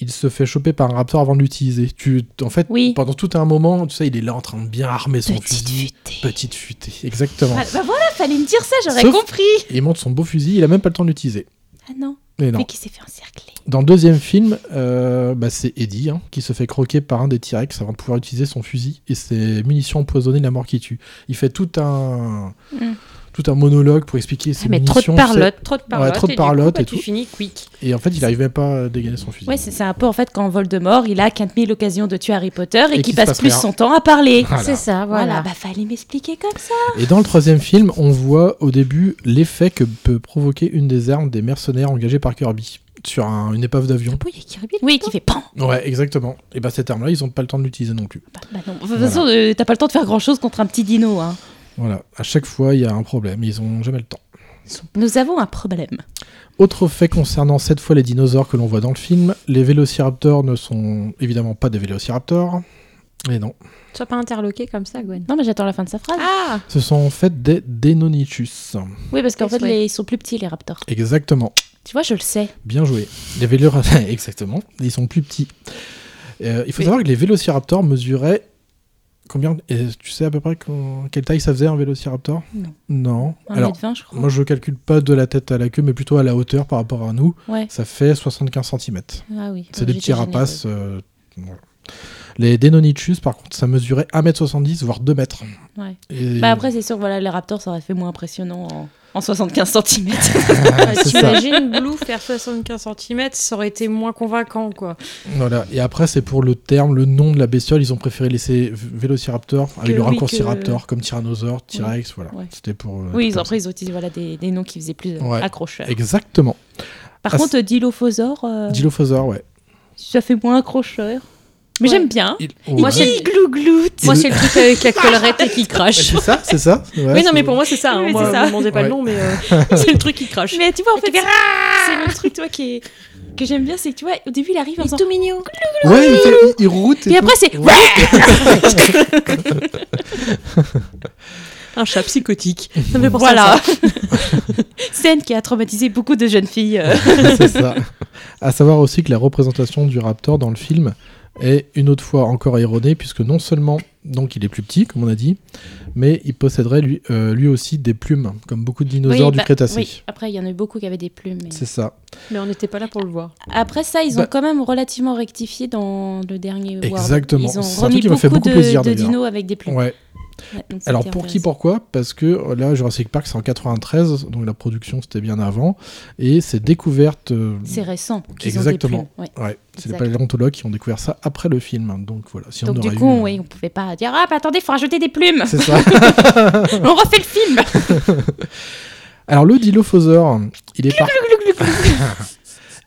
A: Il se fait choper par un raptor avant de l'utiliser. Tu, en fait,
C: Oui.
A: pendant tout un moment, tu sais, il est là en train de bien armer son
C: Petite
A: fusil.
C: futée.
A: Petite futée, exactement.
C: Ah, bah voilà, fallait me dire ça, j'aurais
A: Sauf-
C: compris.
A: Et il monte son beau fusil, il a même pas le temps de l'utiliser.
C: Ah non,
A: Mais non.
C: mais qui s'est fait encercler.
A: Dans le deuxième film, euh, bah, c'est Eddie hein, qui se fait croquer par un des T-Rex avant de pouvoir utiliser son fusil et ses munitions empoisonnées, la mort qui tue. Il fait tout un,
C: Mm.
A: tout un monologue pour expliquer ses
E: Ah, mais trop de
A: munitions.
E: parlotte, trop de parlotte.
A: trop
E: et
A: de
E: du coup,
A: parlotte
E: bah,
A: et tout.
E: Tu finis quick.
A: c'est- Et en fait, il n'arrivait pas à dégainer son fusil.
C: Ouais, c'est c'est un peu en fait quand Voldemort, il a 15 000 occasions de tuer Harry Potter et,
A: Et
C: qui
A: qu'il se
C: passe
A: passe
C: plus
A: rien.
C: son temps à parler.
A: Voilà.
E: C'est ça, voilà.
C: Voilà, bah fallait m'expliquer comme ça.
A: Et dans le troisième film, on voit au début l'effet que peut provoquer une des armes des mercenaires engagés par Kirby sur un- une épave d'avion.
E: Oui, il y a Kirby.
C: Oui, qui fait pan.
A: Ouais, exactement. Et bah cette arme-là, ils n'ont pas le temps de l'utiliser non plus.
C: Bah, bah non. De toute façon, euh, t'as pas le temps de faire grand chose contre un petit dino. Hein.
A: Voilà, à chaque fois, il y a un problème, ils n'ont jamais le temps.
C: Nous avons un problème.
A: Autre fait concernant cette fois les dinosaures que l'on voit dans le film, les vélociraptors ne sont évidemment pas des vélociraptors. Mais non.
E: Sois pas interloqué comme ça, Gwen.
C: Non, mais j'attends la fin de sa phrase.
E: Ah
A: Ce sont en fait des Deinonychus.
C: oui, parce qu'en fait,
E: Explain.
C: les- ils sont plus petits, les raptors.
A: Exactement.
C: Tu vois, je le sais.
A: Bien joué. Les vélociraptors. Exactement. Ils sont plus petits. Euh, il faut savoir que les vélociraptors mesuraient. Combien et Tu sais à peu près quand- quelle taille ça faisait un vélociraptor
C: Non.
A: Non.
C: Un
A: Alors,
C: mètre 20, je crois.
A: moi je calcule pas de la tête à la queue, mais plutôt à la hauteur par rapport à nous.
C: Ouais.
A: Ça fait 75 cm.
C: Ah oui.
A: C'est des
C: J'étais
A: petits
C: généreuse.
A: rapaces. euh, voilà. Les Denonichus, par contre, ça mesurait 1m70, voire 2m.
C: Ouais.
A: Et
C: Bah après, c'est sûr, voilà, les raptors, ça aurait fait moins impressionnant en, en 75 cm. euh,
E: Ah, T'imagines Blue faire 75 cm, ça aurait été moins convaincant, quoi.
A: Voilà, et après, c'est pour le terme, le nom de la bestiole. Ils ont préféré laisser Vélociraptor avec
C: Que
A: le
C: oui,
A: raccourci
C: que-
A: raptor, comme Tyrannosaure, T-Rex, voilà.
C: Ouais.
A: C'était pour. euh,
C: Oui, ils
A: comme
C: ont pris ils ont utilisé, voilà, des, des noms qui faisaient plus euh,
A: ça. Ouais.
C: accrocheurs.
A: Exactement.
C: Par
A: Ah,
C: contre, euh, Dilophosaure, euh,
A: Dilophosaure, ouais.
C: ça fait moins accrocheur. Mais j'aime bien.
E: Moi, c'est le glougloute. Moi, c'est le truc avec la collerette et qui crache.
A: C'est ça, c'est ça
E: oui,
A: Ouais,
E: non,
A: c'est-
E: mais pour moi, c'est ça. hein.
C: Oui,
E: Moi,
C: c'est
E: ne
C: ça.
E: me demandez pas le
A: Ouais.
E: nom, mais euh, c'est le truc qui crache.
C: Mais tu vois, en fait, c'est c'est
E: Ah
C: le truc, toi, qui est- que j'aime bien, c'est que tu vois, au début, il arrive en faisant. tout mignon.
A: Ouais, il, fait,
C: euh,
A: il, il route.
C: Et après,
A: tout.
C: c'est-
E: Un chat psychotique. Ça me fait penser à
C: Voilà.
E: ça.
C: Scène qui a traumatisé beaucoup de jeunes filles. euh.
A: c'est ça. À savoir aussi que la représentation du raptor dans le film est une autre fois encore erronée, puisque non seulement donc il est plus petit, comme on a dit, mais il posséderait lui, euh, lui aussi des plumes, comme beaucoup de
C: Oui,
A: dinosaures du
C: bah,
A: Crétacé.
C: oui. Après, il y en a eu beaucoup qui avaient des plumes. mais-
A: C'est ça.
E: Mais on n'était pas là pour le voir.
C: Après ça, ils ont
A: Bah-
C: quand même relativement rectifié dans le dernier World.
A: Exactement.
C: Ils ont
A: C'est un
C: remis
A: truc qui m'a
C: beaucoup,
A: fait beaucoup
C: de,
A: plaisir,
C: de
A: d'ailleurs.
C: dinos avec des plumes.
A: Ouais.
C: Ouais, donc
A: Alors
C: c'était
A: pour qui,
C: intéressant.
A: pourquoi Parce que euh, là, Jurassic Park, c'est en 93, donc la production c'était bien avant, et c'est découverte. euh,
C: C'est récent. qu'ils ont des
A: Exactement.
C: plumes, ouais.
A: Ouais. C'est les
C: Exact.
A: paléontologues qui ont découvert ça après le film. Donc voilà. Si
C: Donc
A: on
C: du
A: aurait eu,
C: coup,
A: euh,
C: oui, on pouvait pas dire ah bah attendez, faut rajouter des plumes.
A: C'est ça.
C: on refait le film.
A: Alors le Dilophosaure, il est par...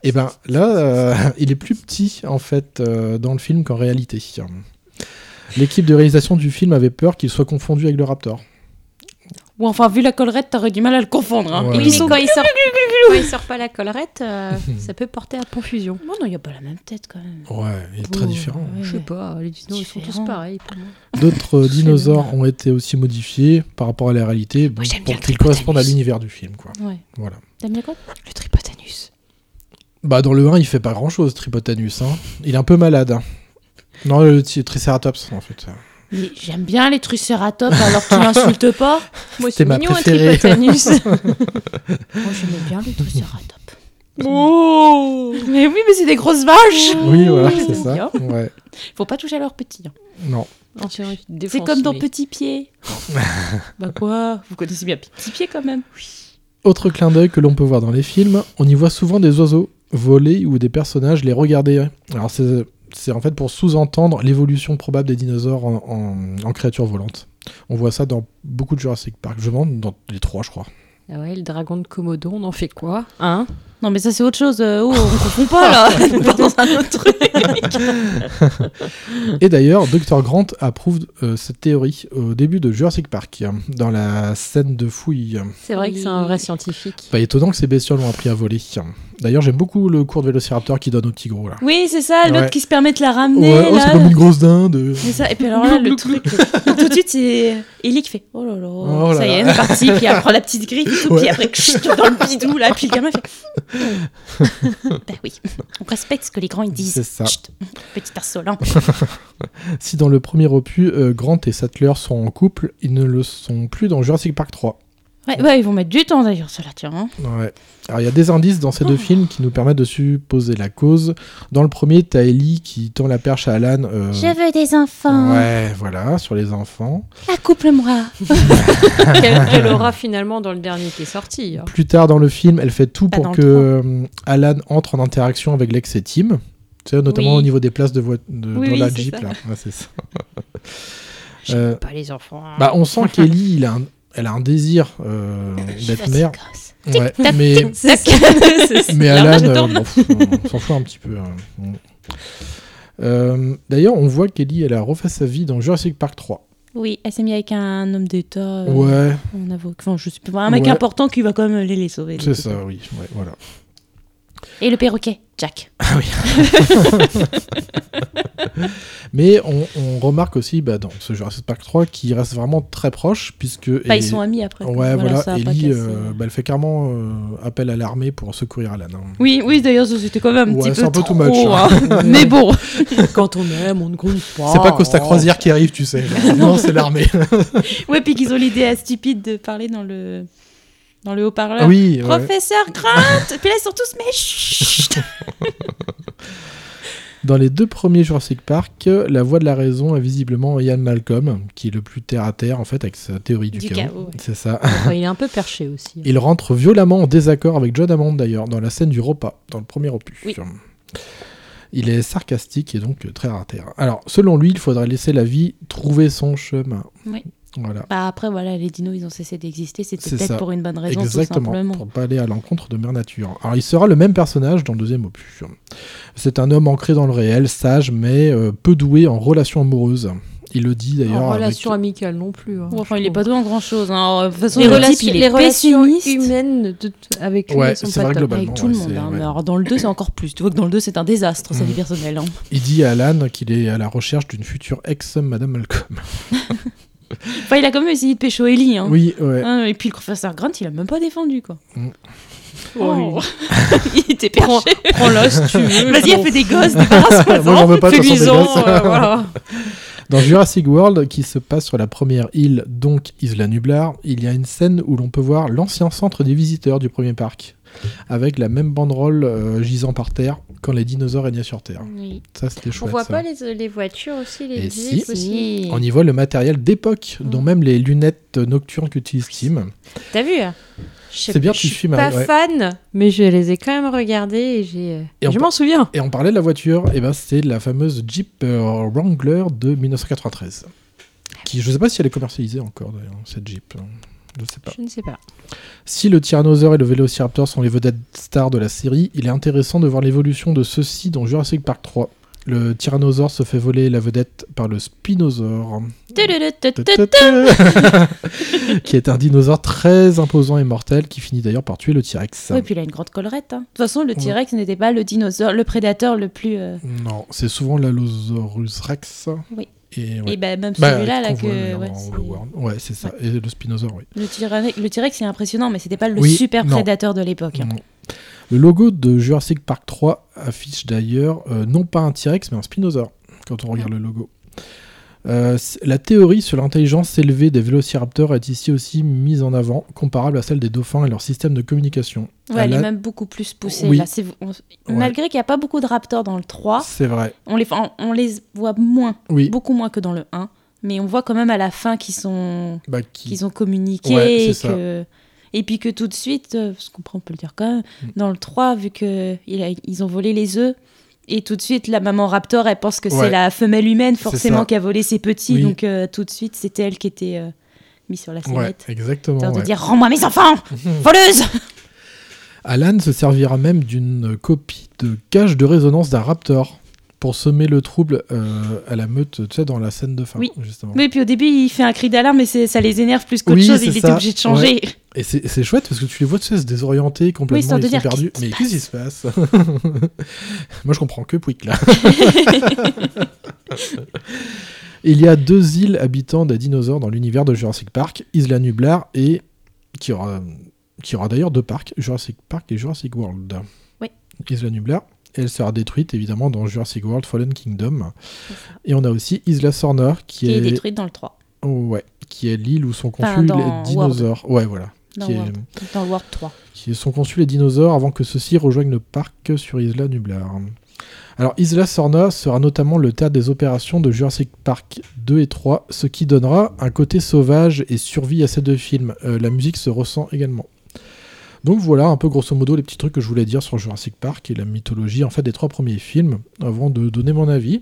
A: Et ben là, euh, il est plus petit en fait euh, dans le film qu'en réalité. L'équipe de réalisation du film avait peur qu'il soit confondu avec le Raptor.
C: Ou enfin, vu la collerette, t'aurais du mal à le confondre. hein.
A: Ouais.
C: Et
A: Oui,
C: puis,
A: mais
C: ils ont-
E: Quand il sort, quand il sort pas la collerette, euh, ça peut porter à confusion.
C: Non, non, il n'y a pas la même tête quand même.
A: Ouais, il est très
E: Oh,
A: différent.
E: Je sais pas, les dinos, ils sont tous
C: Différent.
E: pareils pour moi.
A: D'autres dinosaures ont été aussi modifiés par rapport à la réalité bon,
C: j'aime bien
A: pour
C: le
A: qu'ils
C: Tripotanus.
A: correspondent à l'univers du film. Quoi.
C: Ouais.
A: Voilà.
C: T'aimes bien quoi
E: Le tripotanus.
A: Bah dans le 1, il fait pas grand chose, Tripotanus. hein. Il est un peu malade. hein. Non, le t- Triceratops en fait.
C: Mais j'aime bien les tricératops alors qu'ils l'insultent pas.
E: Moi,
A: C'était
E: c'est
A: ma
E: mignon, un
A: préférée.
E: tripotanus.
C: Moi, j'aimais bien les tricératops.
E: oh
C: Mais oui, mais c'est des grosses vaches.
A: Oui, voilà, c'est
C: c'est
A: ça.
C: bien.
A: Ouais.
C: Faut pas toucher à leurs petits. hein.
A: Non.
C: C'est comme dans
E: Petit
C: Petit Pied. bah quoi Vous connaissez bien Petit Pied quand même.
A: Autre clin d'œil que l'on peut voir dans les films, on y voit souvent des oiseaux voler ou des personnages les regarder. Alors c'est c'est en fait pour sous-entendre l'évolution probable des dinosaures en, en- en créatures volantes. On voit ça dans beaucoup de Jurassic Park. Je demande dans les trois, je crois.
E: Ah ouais, le dragon de Komodo, on en fait quoi Hein
C: Non, mais ça, c'est autre chose. euh, Oh, on confond pas là. On part dans un autre truc.
A: Et d'ailleurs, Dr Grant approuve euh, cette théorie au début de Jurassic Park, euh, dans la scène de fouille.
E: C'est vrai que c'est un vrai scientifique.
A: Pas étonnant que ces bestioles ont appris à voler. D'ailleurs, j'aime beaucoup le cours de Vélociraptor qui donne au petit gros là.
C: oui, c'est ça. L'autre
A: Ouais.
C: qui se permet de la ramener.
A: Ouais, oh, c'est
C: là.
A: comme une grosse dinde.
C: C'est ça. Et puis alors là, le truc. euh, Tout de suite, c'est Ellie qui fait Oh là là.
A: Oh là
C: ça y est,
A: là.
C: elle est partie. Puis elle prend la petite griffe et tout.
A: Ouais.
C: Puis après, chut, dans le bidou là. Puis le gamin fait. bah oui. On respecte ce que les grands ils disent.
A: C'est ça.
C: Chut, petit insolent.
A: Si dans le premier opus, euh, Grant et Sattler sont en couple, ils ne le sont plus dans Jurassic Park 3.
C: Ouais, ouais, ils vont mettre du temps d'ailleurs, cela tient. hein.
A: Ouais. Alors il y a des indices dans ces deux films qui nous permettent de supposer la cause. Dans le premier, t'as Ellie qui tend la perche à Alan. euh,
C: Je veux des enfants.
A: Ouais, voilà, sur les enfants.
C: Accouple-moi.
E: Qu'elle qu'elle aura finalement dans le dernier qui est sorti. hein.
A: Plus tard dans le film, elle fait tout
C: Pas
A: pour
C: dans le
A: que euh, Alan entre en interaction avec l'ex et Tim. Tu sais, notamment
E: Oui.
A: au niveau des places de, voi- de-
E: Oui,
A: dans
E: oui,
A: la
E: c'est
A: Jeep,
E: ça.
A: là. Ouais, c'est ça.
E: J'aime
A: Euh,
E: pas les enfants. hein.
A: Bah, on sent qu'Ellie, il a un- elle a un désir euh, d'être mère. Ouais, mais,
E: C'est ça. C'est ça.
A: mais
E: Là,
A: Alan,
E: j'adore.
A: euh, bon, pff, on s'en fout un petit peu. hein. Mm. Euh, D'ailleurs, on voit qu'Ellie, elle a refait sa vie dans Jurassic Park 3.
C: Oui, elle s'est mise avec un homme d'État. euh,
A: Ouais,
C: Un avocat. Enfin, je sais pas. Un mec
A: Ouais.
C: important qui va quand même les, les sauver.
A: c'est ça, oui. ouais, voilà.
C: Et le perroquet, Jack.
A: Mais on, on remarque aussi bah, dans ce Jurassic Park 3 qu'il reste vraiment très proche, puisque.
C: Bah,
A: et-
C: ils sont amis après.
A: Ouais,
C: quoi.
A: voilà,
C: ça a pas
A: Ellie,
C: cassé.
A: euh, bah, elle fait carrément euh, appel à l'armée pour secourir Alan. hein.
C: Oui, oui, d'ailleurs, ça, c'était quand même un
A: Ouais,
C: petit
A: c'est
C: peu,
A: un peu too
C: trop.
A: much, hein.
C: hein. Mais bon.
E: Quand on aime, on ne compte pas.
H: Oh,
E: Oh.
A: C'est pas Costa Croisière qui arrive, tu sais. genre. non, c'est l'armée.
C: Ouais, puis qu'ils ont l'idée à stupide de parler dans le. Dans le haut-parleur.
A: Ah Oui, ouais.
C: Professeur Grant Puis là, ils sont tous, mais chut
A: Dans les deux premiers Jurassic Park, la voix de la raison est visiblement Ian Malcolm, qui est le plus terre à terre en fait avec sa théorie du,
E: Du
A: chaos.
E: chaos, ouais.
A: C'est ça.
L: Enfin, il est un peu perché aussi.
A: Il rentre violemment en désaccord avec John Hammond d'ailleurs dans la scène du repas, dans le premier opus.
L: Oui.
A: Il est sarcastique et donc euh, très à terre. Alors, selon lui, il faudrait laisser la vie trouver son chemin.
C: Oui.
A: Voilà.
C: Bah après, voilà, les dinos, ils ont cessé d'exister. C'était
A: C'est
C: peut-être
A: ça.
C: pour une bonne raison, tout
A: Exactement,
C: simplement.
A: pour pas aller à l'encontre de Mère Nature. Alors, il sera le même personnage dans le deuxième opus. C'est un homme ancré dans le réel, sage, mais euh, peu doué en relations amoureuses. Il le dit d'ailleurs.
L: En
A: avec-
L: relation amicale non plus. hein.
C: Bon, Oh, enfin, il est pas doué en grand chose. De toute façon,
L: les
C: le
L: relations,
C: type, il est
L: les relations
C: pessimiste.
L: humaines de- de- avec lui,
A: Ouais,
L: elles sont
A: c'est
L: pas
A: vrai, Mm.
L: top.
A: globalement,
C: Avec tout le
A: ouais,
C: monde.
A: c'est-
C: hein.
A: ouais.
C: Mais Alors, dans le 2, c'est encore plus. Tu vois que dans le 2, c'est un désastre, sa vie personnelle. hein.
A: Il dit à Alan qu'il est à la recherche d'une future ex-Madame Malcolm.
C: Enfin, il a quand même essayé de pécho Ellie. Hein.
A: Oui, Mm. ouais.
C: Hein, et puis le professeur Grant, il a même pas défendu, quoi.
L: Oh.
C: il était perché.
L: Prends- prends-la, si tu veux.
C: Vas-y, elle fait des gosses, Ah
A: Moi, j'en veux pas, de toute façon, des
C: Fais-lui-en,
E: Oh,
A: gosses.
C: euh, voilà.
A: Dans Jurassic World, qui se passe sur la première île, donc Isla Nublar, il y a une scène où l'on peut voir l'ancien centre des visiteurs du premier parc, avec la même banderole euh, gisant par terre quand les dinosaures régnaient sur Terre.
E: Oui.
A: Ça, c'était
E: On
A: chouette.
E: voit
A: ça.
E: pas les, les voitures aussi, les
A: Et
E: jeeps
A: Eh si.
E: aussi.
A: On y voit le matériel d'époque,
E: Mm.
A: dont même les lunettes nocturnes qu'utilise Tim.
E: T'as vu hein Je sais
A: C'est bien,
E: pas,
A: tu
E: Je suis
A: suis, Marie,
E: pas
A: ouais.
E: fan, mais je les ai quand même regardés et j'ai. euh,
A: Et on
E: je
A: par-
E: m'en souviens.
A: Et on parlait de la voiture, et ben c'est la fameuse Jeep euh, Wrangler de 1993. Qui, je sais pas si elle est commercialisée encore d'ailleurs, cette Jeep. Je sais pas.
E: Je ne sais pas.
A: Si le Tyrannosaure et le Vélociraptor sont les vedettes stars de la série, il est intéressant de voir l'évolution de ceux-ci dans Jurassic Park 3. Le Tyrannosaure se fait voler la vedette par le Spinosaure, qui est un dinosaure très imposant et mortel, qui finit d'ailleurs par tuer le T-Rex.
C: Oui, puis il a une grande collerette. hein. De toute façon,
A: Mm.
C: le T-Rex n'était pas le dinosaure, le prédateur le plus. euh,
A: Non, c'est souvent l'Allosaurus Rex.
C: Oui.
A: Et,
C: Et ben, même
A: Bah,
C: celui-là, là,
A: qu'on
C: que-
A: voit d'ailleurs
C: ouais,
A: dans
C: c'est-
A: Overworld. Ouais, c'est ça. Et le Spinosaure, oui.
C: Le Tyrann- le T-Rex, c'est impressionnant, mais c'était pas le
A: Oui,
C: super
A: non.
C: prédateur de l'époque. hein.
A: Non. Le logo de Jurassic Park 3 affiche d'ailleurs euh, non pas un T-Rex mais un Spinosaure quand on regarde le logo. Euh, c- la théorie sur l'intelligence élevée des vélociraptors est ici aussi mise en avant, comparable à celle des dauphins et leur système de communication.
C: Ouais, elle est
A: Alan-
C: même beaucoup plus poussée.
A: Oui.
C: Là. C'est- on- Malgré qu'il n'y a pas beaucoup de raptors dans le 3,
A: C'est vrai.
C: on les, on- on les voit moins,
A: Oui.
C: beaucoup moins que dans le 1. Mais on voit quand même à la fin qu'ils sont,
A: Bah, qui-
C: qu'ils ont communiqué.
A: Ouais, c'est
C: et,
A: ça.
C: que- et puis que tout de suite, euh, parce qu'on peut- on peut le dire quand même,
A: Mm.
C: dans le 3, vu qu'ils ont volé les œufs, et tout de suite, la maman raptor, elle pense que
A: Ouais.
C: c'est la femelle humaine,
A: C'est ça.
C: forcément, qui a volé ses petits.
A: Oui.
C: Donc euh, tout de suite, c'était elle qui était euh, mise sur la
A: Ouais,
C: sellette.
A: exactement.
C: Peur de
A: ouais.
C: dire Rends-moi mes enfants Voleuse
A: Alan se servira même d'une copie de cage de résonance d'un raptor pour semer le trouble euh, à la meute, tu sais, dans la scène de fin,
C: Oui.
A: justement.
C: Oui, puis au début, il fait un cri d'alarme, mais c'est- ça les énerve plus qu'autre
A: Oui,
C: chose.
A: c'est
C: Il était
A: ça,
C: obligé de changer.
A: ouais. Et c'est c'est chouette parce que tu les vois, tu sais, se désorienter
C: Oui,
A: complètement,
C: histoire de
A: ils sont
C: dire,
A: perdus.
C: qu'est-ce
A: Mais
C: qui
A: qu'est-ce qui se passe Moi, je comprends que Pouic, là. Il y a deux îles habitant des dinosaures dans l'univers de Jurassic Park, Isla Nublar et... qui aura, qui aura d'ailleurs deux parcs, Jurassic Park et Jurassic World.
C: Oui.
A: Isla Nublar. Elle sera détruite évidemment dans Jurassic World Fallen Kingdom. Et on a aussi Isla Sornor qui,
C: Qui est détruite dans le 3.
A: Ouais, qui est l'île où sont
C: Enfin,
A: confus
C: dans
A: les dinosaures. Ouais, voilà.
C: Dans,
A: Qui est-
C: World, dans le World 3.
A: qui sont conçus les dinosaures avant que ceux-ci rejoignent le parc sur Isla Nublar. Alors Isla Sorna sera notamment le théâtre des opérations de Jurassic Park 2 et 3, ce qui donnera un côté sauvage et survie à ces deux films. Euh, la musique se ressent également. Donc voilà un peu grosso modo les petits trucs que je voulais dire sur Jurassic Park et la mythologie en fait des trois premiers films avant de donner mon avis.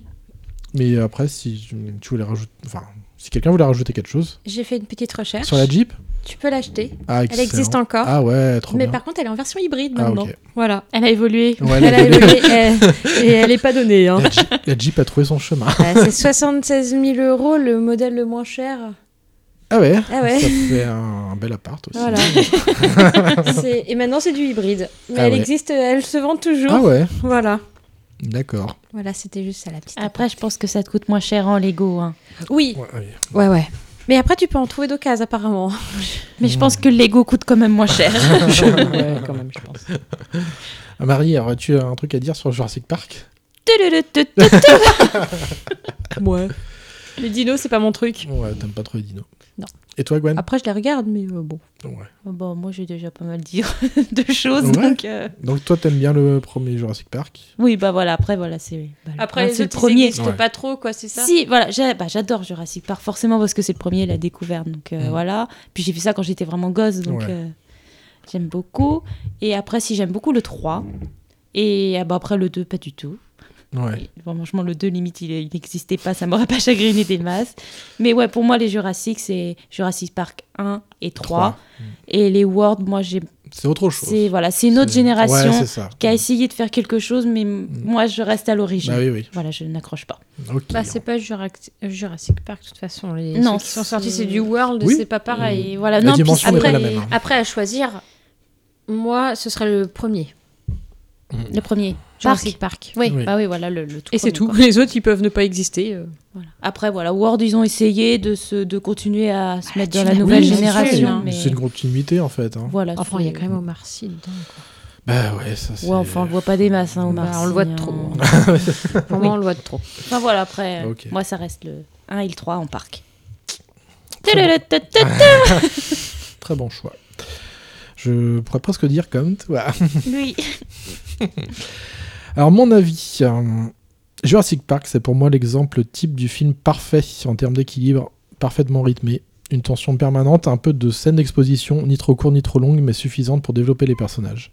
A: Mais après si tu voulais rajouter, enfin si quelqu'un voulait rajouter quelque chose
E: J'ai fait une petite recherche.
A: sur la Jeep,
E: Tu peux l'acheter.
A: Ah,
E: elle existe
A: excellent.
E: encore.
A: Ah ouais, trop
E: Mais
A: bien.
E: par contre, elle est en version hybride
A: Ah,
E: maintenant.
A: ok.
E: Voilà. Elle a évolué.
A: Ouais, elle
E: elle
A: a
E: a
A: évolué.
E: évolué. elle- Et elle n'est pas donnée. hein.
A: la, Jeep, la Jeep a trouvé son chemin.
E: Ah, C'est 76 000 euros le modèle le moins cher.
A: Ah ouais,
E: Ah ouais.
A: Ça fait un, un bel appart aussi.
E: Voilà. C'est- Et maintenant, c'est du hybride. Mais
A: Ah
E: elle
A: ouais.
E: existe, elle se vend toujours.
A: Ah ouais.
E: Voilà.
A: D'accord.
E: Voilà, c'était juste ça la petite.
C: Après, je pense que ça te coûte moins cher en Lego. hein.
E: Oui. Ouais, ouais. Mais après, tu peux en trouver d'occasion, apparemment.
C: Mais je pense que le Lego coûte quand même moins cher.
E: Ouais, quand même, je pense.
A: Ah, Marie, aurais-tu un truc à dire sur Jurassic Park
E: Ouais. Les dinos, c'est pas mon truc.
A: Ouais, t'aimes pas trop les dinos.
E: Non.
A: Et toi, Gwen
E: Après, je les regarde, mais euh, bon.
A: Ouais.
C: Oh, Bon, moi j'ai déjà pas mal dit de choses,
A: Ouais.
C: donc. euh,
A: Donc toi, t'aimes bien le premier Jurassic Park
C: Oui, bah voilà, après, voilà, c'est. bah, le
E: Après,
C: prince,
E: les
C: c'est le
E: autres, ils
C: premier.
E: existent
A: Ouais.
E: pas trop, quoi, c'est ça
C: Si, voilà, j'ai- bah, j'adore Jurassic Park, forcément, parce que c'est le premier, la découverte. Donc euh,
E: Mm.
C: voilà. Puis j'ai vu ça quand j'étais vraiment gosse, donc
E: Ouais.
C: euh, j'aime beaucoup. Et après, si j'aime beaucoup le 3. Et ah bah, après, le 2, pas du tout.
A: Ouais.
C: Et, bon, franchement, le 2, limite, il il n'existait pas, ça m'aurait pas chagriné des masses. Mais ouais, pour moi, les Jurassic, c'est Jurassic Park 1 et 3.
A: Trois.
C: Et les World, moi, j'ai.
A: C'est autre chose.
C: C'est voilà, c'est une autre
A: C'est-
C: génération
A: Ouais, c'est ça. Mm.
C: qui a essayé de faire quelque chose, mais m- moi, je reste à l'origine.
A: Bah oui, oui.
C: Voilà, je n'accroche pas.
E: Bah, c'est pas Jurac- euh, Jurassic Park, de toute façon. Les...
C: Non,
E: ceux qui sont sortis,
C: c'est-
E: c'est du World,
C: Oui.
E: c'est pas pareil.
C: Et
A: Mmh.
E: Voilà.
C: la
E: non, puis
C: dimension
A: n'est pas
E: après,
A: la même, hein.
E: après, à choisir, moi, ce serait le premier.
C: Le premier.
E: Jurassic Park.
C: Oui,
E: Oui.
C: bah oui, voilà le, le tout.
L: Et c'est
C: premier,
L: tout.
C: quoi.
L: Les autres, ils peuvent ne pas exister. euh.
C: Après, voilà, Word, ils ont essayé de, se, de continuer à se mettre dans la
E: Ah, tu l'as
C: nouvelle
E: dit,
C: génération.
E: hein,
C: mais...
A: C'est une continuité, en fait. hein.
C: Voilà,
E: Enfin, il y a quand même Omar Sy dedans.
A: Bah ouais, ça c'est...
C: Ouais, enfin, on le voit pas des masses, hein, Omar.
E: Bah, on le
C: Sy,
E: voit de
C: hein.
E: trop.
C: Oui.
E: Pour moi, on le voit de trop.
C: Enfin, voilà, après, euh,
A: Ok.
C: moi, ça reste le 1 et le 3 en parc.
A: Très bon choix. Je pourrais presque dire comme toi.
C: Oui.
A: Alors, mon avis, euh, Jurassic Park, c'est pour moi l'exemple type du film parfait en termes d'équilibre, parfaitement rythmé. Une tension permanente, un peu de scène d'exposition, ni trop courte ni trop longue, mais suffisante pour développer les personnages.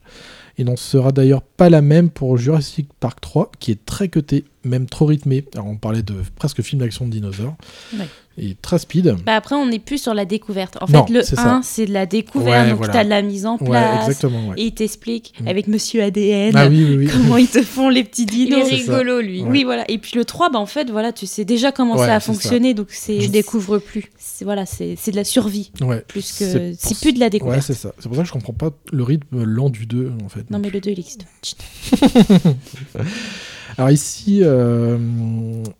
A: Il n'en sera d'ailleurs pas la même pour Jurassic Park 3, qui est très cuté, même trop rythmé. Alors, on parlait de presque film d'action de dinosaures.
C: Ouais.
A: Et très speed.
C: Bah, après, on n'est plus sur la découverte. En
A: Non,
C: fait, le
A: c'est ça.
C: 1, c'est de la découverte.
A: Ouais,
C: donc,
A: voilà.
C: tu as de la mise en
A: Ouais,
C: place.
A: exactement, ouais.
C: Et il t'explique avec Monsieur ADN
A: Ah oui, oui, oui.
C: comment ils te font les petits
E: Il
C: dinos.
E: est C'est ça. rigolo, lui.
C: Oui, voilà. Et puis le 3, bah, en fait, voilà, tu sais déjà comment
A: Ouais,
C: ça a
A: c'est ça.
C: fonctionné. Donc, c'est.
E: Tu découvres plus.
C: C'est voilà, c'est c'est de la survie.
A: Ouais.
C: Plus que.
A: C'est
C: C'est
A: pour-
C: plus de la
A: Ouais,
C: découverte.
A: c'est ça. C'est pour ça que je comprends pas le rythme lent du 2, en fait.
C: non, mais le 2, il existe.
A: Alors ici, euh,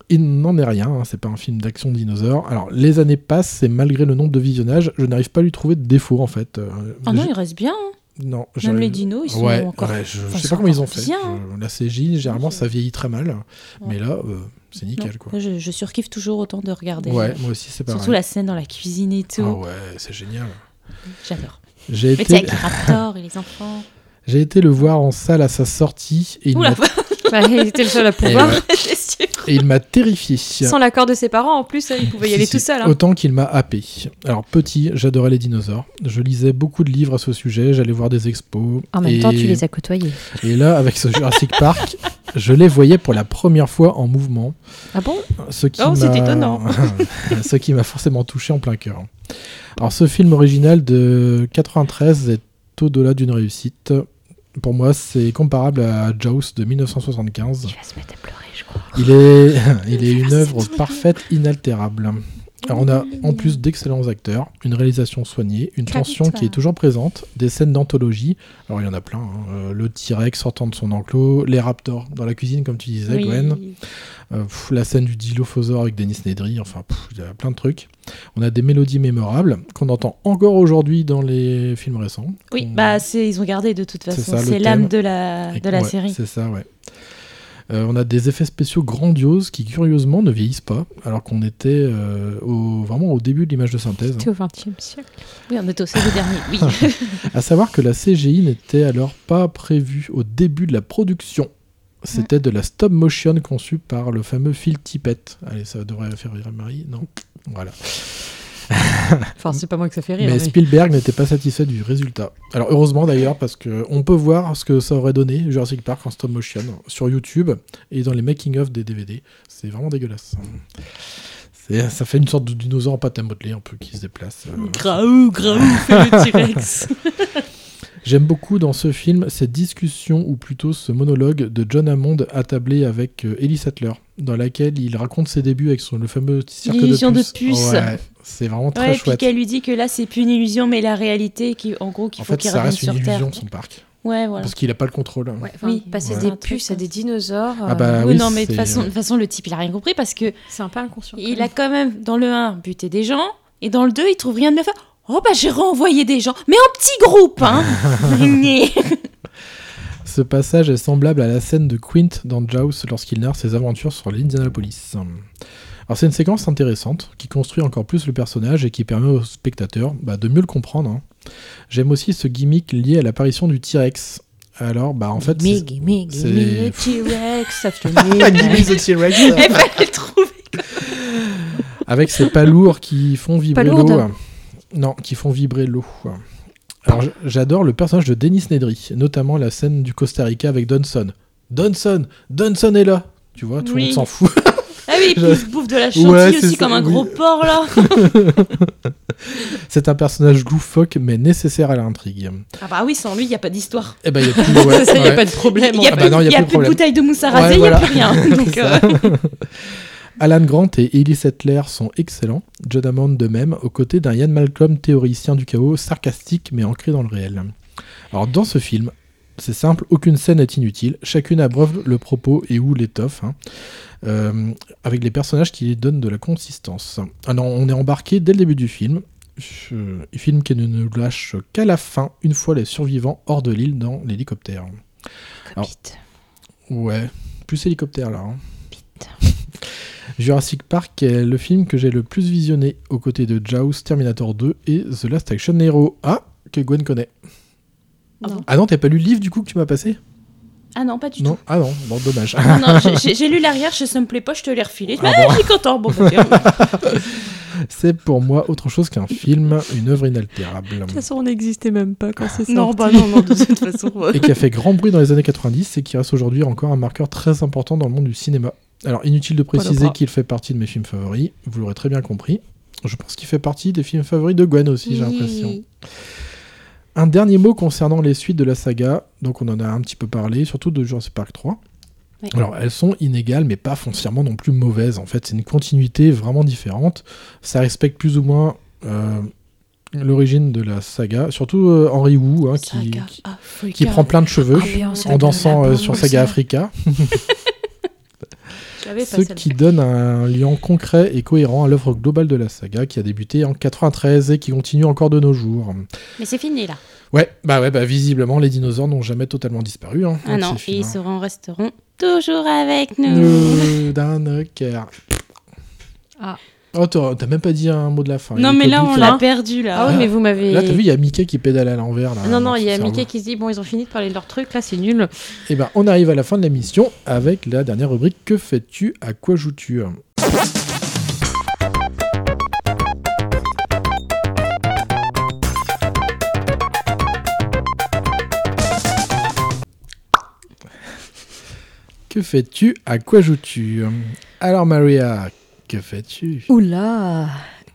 A: il n'en est rien, hein, c'est pas un film d'action de dinosaures. Alors les années passent et malgré le nombre de visionnages, je n'arrive pas à lui trouver de défaut en fait. Euh,
C: Ah non,
A: je-
C: il reste bien. hein.
A: non,
C: Même
A: j'arrive-
C: les dinos, ils sont
A: Ouais,
C: encore.
A: ouais, je, je
C: enfin,
A: sais pas comment ils ont
C: encore
A: fait.
C: bien,
A: Je-
C: hein.
A: la CGI, généralement, ça vieillit très mal, mais là, euh, c'est nickel
C: Non,
A: quoi.
C: moi, Je, je surkiffe toujours autant de regarder. euh,
A: Ouais, moi aussi, c'est pareil.
C: Surtout la scène dans la cuisine et tout.
A: Ah ouais, c'est génial.
C: J'adore.
A: J'ai
C: Mais
A: été-
C: tu sais, avec les raptors et les enfants.
A: J'ai été le voir en salle à sa sortie et il
C: Oula
A: m'a-
E: Bah, il était le seul à
A: Et
E: pouvoir.
A: ouais.
E: C'est sûr.
A: et Eh, il m'a terrifié.
E: Sans l'accord de ses parents, en plus, hein, il pouvait y
A: Si,
E: aller
A: si.
E: tout seul. hein.
A: Autant qu'il m'a happé. Alors petit, j'adorais les dinosaures. Je lisais beaucoup de livres à ce sujet, j'allais voir des expos.
E: En même
A: et-
E: temps, tu les as côtoyés.
A: Et là, avec ce Jurassic Park, je les voyais pour la première fois en mouvement.
E: Ah bon
A: Ce qui
E: Oh, c'est
A: m'a-
E: étonnant.
A: ce qui m'a forcément touché en plein cœur. Alors ce film original de 93 est au-delà d'une réussite. Pour moi, c'est comparable à Jaws de 1975. Il est, il est une œuvre parfaite, inaltérable. Alors on a en plus d'excellents acteurs, une réalisation soignée, une tension qui est toujours présente, des scènes d'anthologie. Alors il y en a plein. hein. Euh, Le T-Rex sortant de son enclos, les Raptors dans la cuisine, comme tu disais,
M: Oui.
A: Gwen. Euh, pff, la scène du Dilophosaure avec Denis Nedry. Enfin, pff, il y a plein de trucs. On a des mélodies mémorables qu'on entend encore aujourd'hui dans les films récents.
C: Oui, bah c'est ils ont gardé de toute façon.
A: ça, le
C: C'est l'âme
A: thème.
C: de la
A: Et-
C: de la
A: ouais,
C: série.
A: C'est ça, ouais. Euh, on a des effets spéciaux grandioses qui, curieusement, ne vieillissent pas, alors qu'on était euh, au- vraiment au début de l'image de synthèse. hein.
E: C'était au XXe siècle.
C: Oui, on est au siècle dernier. Oui.
A: à savoir que la CGI n'était alors pas prévue au début de la production. C'était de la stop motion conçue par le fameux Phil Tippett. Allez, ça devrait faire rire Marie, non Voilà.
E: Enfin, c'est pas moi que ça fait rire.
A: Mais Spielberg n'était pas satisfait du résultat. Alors heureusement d'ailleurs parce que on peut voir ce que ça aurait donné Jurassic Park en stop motion sur YouTube et dans les making of des DVD. C'est vraiment dégueulasse. C'est- Ça fait une sorte de dinosaure en pâte à modeler un peu qui se déplace. euh.
C: Graou, graou, fais le T-Rex.
A: J'aime beaucoup dans ce film cette discussion, ou plutôt ce monologue de John Hammond attablé avec euh, Ellie Sattler, dans laquelle il raconte ses débuts avec son, le fameux cirque
C: L'illusion de
A: de puces.
C: puces.
A: Ouais, c'est vraiment très
C: Ouais, et puis
A: chouette.
C: qu'elle lui dit que là c'est plus une illusion mais la réalité qui en gros qu'il
A: En
C: faut
A: fait,
C: qu'il
A: ça
C: revienne
A: reste
C: sur
A: une illusion,
C: terre.
A: son parc.
C: Ouais, voilà.
A: Parce qu'il n'a pas le contrôle. hein.
E: oui,
C: Oui,
E: passer
A: ouais.
E: des puces à des dinosaures. euh,
A: Ah bah
C: oui,
A: oui,
C: non mais
A: c'est-
C: de toute façon, de toute façon le type il a rien compris parce que
E: c'est un peu inconscient.
C: Il a quand même dans le 1 buté des gens et dans le 2 il trouve rien de neuf. Oh bah j'ai renvoyé des gens mais en petit groupe hein. Né.
A: Ce passage est semblable à la scène de Quint dans Jaws lorsqu'il narre ses aventures sur l'Indianapolis. Alors c'est une séquence intéressante qui construit encore plus le personnage et qui permet au spectateur bah, de mieux le comprendre. hein. J'aime aussi ce gimmick lié à l'apparition du T-Rex. Alors bah en fait
E: Gimme,
A: c'est-
E: gimme,
A: c'est-
E: gimme the T-Rex, after
A: Gimme the T-Rex.
E: Elle va le trouver.
A: avec ces palourdes qui font vibrer
E: Palourdes.
A: l'eau. Non, qui font vibrer l'eau. Alors j- j'adore le personnage de Denis Nedry, notamment la scène du Costa Rica avec Dunson. Dunson, Dunson est là. Tu vois, tout le
C: Oui.
A: monde s'en fout.
C: Ah oui, et puis
A: Je-
C: il se bouffe de la chantilly
A: Ouais, c'est
C: aussi
A: ça,
C: comme un
A: oui.
C: gros porc là.
A: C'est un personnage loufoque mais nécessaire à l'intrigue.
C: ah bah oui, sans lui, il n'y a pas d'histoire.
A: Eh ben, il y a plus- ouais,
C: Ça, il n'y
A: ouais.
C: a pas de problème. Il
E: hein.
A: Ah
C: n'y a,
A: bah
C: plus-
A: non, il y a
C: il y
A: plus
C: a
A: de
C: plus de
A: problème.
C: bouteille de mousse à raser,
A: Ouais,
C: il n'y a
A: voilà.
C: plus rien. Donc,
A: C'est
C: euh,
A: ça. Alan Grant et Ellie Settler sont excellents, John Hammond de même, aux côtés d'un Ian Malcolm théoricien du chaos, sarcastique mais ancré dans le réel. Alors dans ce film, c'est simple, aucune scène n'est inutile, chacune abreuve le propos et ou l'étoffe, hein, euh, avec les personnages qui lui donnent de la consistance. Ah non, on est embarqué dès le début du film, euh, film qui ne nous lâche qu'à la fin, une fois les survivants hors de l'île dans l'hélicoptère. Alors- Ouais, plus hélicoptère là. hein. Jurassic Park est le film que j'ai le plus visionné aux côtés de Jaws, Terminator 2 et The Last Action Hero. Ah, que Gwen connaît.
C: Ah bon
A: Ah non, t'as pas lu le livre du coup que tu m'as passé
C: Ah non, pas du
A: Non
C: tout.
A: Ah non, bon, dommage.
C: Non, non, j'ai- j'ai- j'ai lu l'arrière, je- ça me plaît pas, je te l'ai refilé.
A: Ah
C: Ah,
A: bon.
C: je suis content, bon, bah, tiens.
A: C'est pour moi autre chose qu'un film, une œuvre inaltérable.
L: toute façon, on n'existait même pas quand c'est sorti.
C: Non, bah non, non, de toute façon. euh.
A: et qui a fait grand bruit dans les années 90 et qui reste aujourd'hui encore un marqueur très important dans le monde du cinéma. Alors inutile de
L: Paul
A: préciser
L: Oprah.
A: qu'il fait partie de mes films favoris, vous l'aurez très bien compris. Je pense qu'il fait partie des films favoris de Gwen aussi, j'ai l'impression. Un dernier mot concernant les suites de la saga, donc on en a un petit peu parlé, surtout de Jurassic Park 3.
L: Oui.
A: Alors elles sont inégales mais pas foncièrement non plus mauvaises. En fait c'est une continuité vraiment différente. Ça respecte plus ou moins euh, l'origine de la saga, surtout euh, Henry Wu hein, qui,
C: Saga
A: qui-
C: Africa.
A: qui prend plein de cheveux
C: Ambiance
A: en
C: de
A: dansant
C: Ah, la
A: euh, sur
C: bande.
A: Saga Africa.
C: Je l'avais pas,
A: Ce
C: celle-là.
A: qui donne un lien concret et cohérent à l'œuvre globale de la saga qui a débuté en 93 et qui continue encore de nos jours.
C: Mais c'est fini
E: Ah,
C: là.
A: Ouais, bah ouais, bah visiblement les dinosaures n'ont jamais totalement disparu. Hein,
C: Ah
A: Donc
C: non,
A: c'est
C: et
A: fini,
C: ils
A: hein.
C: seront, resteront toujours avec nous.
A: Nous, d'un cœur.
C: Ah.
A: Oh, t'as t'as même pas dit un mot de la fin.
C: Non,
A: Il est
C: mais là,
A: oblique,
C: on l'a perdu là. Ah,
E: Ah oui, mais vous m'avez.
A: Là, t'as vu, il y a Mickey qui pédale à l'envers. là,
E: Non,
A: dans
E: non, il y a
A: son
E: Mickey
A: cerveau.
E: qui se dit bon, ils ont fini de parler de leur truc, là, c'est nul.
A: Eh ben, on arrive à la fin de l'émission avec la dernière rubrique Que fais-tu À quoi joues-tu Que fais-tu À quoi joues-tu Alors, Maria, que fais-tu
E: Oula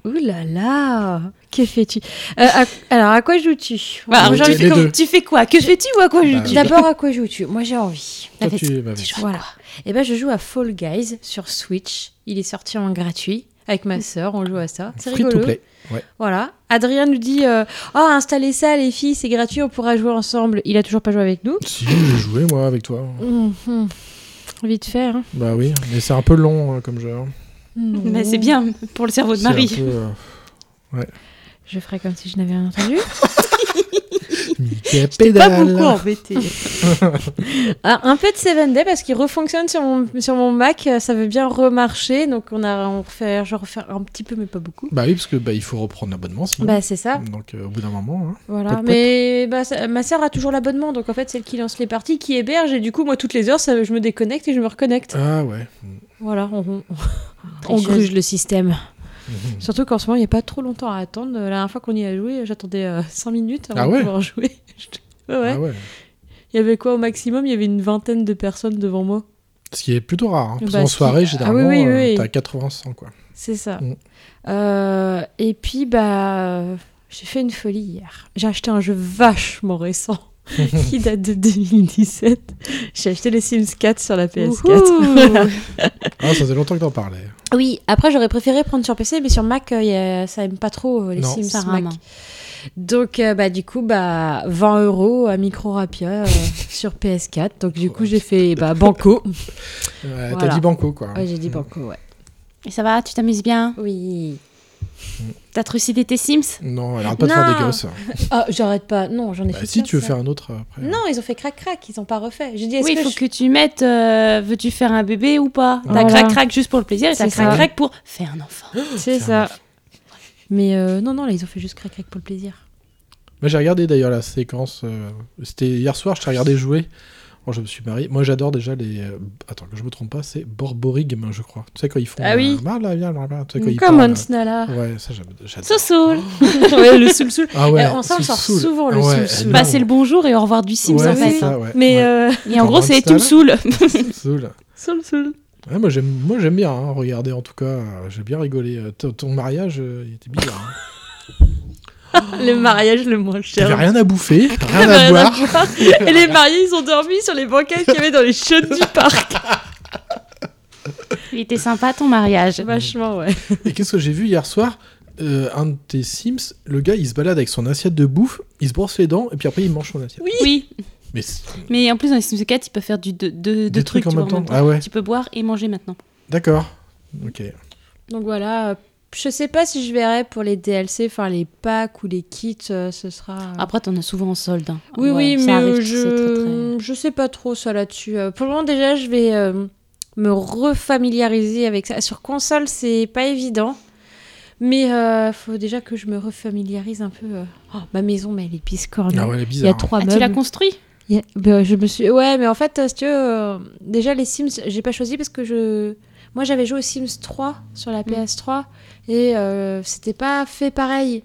E: Oula là Que fais-tu Euh, à- Alors, à quoi joues-tu
C: Bah, alors,
E: Moi,
C: Jean,
E: j'ai-
C: tu, fais
A: deux. Bah,
C: comme- tu fais quoi Que fais-tu ou à quoi je dis
E: D'abord, à quoi joues-tu Moi, j'ai envie.
A: Toi,
E: La
A: tu-
E: fête.
A: bah, vas-y. Tu joues à
E: Voilà. Et ben, je joue à Fall Guys sur Switch. Il est sorti en gratuit. Avec ma sœur, on joue à ça. C'est
A: Free to
E: rigolo.
A: play. Ouais.
E: Voilà. Adrien nous dit euh, Oh, installez ça, les filles, c'est gratuit, on pourra jouer ensemble. Il a toujours pas joué avec nous.
A: Si, j'ai joué, moi, avec toi.
E: Hum,
C: Mm-hmm.
E: hum. Vite fait, hein.
A: Bah oui, mais c'est un peu long euh, comme jeu. hein.
C: Mais c'est bien pour le cerveau de
A: C'est un
C: Marie.
A: peu, euh, Ouais.
E: Je ferai comme si je n'avais rien entendu. t'ai
A: Mickey pédale.
C: embêté.
E: Ah, un peu de Seven Day parce qu'il refonctionne sur mon, sur mon Mac, euh, ça veut bien remarcher, donc on a on refait, je refais un petit peu mais pas beaucoup.
A: Bah oui, parce que bah, il faut reprendre l'abonnement sinon.
E: Bah, c'est ça.
A: Donc euh, au bout d'un moment. hein.
E: Voilà,
A: Peut-être,
E: mais bah, ça- ma sœur a toujours l'abonnement, donc en fait c'est elle qui lance les parties, qui héberge, et du coup moi toutes les heures ça- je me déconnecte et je me reconnecte.
A: peut-être. Ah ouais.
E: Voilà, on, on- on
C: Tricheuse.
E: gruge le système. Surtout qu'en ce moment il n'y a pas trop longtemps à attendre. La dernière fois qu'on y a joué, j'attendais 5 minutes avant
A: Ah
E: de
A: ouais
E: pouvoir jouer. ouais, ouais.
A: Ah ouais.
E: Il y avait quoi au maximum Il y avait une vingtaine de personnes devant moi.
A: Ce qui est plutôt rare. Hein, parce
E: Bah,
A: qu'en
E: ce qui-
A: soirée,
E: ah
A: généralement,
E: oui, oui,
A: euh,
E: oui.
A: t'as 80-100 quoi.
E: C'est ça.
A: Mm.
E: Euh, et puis, bah, euh, j'ai fait une folie hier. J'ai acheté un jeu vachement récent qui date de 2017. J'ai acheté les Sims 4 sur la
C: Wouhou
E: PS4. Voilà.
A: Ah, ça faisait longtemps que t'en parlais.
E: oui, après, j'aurais préféré prendre sur PC, mais sur Mac, euh, y a- ça aime pas trop euh, les
A: Non.
E: Sims
C: Ça
E: Mac.
C: rame.
E: Donc, euh, bah, du coup, bah, 20 euros à Micro Rapia euh, sur PS4. Donc, du coup, j'ai fait bah, Banco.
A: Ouais,
E: Voilà.
A: Euh, T'as dit banco quoi.
E: Ouais, j'ai dit Banco, ouais.
C: Et ça va, tu t'amuses bien
E: Oui.
C: T'as trucidé tes Sims
A: Non, elle arrête pas de faire des gosses.
E: Ah, j'arrête pas. Non, j'en ai
A: Bah,
E: fait
A: si
E: plein,
A: tu veux
E: ça.
A: faire un autre après.
E: Non, ils ont fait crac-crac, ils ont pas refait. J'ai dit, est-ce
C: Oui, il
E: que
C: faut
E: je-
C: que tu mettes euh, veux-tu faire un bébé ou pas T'as
E: Ah, Voilà.
C: crac-crac juste pour le plaisir et t'as
E: C'est ça.
C: crac-crac pour faire un enfant.
E: C'est ça. Mais euh, non, non, là, ils ont fait juste crac-crac pour le plaisir.
A: Moi, j'ai regardé d'ailleurs la séquence. euh, C'était hier soir, je t'ai regardé jouer. Bon, je me suis marié. Moi, j'adore déjà les. euh, attends, que je me trompe pas, c'est Borborigme, je crois. Tu sais, quand ils font.
E: Ah oui. Mm,
A: euh, Bah, là, viens, là, là, tu sais, quand ils
E: Come on,
A: parlent,
E: Snala.
A: euh, Ouais, ça, j'aime- j'adore.
C: Soul
E: Ah, ouais, le soul-soul.
A: Ah ouais,
E: Eh, on s'en sort
A: soul-soul.
E: souvent le
A: Ah ouais,
E: soul-soul.
A: énorme.
C: Bah, c'est le bonjour et au revoir du Sims
A: Ouais,
C: en
A: c'est
C: fait.
A: ça, ouais,
C: Mais
A: ouais.
C: euh, et en
A: Comme
C: gros, c'est tu
A: Einstein.
C: me saoules.
A: Soul.
E: Soul, soul.
A: Ouais, moi, j'aime moi, j'aime bien hein, regarder, en tout cas. euh, J'ai bien rigolé. Euh, ton- ton mariage, euh, il était bizarre. hein.
E: le mariage le moins cher.
A: T'avais rien à bouffer, rien
E: Rien
A: Ah, à
E: à
A: boire.
E: boire. Et les mariés, ils ont dormi sur les banquettes qu'il y avait dans les chiottes du parc.
C: Il était sympa ton mariage.
E: Vachement, ouais.
A: Et qu'est-ce que j'ai vu hier soir Euh, Un de tes Sims, le gars, il se balade avec son assiette de bouffe, il se brosse les dents, et puis après, il mange son assiette.
C: Oui.
A: Mais c'est-
C: Mais en plus, dans les Sims 4, tu peux faire du, deux, deux- deux
A: trucs
C: trucs,
A: en
C: tu
A: même
C: vois,
A: temps. Ah ouais.
C: Tu peux boire et manger maintenant.
A: D'accord. Ok.
E: Donc voilà, euh, je sais pas si je verrai pour les DLC, enfin les packs ou les kits, euh, ce sera.
C: Après, t'en as souvent en solde. hein.
E: Oui,
C: Voilà,
E: oui,
C: ça
E: mais
C: arrive,
E: euh,
C: c'est très,
E: je...
C: très-
E: je sais pas trop ça là-dessus. Euh, Pour le moment, déjà, je vais euh, me refamiliariser avec ça. Sur console, c'est pas évident. Mais euh, faut déjà que je me refamiliarise un peu. euh. Oh, ma maison, mais elle est biscornue.
A: Ah ouais, elle est
E: Il y a
A: bizarre.
E: trois
C: Ah,
E: meubles.
C: tu l'as construit
E: Il y a- ben, je me suis. Ouais, mais en fait, euh, si tu veux, euh, déjà les Sims, j'ai pas choisi parce que je. Moi, j'avais joué aux Sims 3 sur la PS3 et euh, c'était pas fait pareil.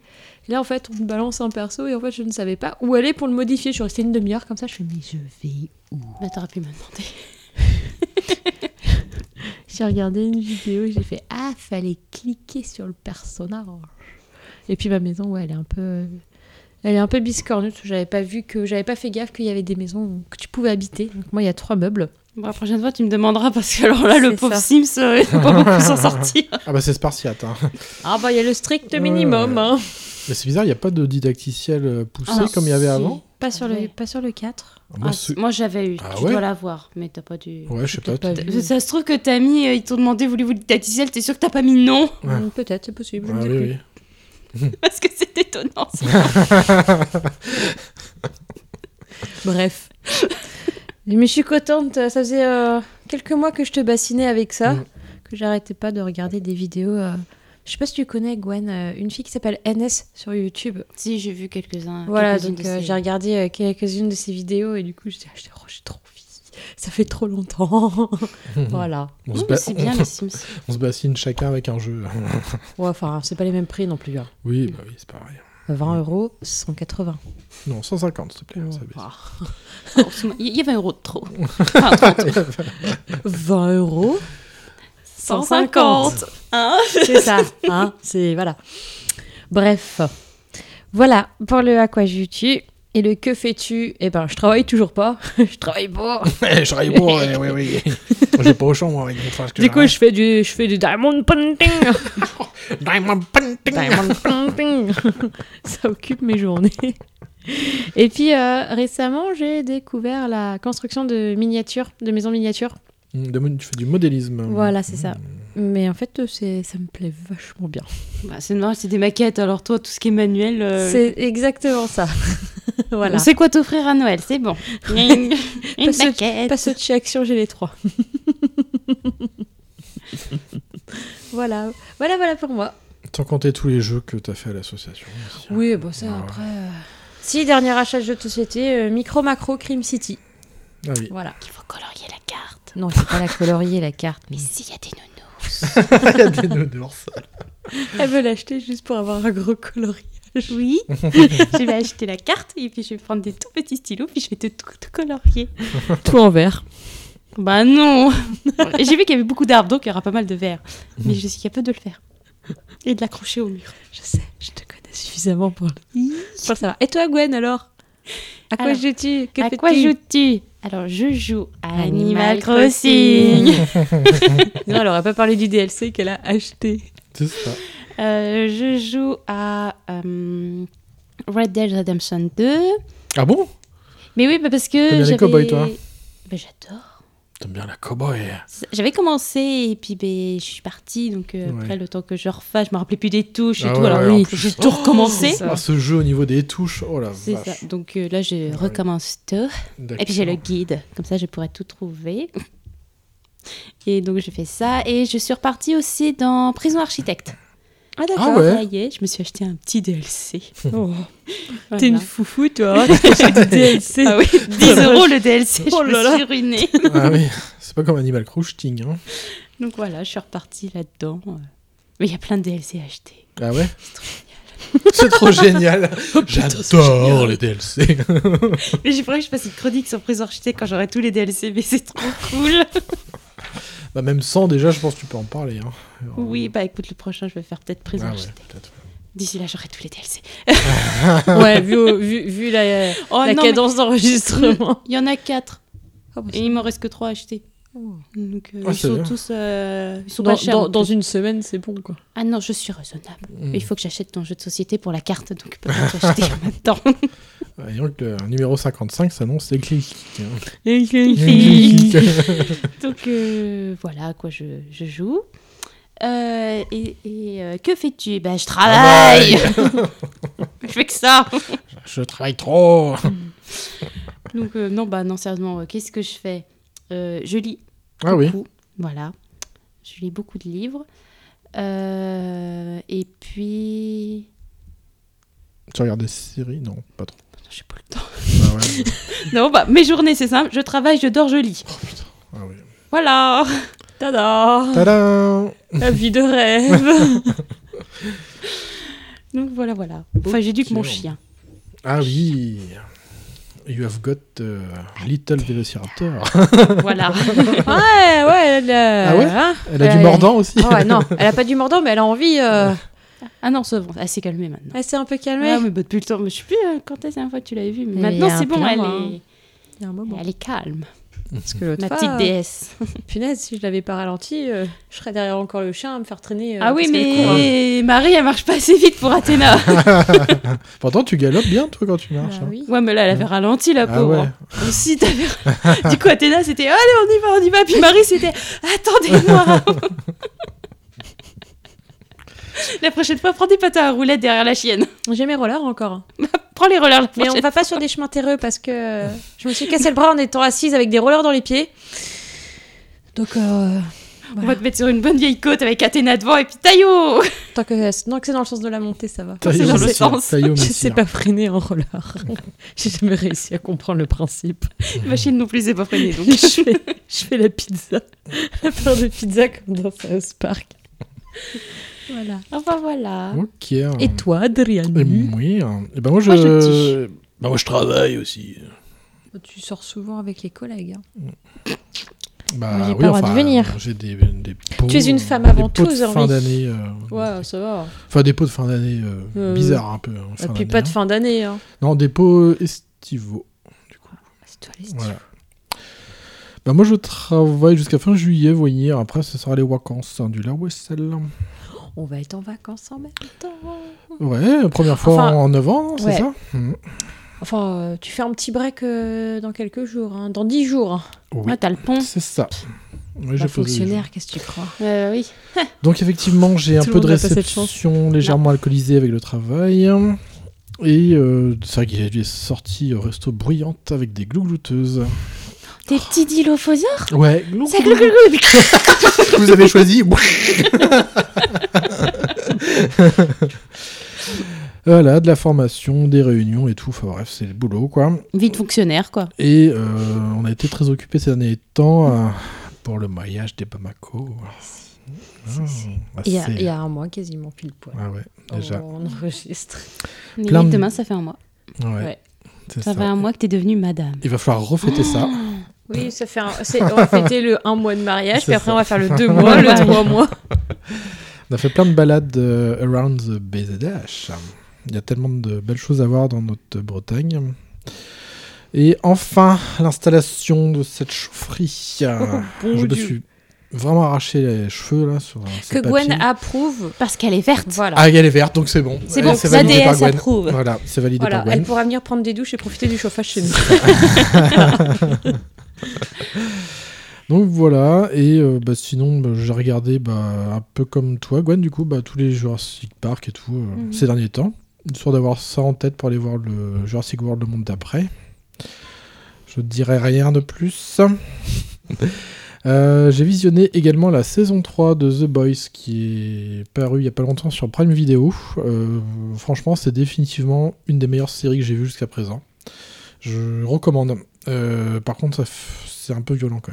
E: Et là, en fait, on me balance un perso et en fait, je ne savais pas où aller pour le modifier. Je suis restée une demi-heure comme ça. Je fais, mais je vais où
C: Bah, t'aurais pu me demander.
E: J'ai regardé une vidéo et j'ai fait, ah, fallait cliquer sur le personnage. Et puis ma maison, ouais, elle est un peu. Elle est un peu biscornue parce que j'avais pas vu que. J'avais pas fait gaffe qu'il y avait des maisons que tu pouvais habiter. Donc, moi, il y a trois meubles.
C: Bon, la prochaine fois, tu me demanderas parce que alors là, le
E: C'est
C: pauvre
E: ça.
C: Sims, euh, il va pas beaucoup s'en sortir.
A: Ah bah c'est spartiate. hein.
E: Ah bah il y a le strict minimum.
A: Ouais.
E: hein.
A: Mais c'est bizarre, il n'y a pas de didacticiel euh, poussé
C: Ah,
A: comme il y avait
C: si.
A: avant.
E: Pas sur, le, pas sur le 4.
A: Ah, moi,
C: Ah,
A: c'est-
C: moi j'avais eu,
A: Ah
C: tu
A: ouais
C: dois l'avoir, mais t'as pas dû.
A: Ouais, je sais pas.
E: Peut-être pas
A: tu-
C: Ça- Ça se trouve que t'as mis, euh, ils t'ont demandé voulez-vous du taticiel, t'es sûr que t'as pas mis non
A: Ouais.
E: Hum, Peut-être, c'est possible. je ne
A: Ah
E: sais
A: oui,
E: plus.
A: oui.
C: Parce que c'est étonnant. ça.
E: Bref. Mais je suis contente, ça faisait euh, quelques mois que je te bassinais avec ça,
A: Mm.
E: que j'arrêtais pas de regarder des vidéos. euh, Je sais pas si tu connais Gwen, euh, une fille qui s'appelle NS sur YouTube.
C: si, j'ai vu quelques-uns.
E: Voilà,
C: quelques-unes
E: donc
C: de
E: euh,
C: ces-
E: j'ai regardé euh, quelques-unes de ses vidéos et du coup je dis, ah, j'ai oh, j'ai trop envie, ça fait trop longtemps. voilà.
A: On
C: Non,
A: se
C: mais
A: ba-
C: c'est bien les Sims.
A: On se bassine chacun avec un jeu.
E: Ouais, enfin, c'est pas les mêmes prix non plus. hein.
A: oui, bah oui, c'est pareil.
E: 20 euros, 180.
A: Non, 150, s'il te plaît. ça baisse.
E: Ah.
C: Oh, c'est- Il y avait un euro de trop. Enfin, 30,
E: 20 euros
C: 150. Hein
E: C'est ça, hein, c'est voilà. Bref, voilà pour le à quoi je tue. Et le que fais-tu Eh ben, je travaille toujours pas. je travaille pas.
A: Eh, je travaille pour, ouais, ouais, ouais. Moi, Je vais pas au champ, moi, avec mon frère. que
E: Du coup,
A: j'ai.
E: je fais du, je fais du diamond painting.
A: Diamond Painting.
E: diamond painting. ça occupe mes journées. Et puis euh, récemment, j'ai découvert la construction de miniatures, de maisons miniatures.
A: Hum, de mon- Tu fais du modélisme. Mm.
E: Voilà, c'est ça. Mais en fait, c'est, ça me plaît vachement bien.
C: Bah, c'est normal, c'est des maquettes, alors toi, tout ce qui est manuel. euh,
E: C'est exactement ça. voilà.
C: On sait quoi t'offrir à Noël, c'est bon. Une
E: pas,
C: une
E: ceux,
C: maquette.
E: pas ceux de chez Action, j'ai les E trois. voilà, voilà, voilà pour moi.
A: Sans compter tous les jeux que t'as fait à l'association. aussi.
E: Oui, bon ça
A: Ah,
E: après. euh, Si dernier achat de jeu de société, euh, Micro Macro Crime City.
A: Ah oui.
E: Voilà.
C: Il faut colorier la carte.
E: Non, c'est pas la colorier la carte.
C: Mais s'il y a des nounous.
A: Il y a des nounours.
E: Elle veut l'acheter juste pour avoir un gros colorier.
C: Oui, je vais acheter la carte et puis je vais prendre des tout petits stylos puis je vais te tout, tout colorier.
E: Tout en vert.
C: Bah non J'ai vu qu'il y avait beaucoup d'arbres, donc il y aura pas mal de verre. Mais je suis capable de le faire. Et de l'accrocher au mur.
E: Je sais, je te connais suffisamment pour, pour le savoir. Et toi, Gwen, alors À quoi
C: Alors,
E: joues-tu Que
C: à
E: fais-tu
C: quoi joues-tu Alors, je joue à
E: Animal
C: Animal Crossing.
E: Non, elle aurait pas parlé du DLC qu'elle a acheté.
A: C'est ça.
C: Euh, je joue à euh, Red Dead Redemption 2.
A: Ah bon
C: Mais oui, bah parce que
A: T'aimes bien les
C: j'avais...
A: cowboys, toi hein
C: Bah, j'adore.
A: T'aimes bien la cowboy
C: J'avais commencé et puis ben, je suis partie, donc euh,
A: Ouais.
C: après le temps que je refasse, je me rappelais plus des touches et
A: Ah
C: tout,
A: ouais, ouais,
C: alors
A: en
C: oui,
A: plus.
C: j'ai tout recommencé.
A: Ah, ce jeu au niveau des touches, oh la
C: C'est
A: vache.
C: ça. Donc euh, là, je recommence tout.
A: D'accord.
C: Et puis j'ai le guide. Comme ça, je pourrais tout trouver. Et donc, j'ai fait ça. Et je suis repartie aussi dans Prison Architecte. Ah,
E: d'accord. Ah ouais.
C: Ça y est, je me suis acheté un petit DLC.
E: Oh.
C: Voilà.
E: T'es une foufou, toi. hein, t'as acheté du DLC.
C: Ah oui, 10 euros le DLC.
E: Oh
C: je
E: là
C: me
E: là.
C: suis ruinée.
A: Ah oui, c'est pas comme Animal Crossing. Hein.
C: Donc voilà, je suis repartie là-dedans. euh. Mais il y a plein de DLC à acheter.
A: Ah ouais C'est trop génial. J'adore les DLC.
C: Mais j'ai que je fasse une chronique sur Prison Architecte quand j'aurai tous les DLC, mais c'est trop cool.
A: bah, même sans, déjà, je pense que tu peux en parler. Hein.
C: Oui, bah écoute, le prochain, je vais faire peut-être Prison
A: Ah ouais,
C: Architecte. D'ici là, j'aurai tous les DLC.
E: ouais, vu, au- vu, vu la,
C: Oh,
E: la
C: non,
E: cadence
C: mais-
E: d'enregistrement.
C: Il y en a 4.
E: Oh,
C: Et il m'en reste que 3 à acheter. Donc euh,
E: Ah,
C: ils
E: c'est
C: sont
E: bien.
C: tous. euh, ils sont
E: Dans,
C: pas chers.
E: dans,
C: en
E: dans
C: plus.
E: une semaine, c'est bon, quoi.
C: Ah non, je suis raisonnable.
E: Hmm.
A: Mm.
C: Il faut que j'achète ton jeu de société pour la carte, donc peut-être acheter en même temps.
A: Voyons Bah, que le numéro 55 s'annonce éclectique. hein.
C: donc euh, voilà à quoi je, je joue. Euh, et et, euh, que fais-tu Ben je travaille. je fais que ça.
A: Je travaille trop.
C: Donc euh, non, bah non, sérieusement, euh, qu'est-ce que je fais Euh, Je lis.
A: Ah oui.
C: beaucoup, Voilà. Je lis beaucoup de livres. Euh, et puis...
A: tu regardes des séries Non, pas trop.
C: J'ai pas le temps.
A: Ah ouais.
C: Non, bah mes journées, c'est simple. Je travaille, je dors, je lis.
A: Ah oui.
C: Voilà. Tada.
A: Tadam
E: La vie de rêve.
C: Donc voilà, voilà. Enfin, j'éduque mon chien.
A: Ah oui. You have got euh, Little Velociraptor.
C: Voilà.
E: ouais, ouais. Elle, a-
A: Ah ouais
E: hein,
A: Elle a du mordant aussi
E: Ah ouais, non, elle a pas du mordant, mais elle a envie. euh,
C: Ah non, c'est bon. Elle s'est calmée maintenant.
E: Elle s'est un peu calmée.
C: Ouais, mais bah, depuis le temps, mais je sais plus euh, quand est-ce la dernière fois que tu l'avais vue. Mais
E: Mais il y
C: maintenant,
E: a
C: c'est
E: un
C: bon,
E: plan,
C: elle
E: hein.
C: est...
E: Il y a un moment.
C: Elle est calme.
E: Parce que l'autre
C: Ma
E: fois,
C: petite
E: euh,
C: déesse.
E: Punaise, si je l'avais pas ralenti, euh, je serais derrière encore le chien à me faire traîner. euh,
C: ah oui,
E: parce qu'elle court, hein.
C: mais Marie, elle marche pas assez vite pour Athéna.
A: Pourtant, tu galopes bien, toi, quand tu
E: Bah Ah
A: marches. hein.
C: Ouais, mais là, elle avait ralenti, la
A: Ah
C: pauvre. Aussi, t'avais- Du coup, Athéna, c'était Allez, on y va, on y va. Puis Marie, c'était Attendez-moi. la prochaine fois, prends des patins à roulettes derrière la chienne.
E: J'ai mes rollers encore. hein.
C: prends les rollers la
E: Mais on
C: prochaine
E: va pas sur des chemins terreux parce que euh, je me suis cassé le bras en étant assise avec des rollers dans les pieds. Donc, euh,
C: On va te mettre sur une bonne vieille côte avec Athéna devant et puis taillot
E: tant que, non, que c'est dans le sens de la montée, ça va.
C: Tant que c'est Taillot, dans le messire, sens. taillot,
E: Je
C: messire.
E: sais pas freiner en roller. J'ai jamais réussi à comprendre le principe.
C: Ma chienne non plus, c'est pas freiné. Donc.
E: je, fais, je fais la pizza. La peur de pizza comme dans South Park. Voilà.
C: Enfin, voilà.
A: Ok. hein.
E: Et toi, Adrien
A: Et Oui. hein. Et ben moi, je.
E: Moi, je
A: Ben moi, je travaille aussi.
E: Tu sors souvent avec les collègues. hein.
A: Bah,
E: Moi, j'ai
A: oui,
E: pas le droit
A: enfin,
E: de venir.
A: J'ai des, des pots,
E: Tu es une femme
A: euh, des
E: avant
A: pots
E: tout,
A: de fin
E: Zorbi.
A: d'année. euh,
E: Ouais, ça va.
A: Enfin, des pots de fin d'année euh,
E: Euh,
A: bizarres un peu. hein, fin
E: Et puis
A: d'année,
E: pas de
A: hein.
E: fin d'année. hein.
A: Non, des pots estivaux.
E: C'est toi, les
A: Voilà. Bah, moi, je travaille jusqu'à fin juillet, vous voyez. Après, ce sera les vacances hein, du La Wessel.
E: Mmh. On va être en vacances en même temps.
A: Ouais, première fois
E: Enfin,
A: en novembre, c'est
E: ouais.
A: ça Mhm.
E: Enfin, euh, tu fais un petit break euh, dans quelques jours, hein, dans 10 jours.
A: Oui.
C: Ah, t'as le pont.
A: C'est ça. Oui, j'ai
E: Pas
A: posé les
E: fonctionnaire, qu'est-ce que tu crois
C: Euh, oui.
A: Donc effectivement, j'ai un
E: Tout le
A: peu de
E: monde n'a pas cette chance.
A: réception légèrement alcoolisée avec le travail. Et euh, c'est vrai qu'il y a des sorties au resto bruyantes avec des glouglouteuses.
C: Tes petits dilophosaures
A: Ouais,
C: C'est glou glou glou.
A: vous avez choisi. voilà, de la formation, des réunions et tout. Enfin bref, c'est le boulot quoi.
C: Vite fonctionnaire, quoi.
A: Et euh, on a été très occupés ces derniers temps euh, pour le mariage des Bamako. Ah,
E: Il y, a,
A: assez.
E: il y a Oh. un mois quasiment pile poil.
A: Ah ouais, déjà.
E: On enregistre.
A: Plein de-
C: demain, ça fait un mois.
A: Ouais,
C: Ça,
A: c'est
C: fait un mois que t'es devenue madame.
A: Il va falloir refêter ça.
E: Oui, ça fait un- c'est- on va fêter le 1 mois de mariage,
A: C'est
E: puis après
A: ça.
E: on va faire le 2 mois, le 3 mois.
A: On a fait plein de balades euh, around the BZH. Il y a tellement de belles choses à voir dans notre Bretagne. Et enfin, l'installation de cette chaufferie. Euh,
E: bon
A: Je me
E: Oh Dieu.
A: suis vraiment arraché les cheveux là sur euh, ce
E: Que Gwen
A: papier.
E: approuve.
C: Parce qu'elle est verte.
E: Voilà.
A: Ah, elle est verte, donc c'est bon.
E: C'est bon,
A: Euh,
E: la
A: validé par
E: déesse
A: Gwen.
E: approuve.
A: Voilà, c'est validé
E: Voilà,
A: par
E: elle
A: Gwen.
E: pourra venir prendre des douches et profiter du chauffage chez nous.
A: Donc voilà, et euh, bah, sinon, bah, j'ai regardé bah, un peu comme toi, Gwen, du coup, bah, tous les Jurassic Park et tout euh,
B: Mhm.
A: ces derniers temps, histoire d'avoir ça en tête pour aller voir le Jurassic World le monde d'après. Je ne dirai rien de plus. Euh, j'ai visionné également la saison 3 de The Boys qui est parue il y a pas longtemps sur Prime Video. Euh, franchement, c'est définitivement une des meilleures séries que j'ai vues jusqu'à présent. Je recommande. Euh, par contre, ça f- c'est un peu violent quand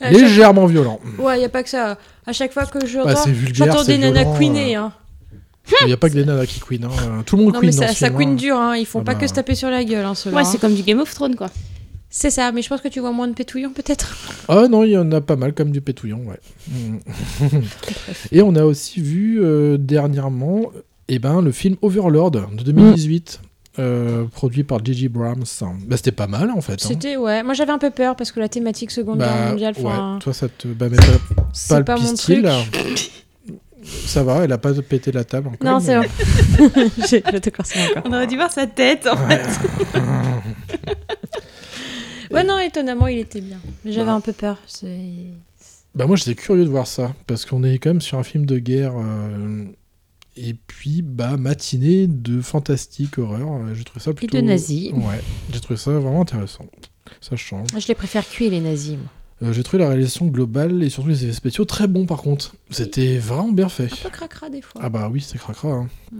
E: À
A: même.
E: chaque-
A: Légèrement violent.
E: Ouais, y a pas que ça. À chaque fois que je
A: Bah,
E: j'entends
A: c'est vulgaire,
E: j'entends
A: c'est
E: des nanas
A: violent, euh.
E: queener. hein.
A: Il n'y a pas que des nanas qui queen. hein. Euh, Tout le monde
E: Non,
A: queen.
E: mais ça,
A: dans ce
E: ça
A: film,
E: queen
A: hein.
E: dur, hein. ils font
A: Ah
E: pas
A: bah.
E: que se taper sur la gueule. Hein,
C: Ouais, c'est comme du Game of Thrones, quoi.
E: C'est ça, mais je pense que tu vois moins de pétouillants peut-être.
A: Ah non, il y en a pas mal, comme du pétouillon, ouais. Mm. et on a aussi vu euh, dernièrement eh ben, le film Overlord de 2018,
E: Mm.
A: euh, produit par J.J. Brahms. Bah, C'était pas mal, en fait. hein.
E: C'était, ouais. Moi j'avais un peu peur parce que la thématique Seconde Guerre
A: Bah,
E: mondiale,
A: ouais,
E: enfin,
A: Toi, ça te bah, mais pas,
E: c'est
A: pas le
E: pas mon
A: pistil.
E: truc.
A: Ça va, elle a pas pété la table encore.
E: Non, c'est
A: mais-
E: vrai. J'ai l'autocorset encore.
C: On aurait dû voir sa tête, en fait.
E: Ouais, non, étonnamment, il était bien. Mais j'avais
A: Bah.
E: un peu peur. c'est-
A: Bah moi j'étais curieux de voir ça, parce qu'on est quand même sur un film de guerre, euh, et puis bah matinée de fantastique horreur, euh, j'ai trouvé ça plutôt...
E: nazis.
A: Ouais, j'ai trouvé ça vraiment intéressant, ça change.
E: Moi, Je les préfère cuits, les nazis. moi.
A: Euh, j'ai trouvé la réalisation globale et surtout les effets spéciaux très bons par contre, c'était vraiment bien fait.
E: Un peu cracra des fois.
A: Ah bah oui, c'est cracra. hein.
E: Mm.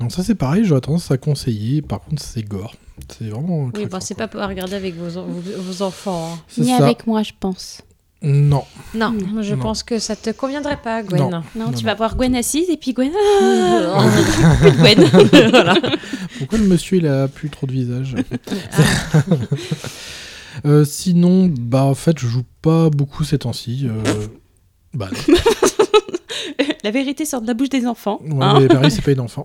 A: Donc ça c'est pareil, j'aurais tendance à conseiller, par contre c'est gore, c'est vraiment
E: Oui,
A: cracra.
E: bah, c'est pas à regarder avec vos, en- vos- vos enfants. hein.
A: C'est Ni ça. avec
C: moi, je pense.
A: Non.
E: Non, je
A: Non.
E: pense que ça te conviendrait pas, Gwen.
A: Non.
C: Non,
A: Non,
C: tu
A: non.
C: vas voir Gwen assise et puis Gwen. Ah, plus de Gwen. voilà.
A: Pourquoi le monsieur il a plus trop de visage Ah. Euh, Sinon, bah en fait, je joue pas beaucoup ces temps-ci. euh, Bah, non.
C: La vérité sort de la bouche des enfants.
A: Ouais,
C: hein.
A: mais Barry, c'est pas une enfant.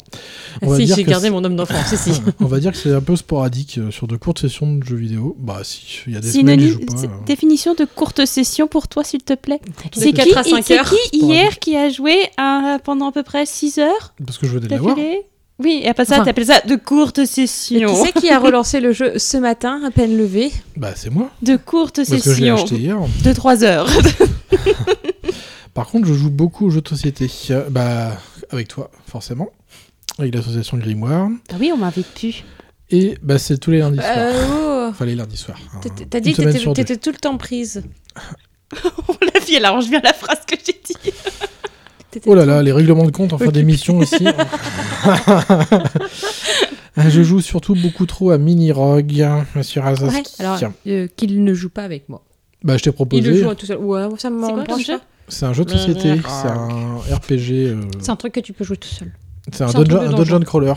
E: Ah, si,
A: dire
E: j'ai
A: que
E: gardé
A: c'est-
E: mon homme d'enfant, si, si.
A: On va dire que c'est un peu sporadique euh, sur de courtes sessions de jeux vidéo. Bah, si, il y a des semaines, je joue
C: Synonyme,
A: pas.
C: c'est-
A: euh.
C: définition de courte session pour toi, s'il te plaît. C'est
E: session.
C: qui,
E: Quatre à cinq
C: c'est
E: heures.
C: qui hier qui a joué à- pendant à peu près 6 heures
A: Parce que je venais de l'avoir.
C: d'affilée Oui, et après ça,
E: Enfin.
C: t'appelles ça de courte
E: Et
C: session.
E: qui c'est qui a relancé le jeu ce matin, à peine levé
A: Bah, c'est moi.
C: De courte
A: Parce que je l'ai
C: session.
A: acheté hier.
C: De 3 heures.
A: Par contre, je joue beaucoup aux jeux de société. Euh, Bah, avec toi, forcément. Avec l'association Grimoire.
C: Ah oui, on m'invite plus.
A: Et bah, c'est tous les lundis soirs.
E: Euh, oh.
A: Fallait lundi soir. hein.
E: T'étais- T'as
A: Une
E: dit que
A: semaine
E: t'étais-
A: sur deux.
E: t'étais tout le temps prise.
C: Oh, La fille, elle arrange bien la phrase que j'ai dit.
A: Oh là là, les règlements de compte en fin d'émission aussi. hein. je joue surtout beaucoup trop à Mini Rogue hein, sur Alsace.
E: Ouais, alors euh, qu'il ne joue pas avec moi.
A: Bah, je t'ai
E: Il le
A: proposé.
E: joue tout seul. Ouais, ça
C: C'est quoi
E: me
C: ton
E: branche
C: jeu
E: pas.
A: C'est un jeu de société, c'est un RPG. euh,
E: C'est un truc que tu peux jouer tout seul.
A: c'est un,
E: c'est un truc
A: dungeon,
E: de
A: un
E: donjon.
A: dungeon crawler.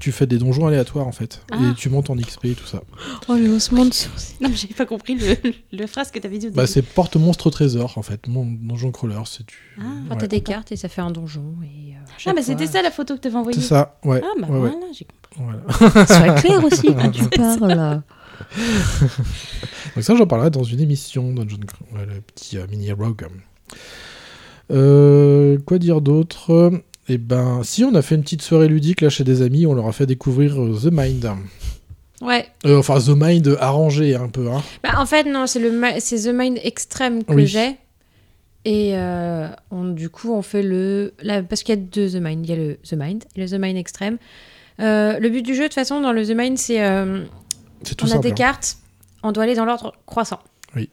A: Tu fais des donjons aléatoires en fait.
C: Ah.
A: Et tu montes en XP et tout ça.
E: Oh, le haussement de sourcil.
C: Non, mais j'avais pas compris le, le phrase que t'avais dit au
A: Bah,
C: début.
A: c'est porte-monstre trésor en fait. Mon donjon crawler, c'est tu.
E: Ah,
A: Ouais.
E: T'as des cartes et ça fait un donjon. Et, euh, à
C: ah,
E: chaque
C: mais
E: fois-
C: c'était ça la photo que t'avais envoyée.
A: C'est ça, ouais.
C: Ah, bah
A: ouais, ouais.
C: voilà, j'ai compris.
A: Voilà.
E: Sois clair aussi quand tu
C: C'est ça.
E: parles.
A: Donc ça, j'en parlerai dans une émission, dans John Cro- ouais, le petit euh, mini rogue. Euh, quoi dire d'autre Eh ben, si on a fait une petite soirée ludique là chez des amis, on leur a fait découvrir euh, The Mind.
E: Ouais.
A: Euh, enfin, The Mind arrangé un peu. Hein.
E: Bah, en fait, non, c'est le ma- c'est The Mind Extreme que
A: Oui.
E: j'ai. Et euh, on- du coup, on fait le. là, parce qu'il y a deux The Mind. Il y a le The Mind et le The Mind Extreme. Euh, le but du jeu, de toute façon, dans le The Mind, c'est. euh,
A: C'est tout
E: on a
A: simple,
E: des
A: hein.
E: cartes, on doit aller dans l'ordre croissant.
A: Oui.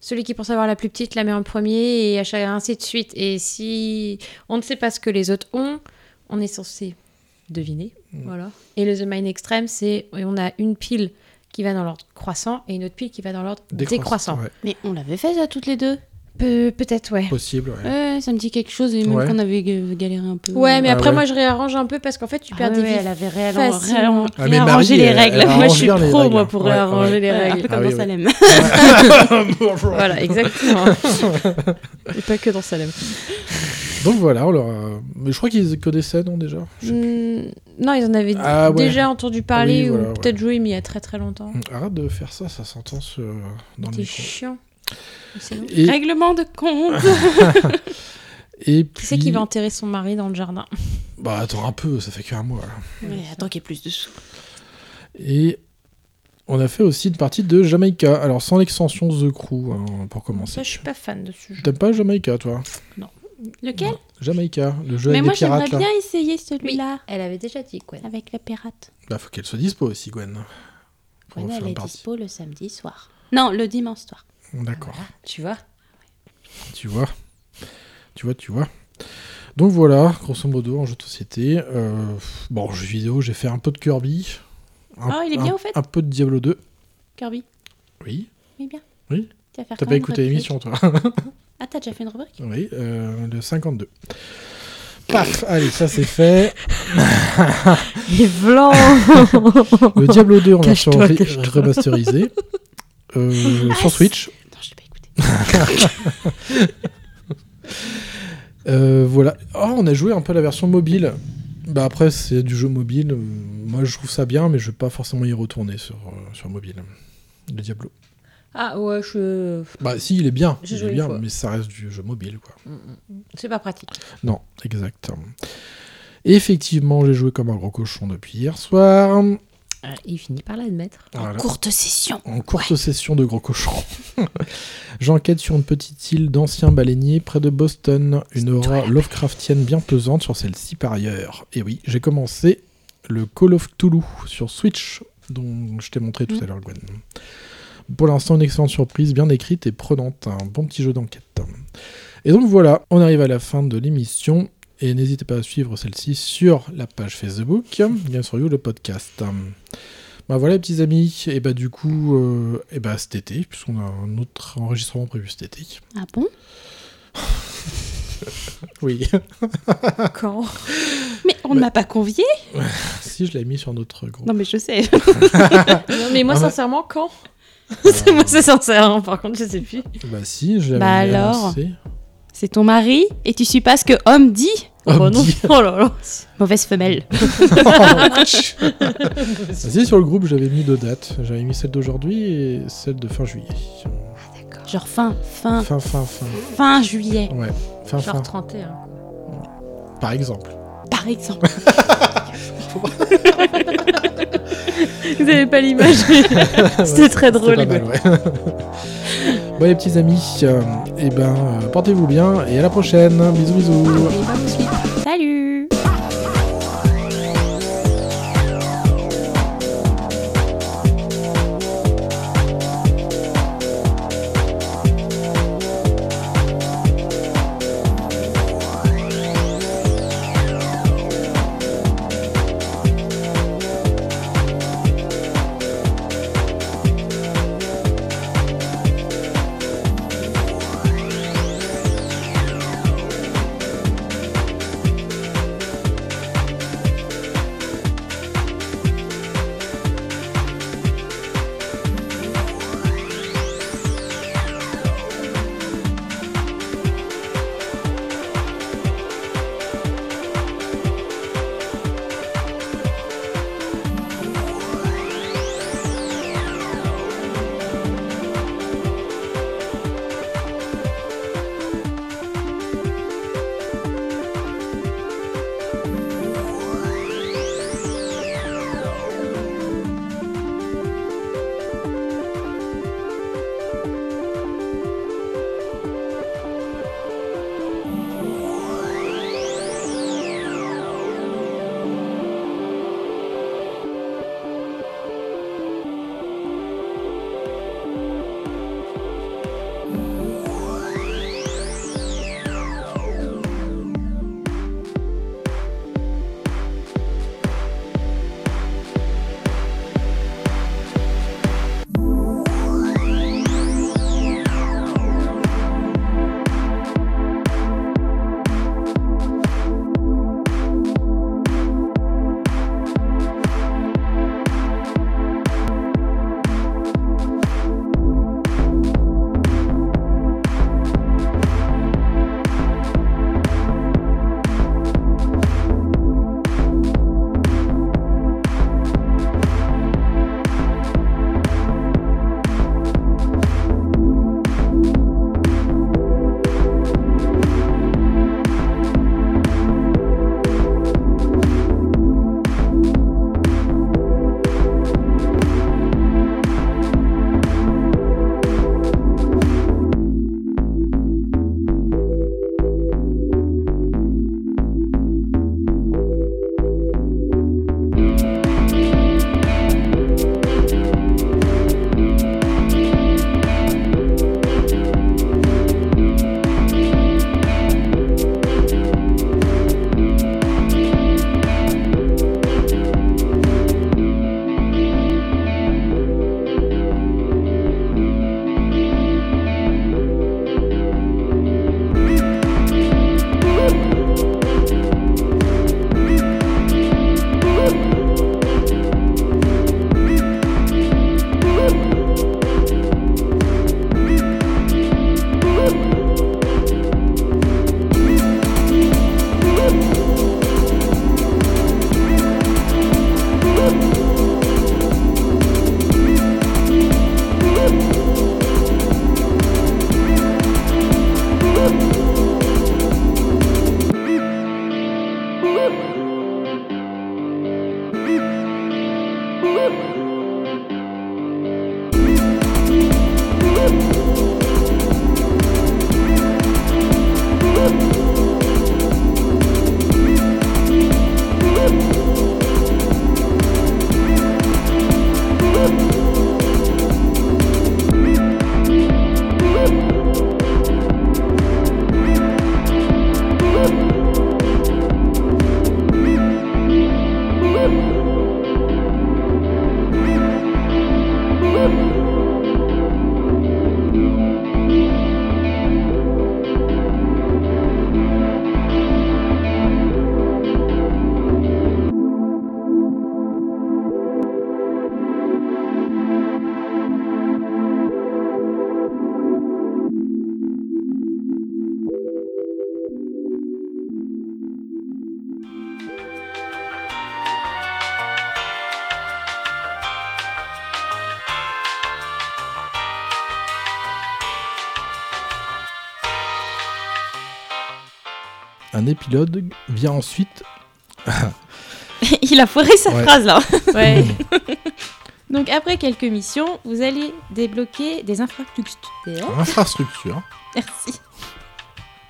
E: Celui qui pense avoir la plus petite la met en premier et à chaque- ainsi de suite. Et si on ne sait pas ce que les autres ont, on est censé deviner.
A: Mm.
E: Voilà. Et le The Mind Extreme, c'est et on a une pile qui va dans l'ordre croissant et une autre pile qui va dans l'ordre
A: Décroissant,
E: décroissant.
A: ouais.
C: Mais on l'avait fait, ça, toutes les deux.
E: Peu- Peut-être, ouais.
A: Possible, ouais.
C: Ouais, ça me dit quelque chose, et même
A: Ouais.
C: qu'on avait ga- galéré un peu.
E: Ouais, mais
A: Ah
E: après,
A: ouais.
E: moi, je réarrange un peu parce qu'en fait, tu
C: Ah
E: perds
C: ouais,
E: des
C: ouais,
E: vies
C: elle avait réarran-
E: facilement.
C: réarran-
A: Ah, mais
C: réarranger
A: Marie,
C: les
A: elle-
C: règles.
A: elle
C: moi, je suis
A: arrange bien les
C: pro,
A: règles.
C: moi, pour
A: Ouais,
C: réarranger
A: ouais.
C: les
A: Ouais,
C: règles. Un peu
A: ah
C: comme
A: oui,
C: dans
A: oui.
C: Salem.
E: voilà, exactement. Et pas que dans Salem.
A: Donc voilà, on leur a- mais je crois qu'ils connaissaient, non, hein, déjà Je sais
E: Hmm, non, ils en avaient
A: Ah ouais.
E: déjà entendu parler
A: Oui, voilà,
E: ou
A: ouais.
E: peut-être joué, mais il y a très très longtemps.
A: plus. Arrête de faire ça, ça s'entend ce- euh, dans le
E: T'es
A: micro.
E: chiant. C'est long.
A: Et,
C: Règlement de compte.
A: et puis...
E: Qui c'est qui va enterrer son mari dans le jardin
A: Bah attends un peu, ça fait qu'un mois. là.
C: Mais attends qu'il y ait plus de sous.
A: Et On a fait aussi une partie de Jamaïca. Alors, sans l'extension The Crew, hein, pour commencer.
E: Ça, je suis pas fan de ce jeu.
A: T'aimes pas Jamaïca, toi
E: Non. Lequel
A: Jamaïca, le jeu
E: Mais
A: avec
E: moi,
A: les pirates, là.
E: j'aimerais bien essayer celui-là.
B: Elle avait déjà dit Gwen.
E: Avec la pirate.
A: Bah, faut qu'elle se dispo aussi, Gwen. Pour
B: Gwen,
A: faire
B: elle
A: une
B: est
A: partie.
B: dispo le samedi soir.
H: Non, le dimanche soir.
A: Oh, D'accord.
B: Tu vois
A: Tu vois. Tu vois, tu vois. Donc voilà, grosso modo, en jeu de société. euh, pff, bon, en jeu vidéo, j'ai fait un peu de Kirby. Un,
H: Ah, il est bien,
A: un-
H: au fait
A: Un peu de Diablo 2.
H: Kirby,
A: Oui.
H: oui, bien.
A: Oui.
H: Tu vas
A: T'as
H: faire
A: pas
H: quand même
A: écouté
H: une
A: l'émission, toi
H: Ah, t'as déjà fait une rubrique
A: Oui, euh, le 52. Paf Allez, ça c'est fait.
E: Il est blanc
A: Le Diablo 2 en version
E: Cache-toi,
A: re-
E: cache-toi.
A: remasterisée. Euh,
H: Ah,
A: sur Switch.
H: Non, je l'ai pas écouté.
A: Euh, voilà. Oh, on a joué un peu à la version mobile. Bah après, c'est du jeu mobile. Euh, Moi, je trouve ça bien, mais je vais pas forcément y retourner sur, euh, sur mobile. Le Diablo.
B: Ah ouais, je.
A: Bah si, il est bien.
B: J'ai
A: Il
B: joué
A: est
B: une
A: bien,
B: fois.
A: mais ça reste du jeu mobile, quoi.
B: C'est pas pratique.
A: Non, exact. Effectivement, j'ai joué comme un gros cochon depuis hier soir.
B: il finit par l'admettre.
A: Voilà.
H: Courte session.
A: En courte session de gros cochon. J'enquête sur une petite île d'anciens baleiniers près de Boston. Une aura Lovecraftienne bien pesante sur celle-ci par ailleurs. Et oui, j'ai commencé le Call of Cthulhu sur Switch, dont je t'ai montré tout à l'heure, Gwen. Pour l'instant, une excellente surprise, bien écrite et prenante. Un bon petit jeu d'enquête. Et donc voilà, on arrive à la fin de l'émission. Et n'hésitez pas à suivre celle-ci sur la page Facebook, Games for You, le podcast. Bah voilà, les petits amis. Et bah du coup, euh, et bah cet été, puisqu'on a un autre enregistrement prévu cet été.
H: Ah bon
A: Oui.
H: Quand Mais on ne
A: Bah.
H: m'a pas convié
A: si, je l'ai mis sur notre groupe.
H: Non, mais je sais.
E: Non, mais moi,
A: Ah ouais. Ah.
E: sincèrement, quand C'est moi, c'est sincère, hein, par contre, je sais plus.
A: Bah si, je l'avais
H: Bah alors
A: annoncé.
H: C'est ton mari et tu suis pas ce que homme dit
A: Homme
H: Oh non
A: dit.
H: Oh là là Mauvaise femelle
A: Ah, si, sur le groupe, j'avais mis deux dates. J'avais mis celle d'aujourd'hui et celle de fin juillet.
H: Genre fin, fin,
A: Fin, fin, fin.
H: fin juillet,
A: Ouais, fin, fin.
E: Genre 31.
A: Par exemple.
H: par exemple.
E: Vous avez pas l'image C'était
A: Ouais,
E: très drôle.
A: pas mal, ouais. bon, les petits amis, euh, eh ben, euh, portez-vous bien et à la prochaine. Bisous, bisous.
H: Salut
A: un épilogue vient ensuite.
C: Il a foiré sa
A: Ouais.
C: phrase là.
A: Ouais.
C: Donc après quelques missions, vous allez débloquer des infrastructures.
A: Infrastructure.
C: Merci.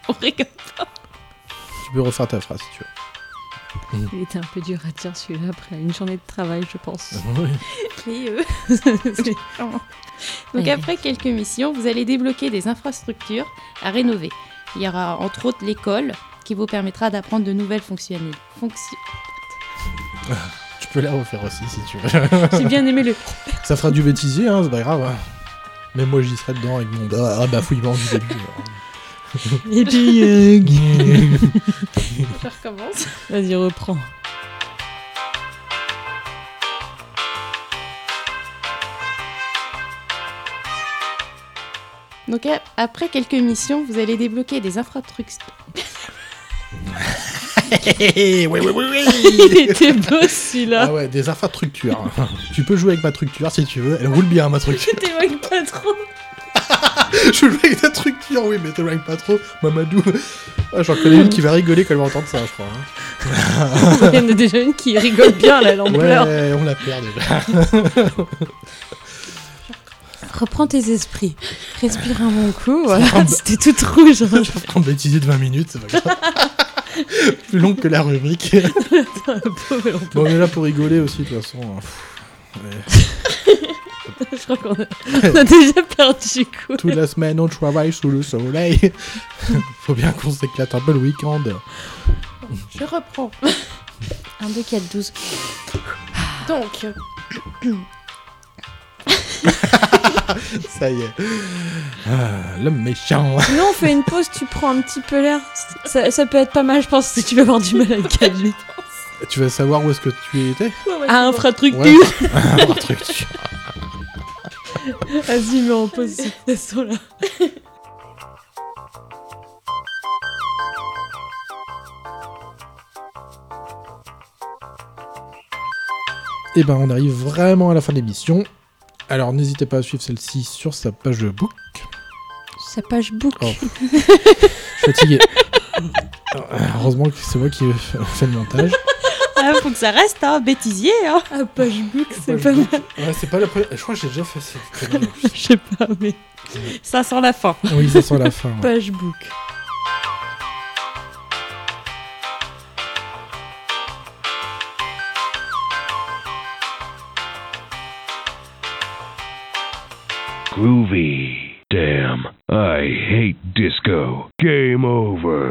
C: On rigole pas.
A: Tu peux refaire ta phrase si tu veux.
B: Il était un peu dur à dire celui-là après une journée de travail, je pense.
A: Oui.
C: Mais, euh, c'est vraiment- Donc après quelques missions, vous allez débloquer des infrastructures à rénover. Il y aura entre autres l'école qui vous permettra d'apprendre de nouvelles fonctionnalités. Fonction-
A: Tu peux la refaire aussi si tu veux.
C: J'ai bien aimé le.
A: Ça fera du bêtisier, hein, c'est pas grave. hein. Mais moi j'y serais dedans avec mon ah, bafouillement du début.
H: Épilogue.
C: Je recommence.
H: Vas-y, reprends.
C: Donc a- après quelques missions, vous allez débloquer des infrastructures.
A: oui, oui, oui, oui.
H: Il était beau celui-là.
A: Ah ouais, des infrastructures. tu peux jouer avec ma structure si tu veux. Elle roule bien ma structure.
H: t'éloignes pas trop.
A: Je joue avec ta structure, oui, mais t'éloignes pas trop. Mamadou. Ah, J'en connais une qui va rigoler quand elle va entendre ça, je crois. hein.
H: Il y en a déjà une qui rigole bien là, elle en pleure.
A: Ouais, on la perd déjà.
H: Reprends tes esprits. Respire un bon coup. Voilà. C'était toute rouge. hein.
A: Je vais prendre des bêtisier de 20 minutes, c'est pas grave. Plus long que la rubrique. bon, on est là pour rigoler aussi, de toute façon. hein.
H: Je crois qu'on a, on a déjà perdu coup.
A: Toute la semaine, on travaille sous le soleil. Faut bien qu'on s'éclate un peu le week-end.
C: Je reprends. 1, 2, 4, 12. Donc, euh,
A: Ça y est. Ah, l'homme méchant.
H: Sinon, on fait une pause, tu prends un petit peu l'air. Ça, ça peut être pas mal, je pense, si tu vas avoir du mal à le calmer.
A: Tu vas savoir où est-ce que tu étais
H: Ah, infrastructure
A: Ouais. Infrastructure.
H: Vas-y, mais on pose cette façon là.
A: Et ben, on arrive vraiment à la fin de l'émission. Alors, n'hésitez pas à suivre celle-ci sur sa page de book.
H: Sa page book.
A: Oh. Je suis fatigué. Ah, Heureusement que c'est moi qui fais le montage.
C: ah, faut que ça reste, hein, bêtisier. Hein.
H: Ah, page book,
A: Page book. Ouais, c'est pas la première. Je crois que j'ai déjà fait cette connerie.
H: Je sais pas, mais.
C: Ça sent la fin.
A: Oui, ça sent la fin, ouais.
H: Page book.
N: Groovy. Damn. I hate disco. Game over.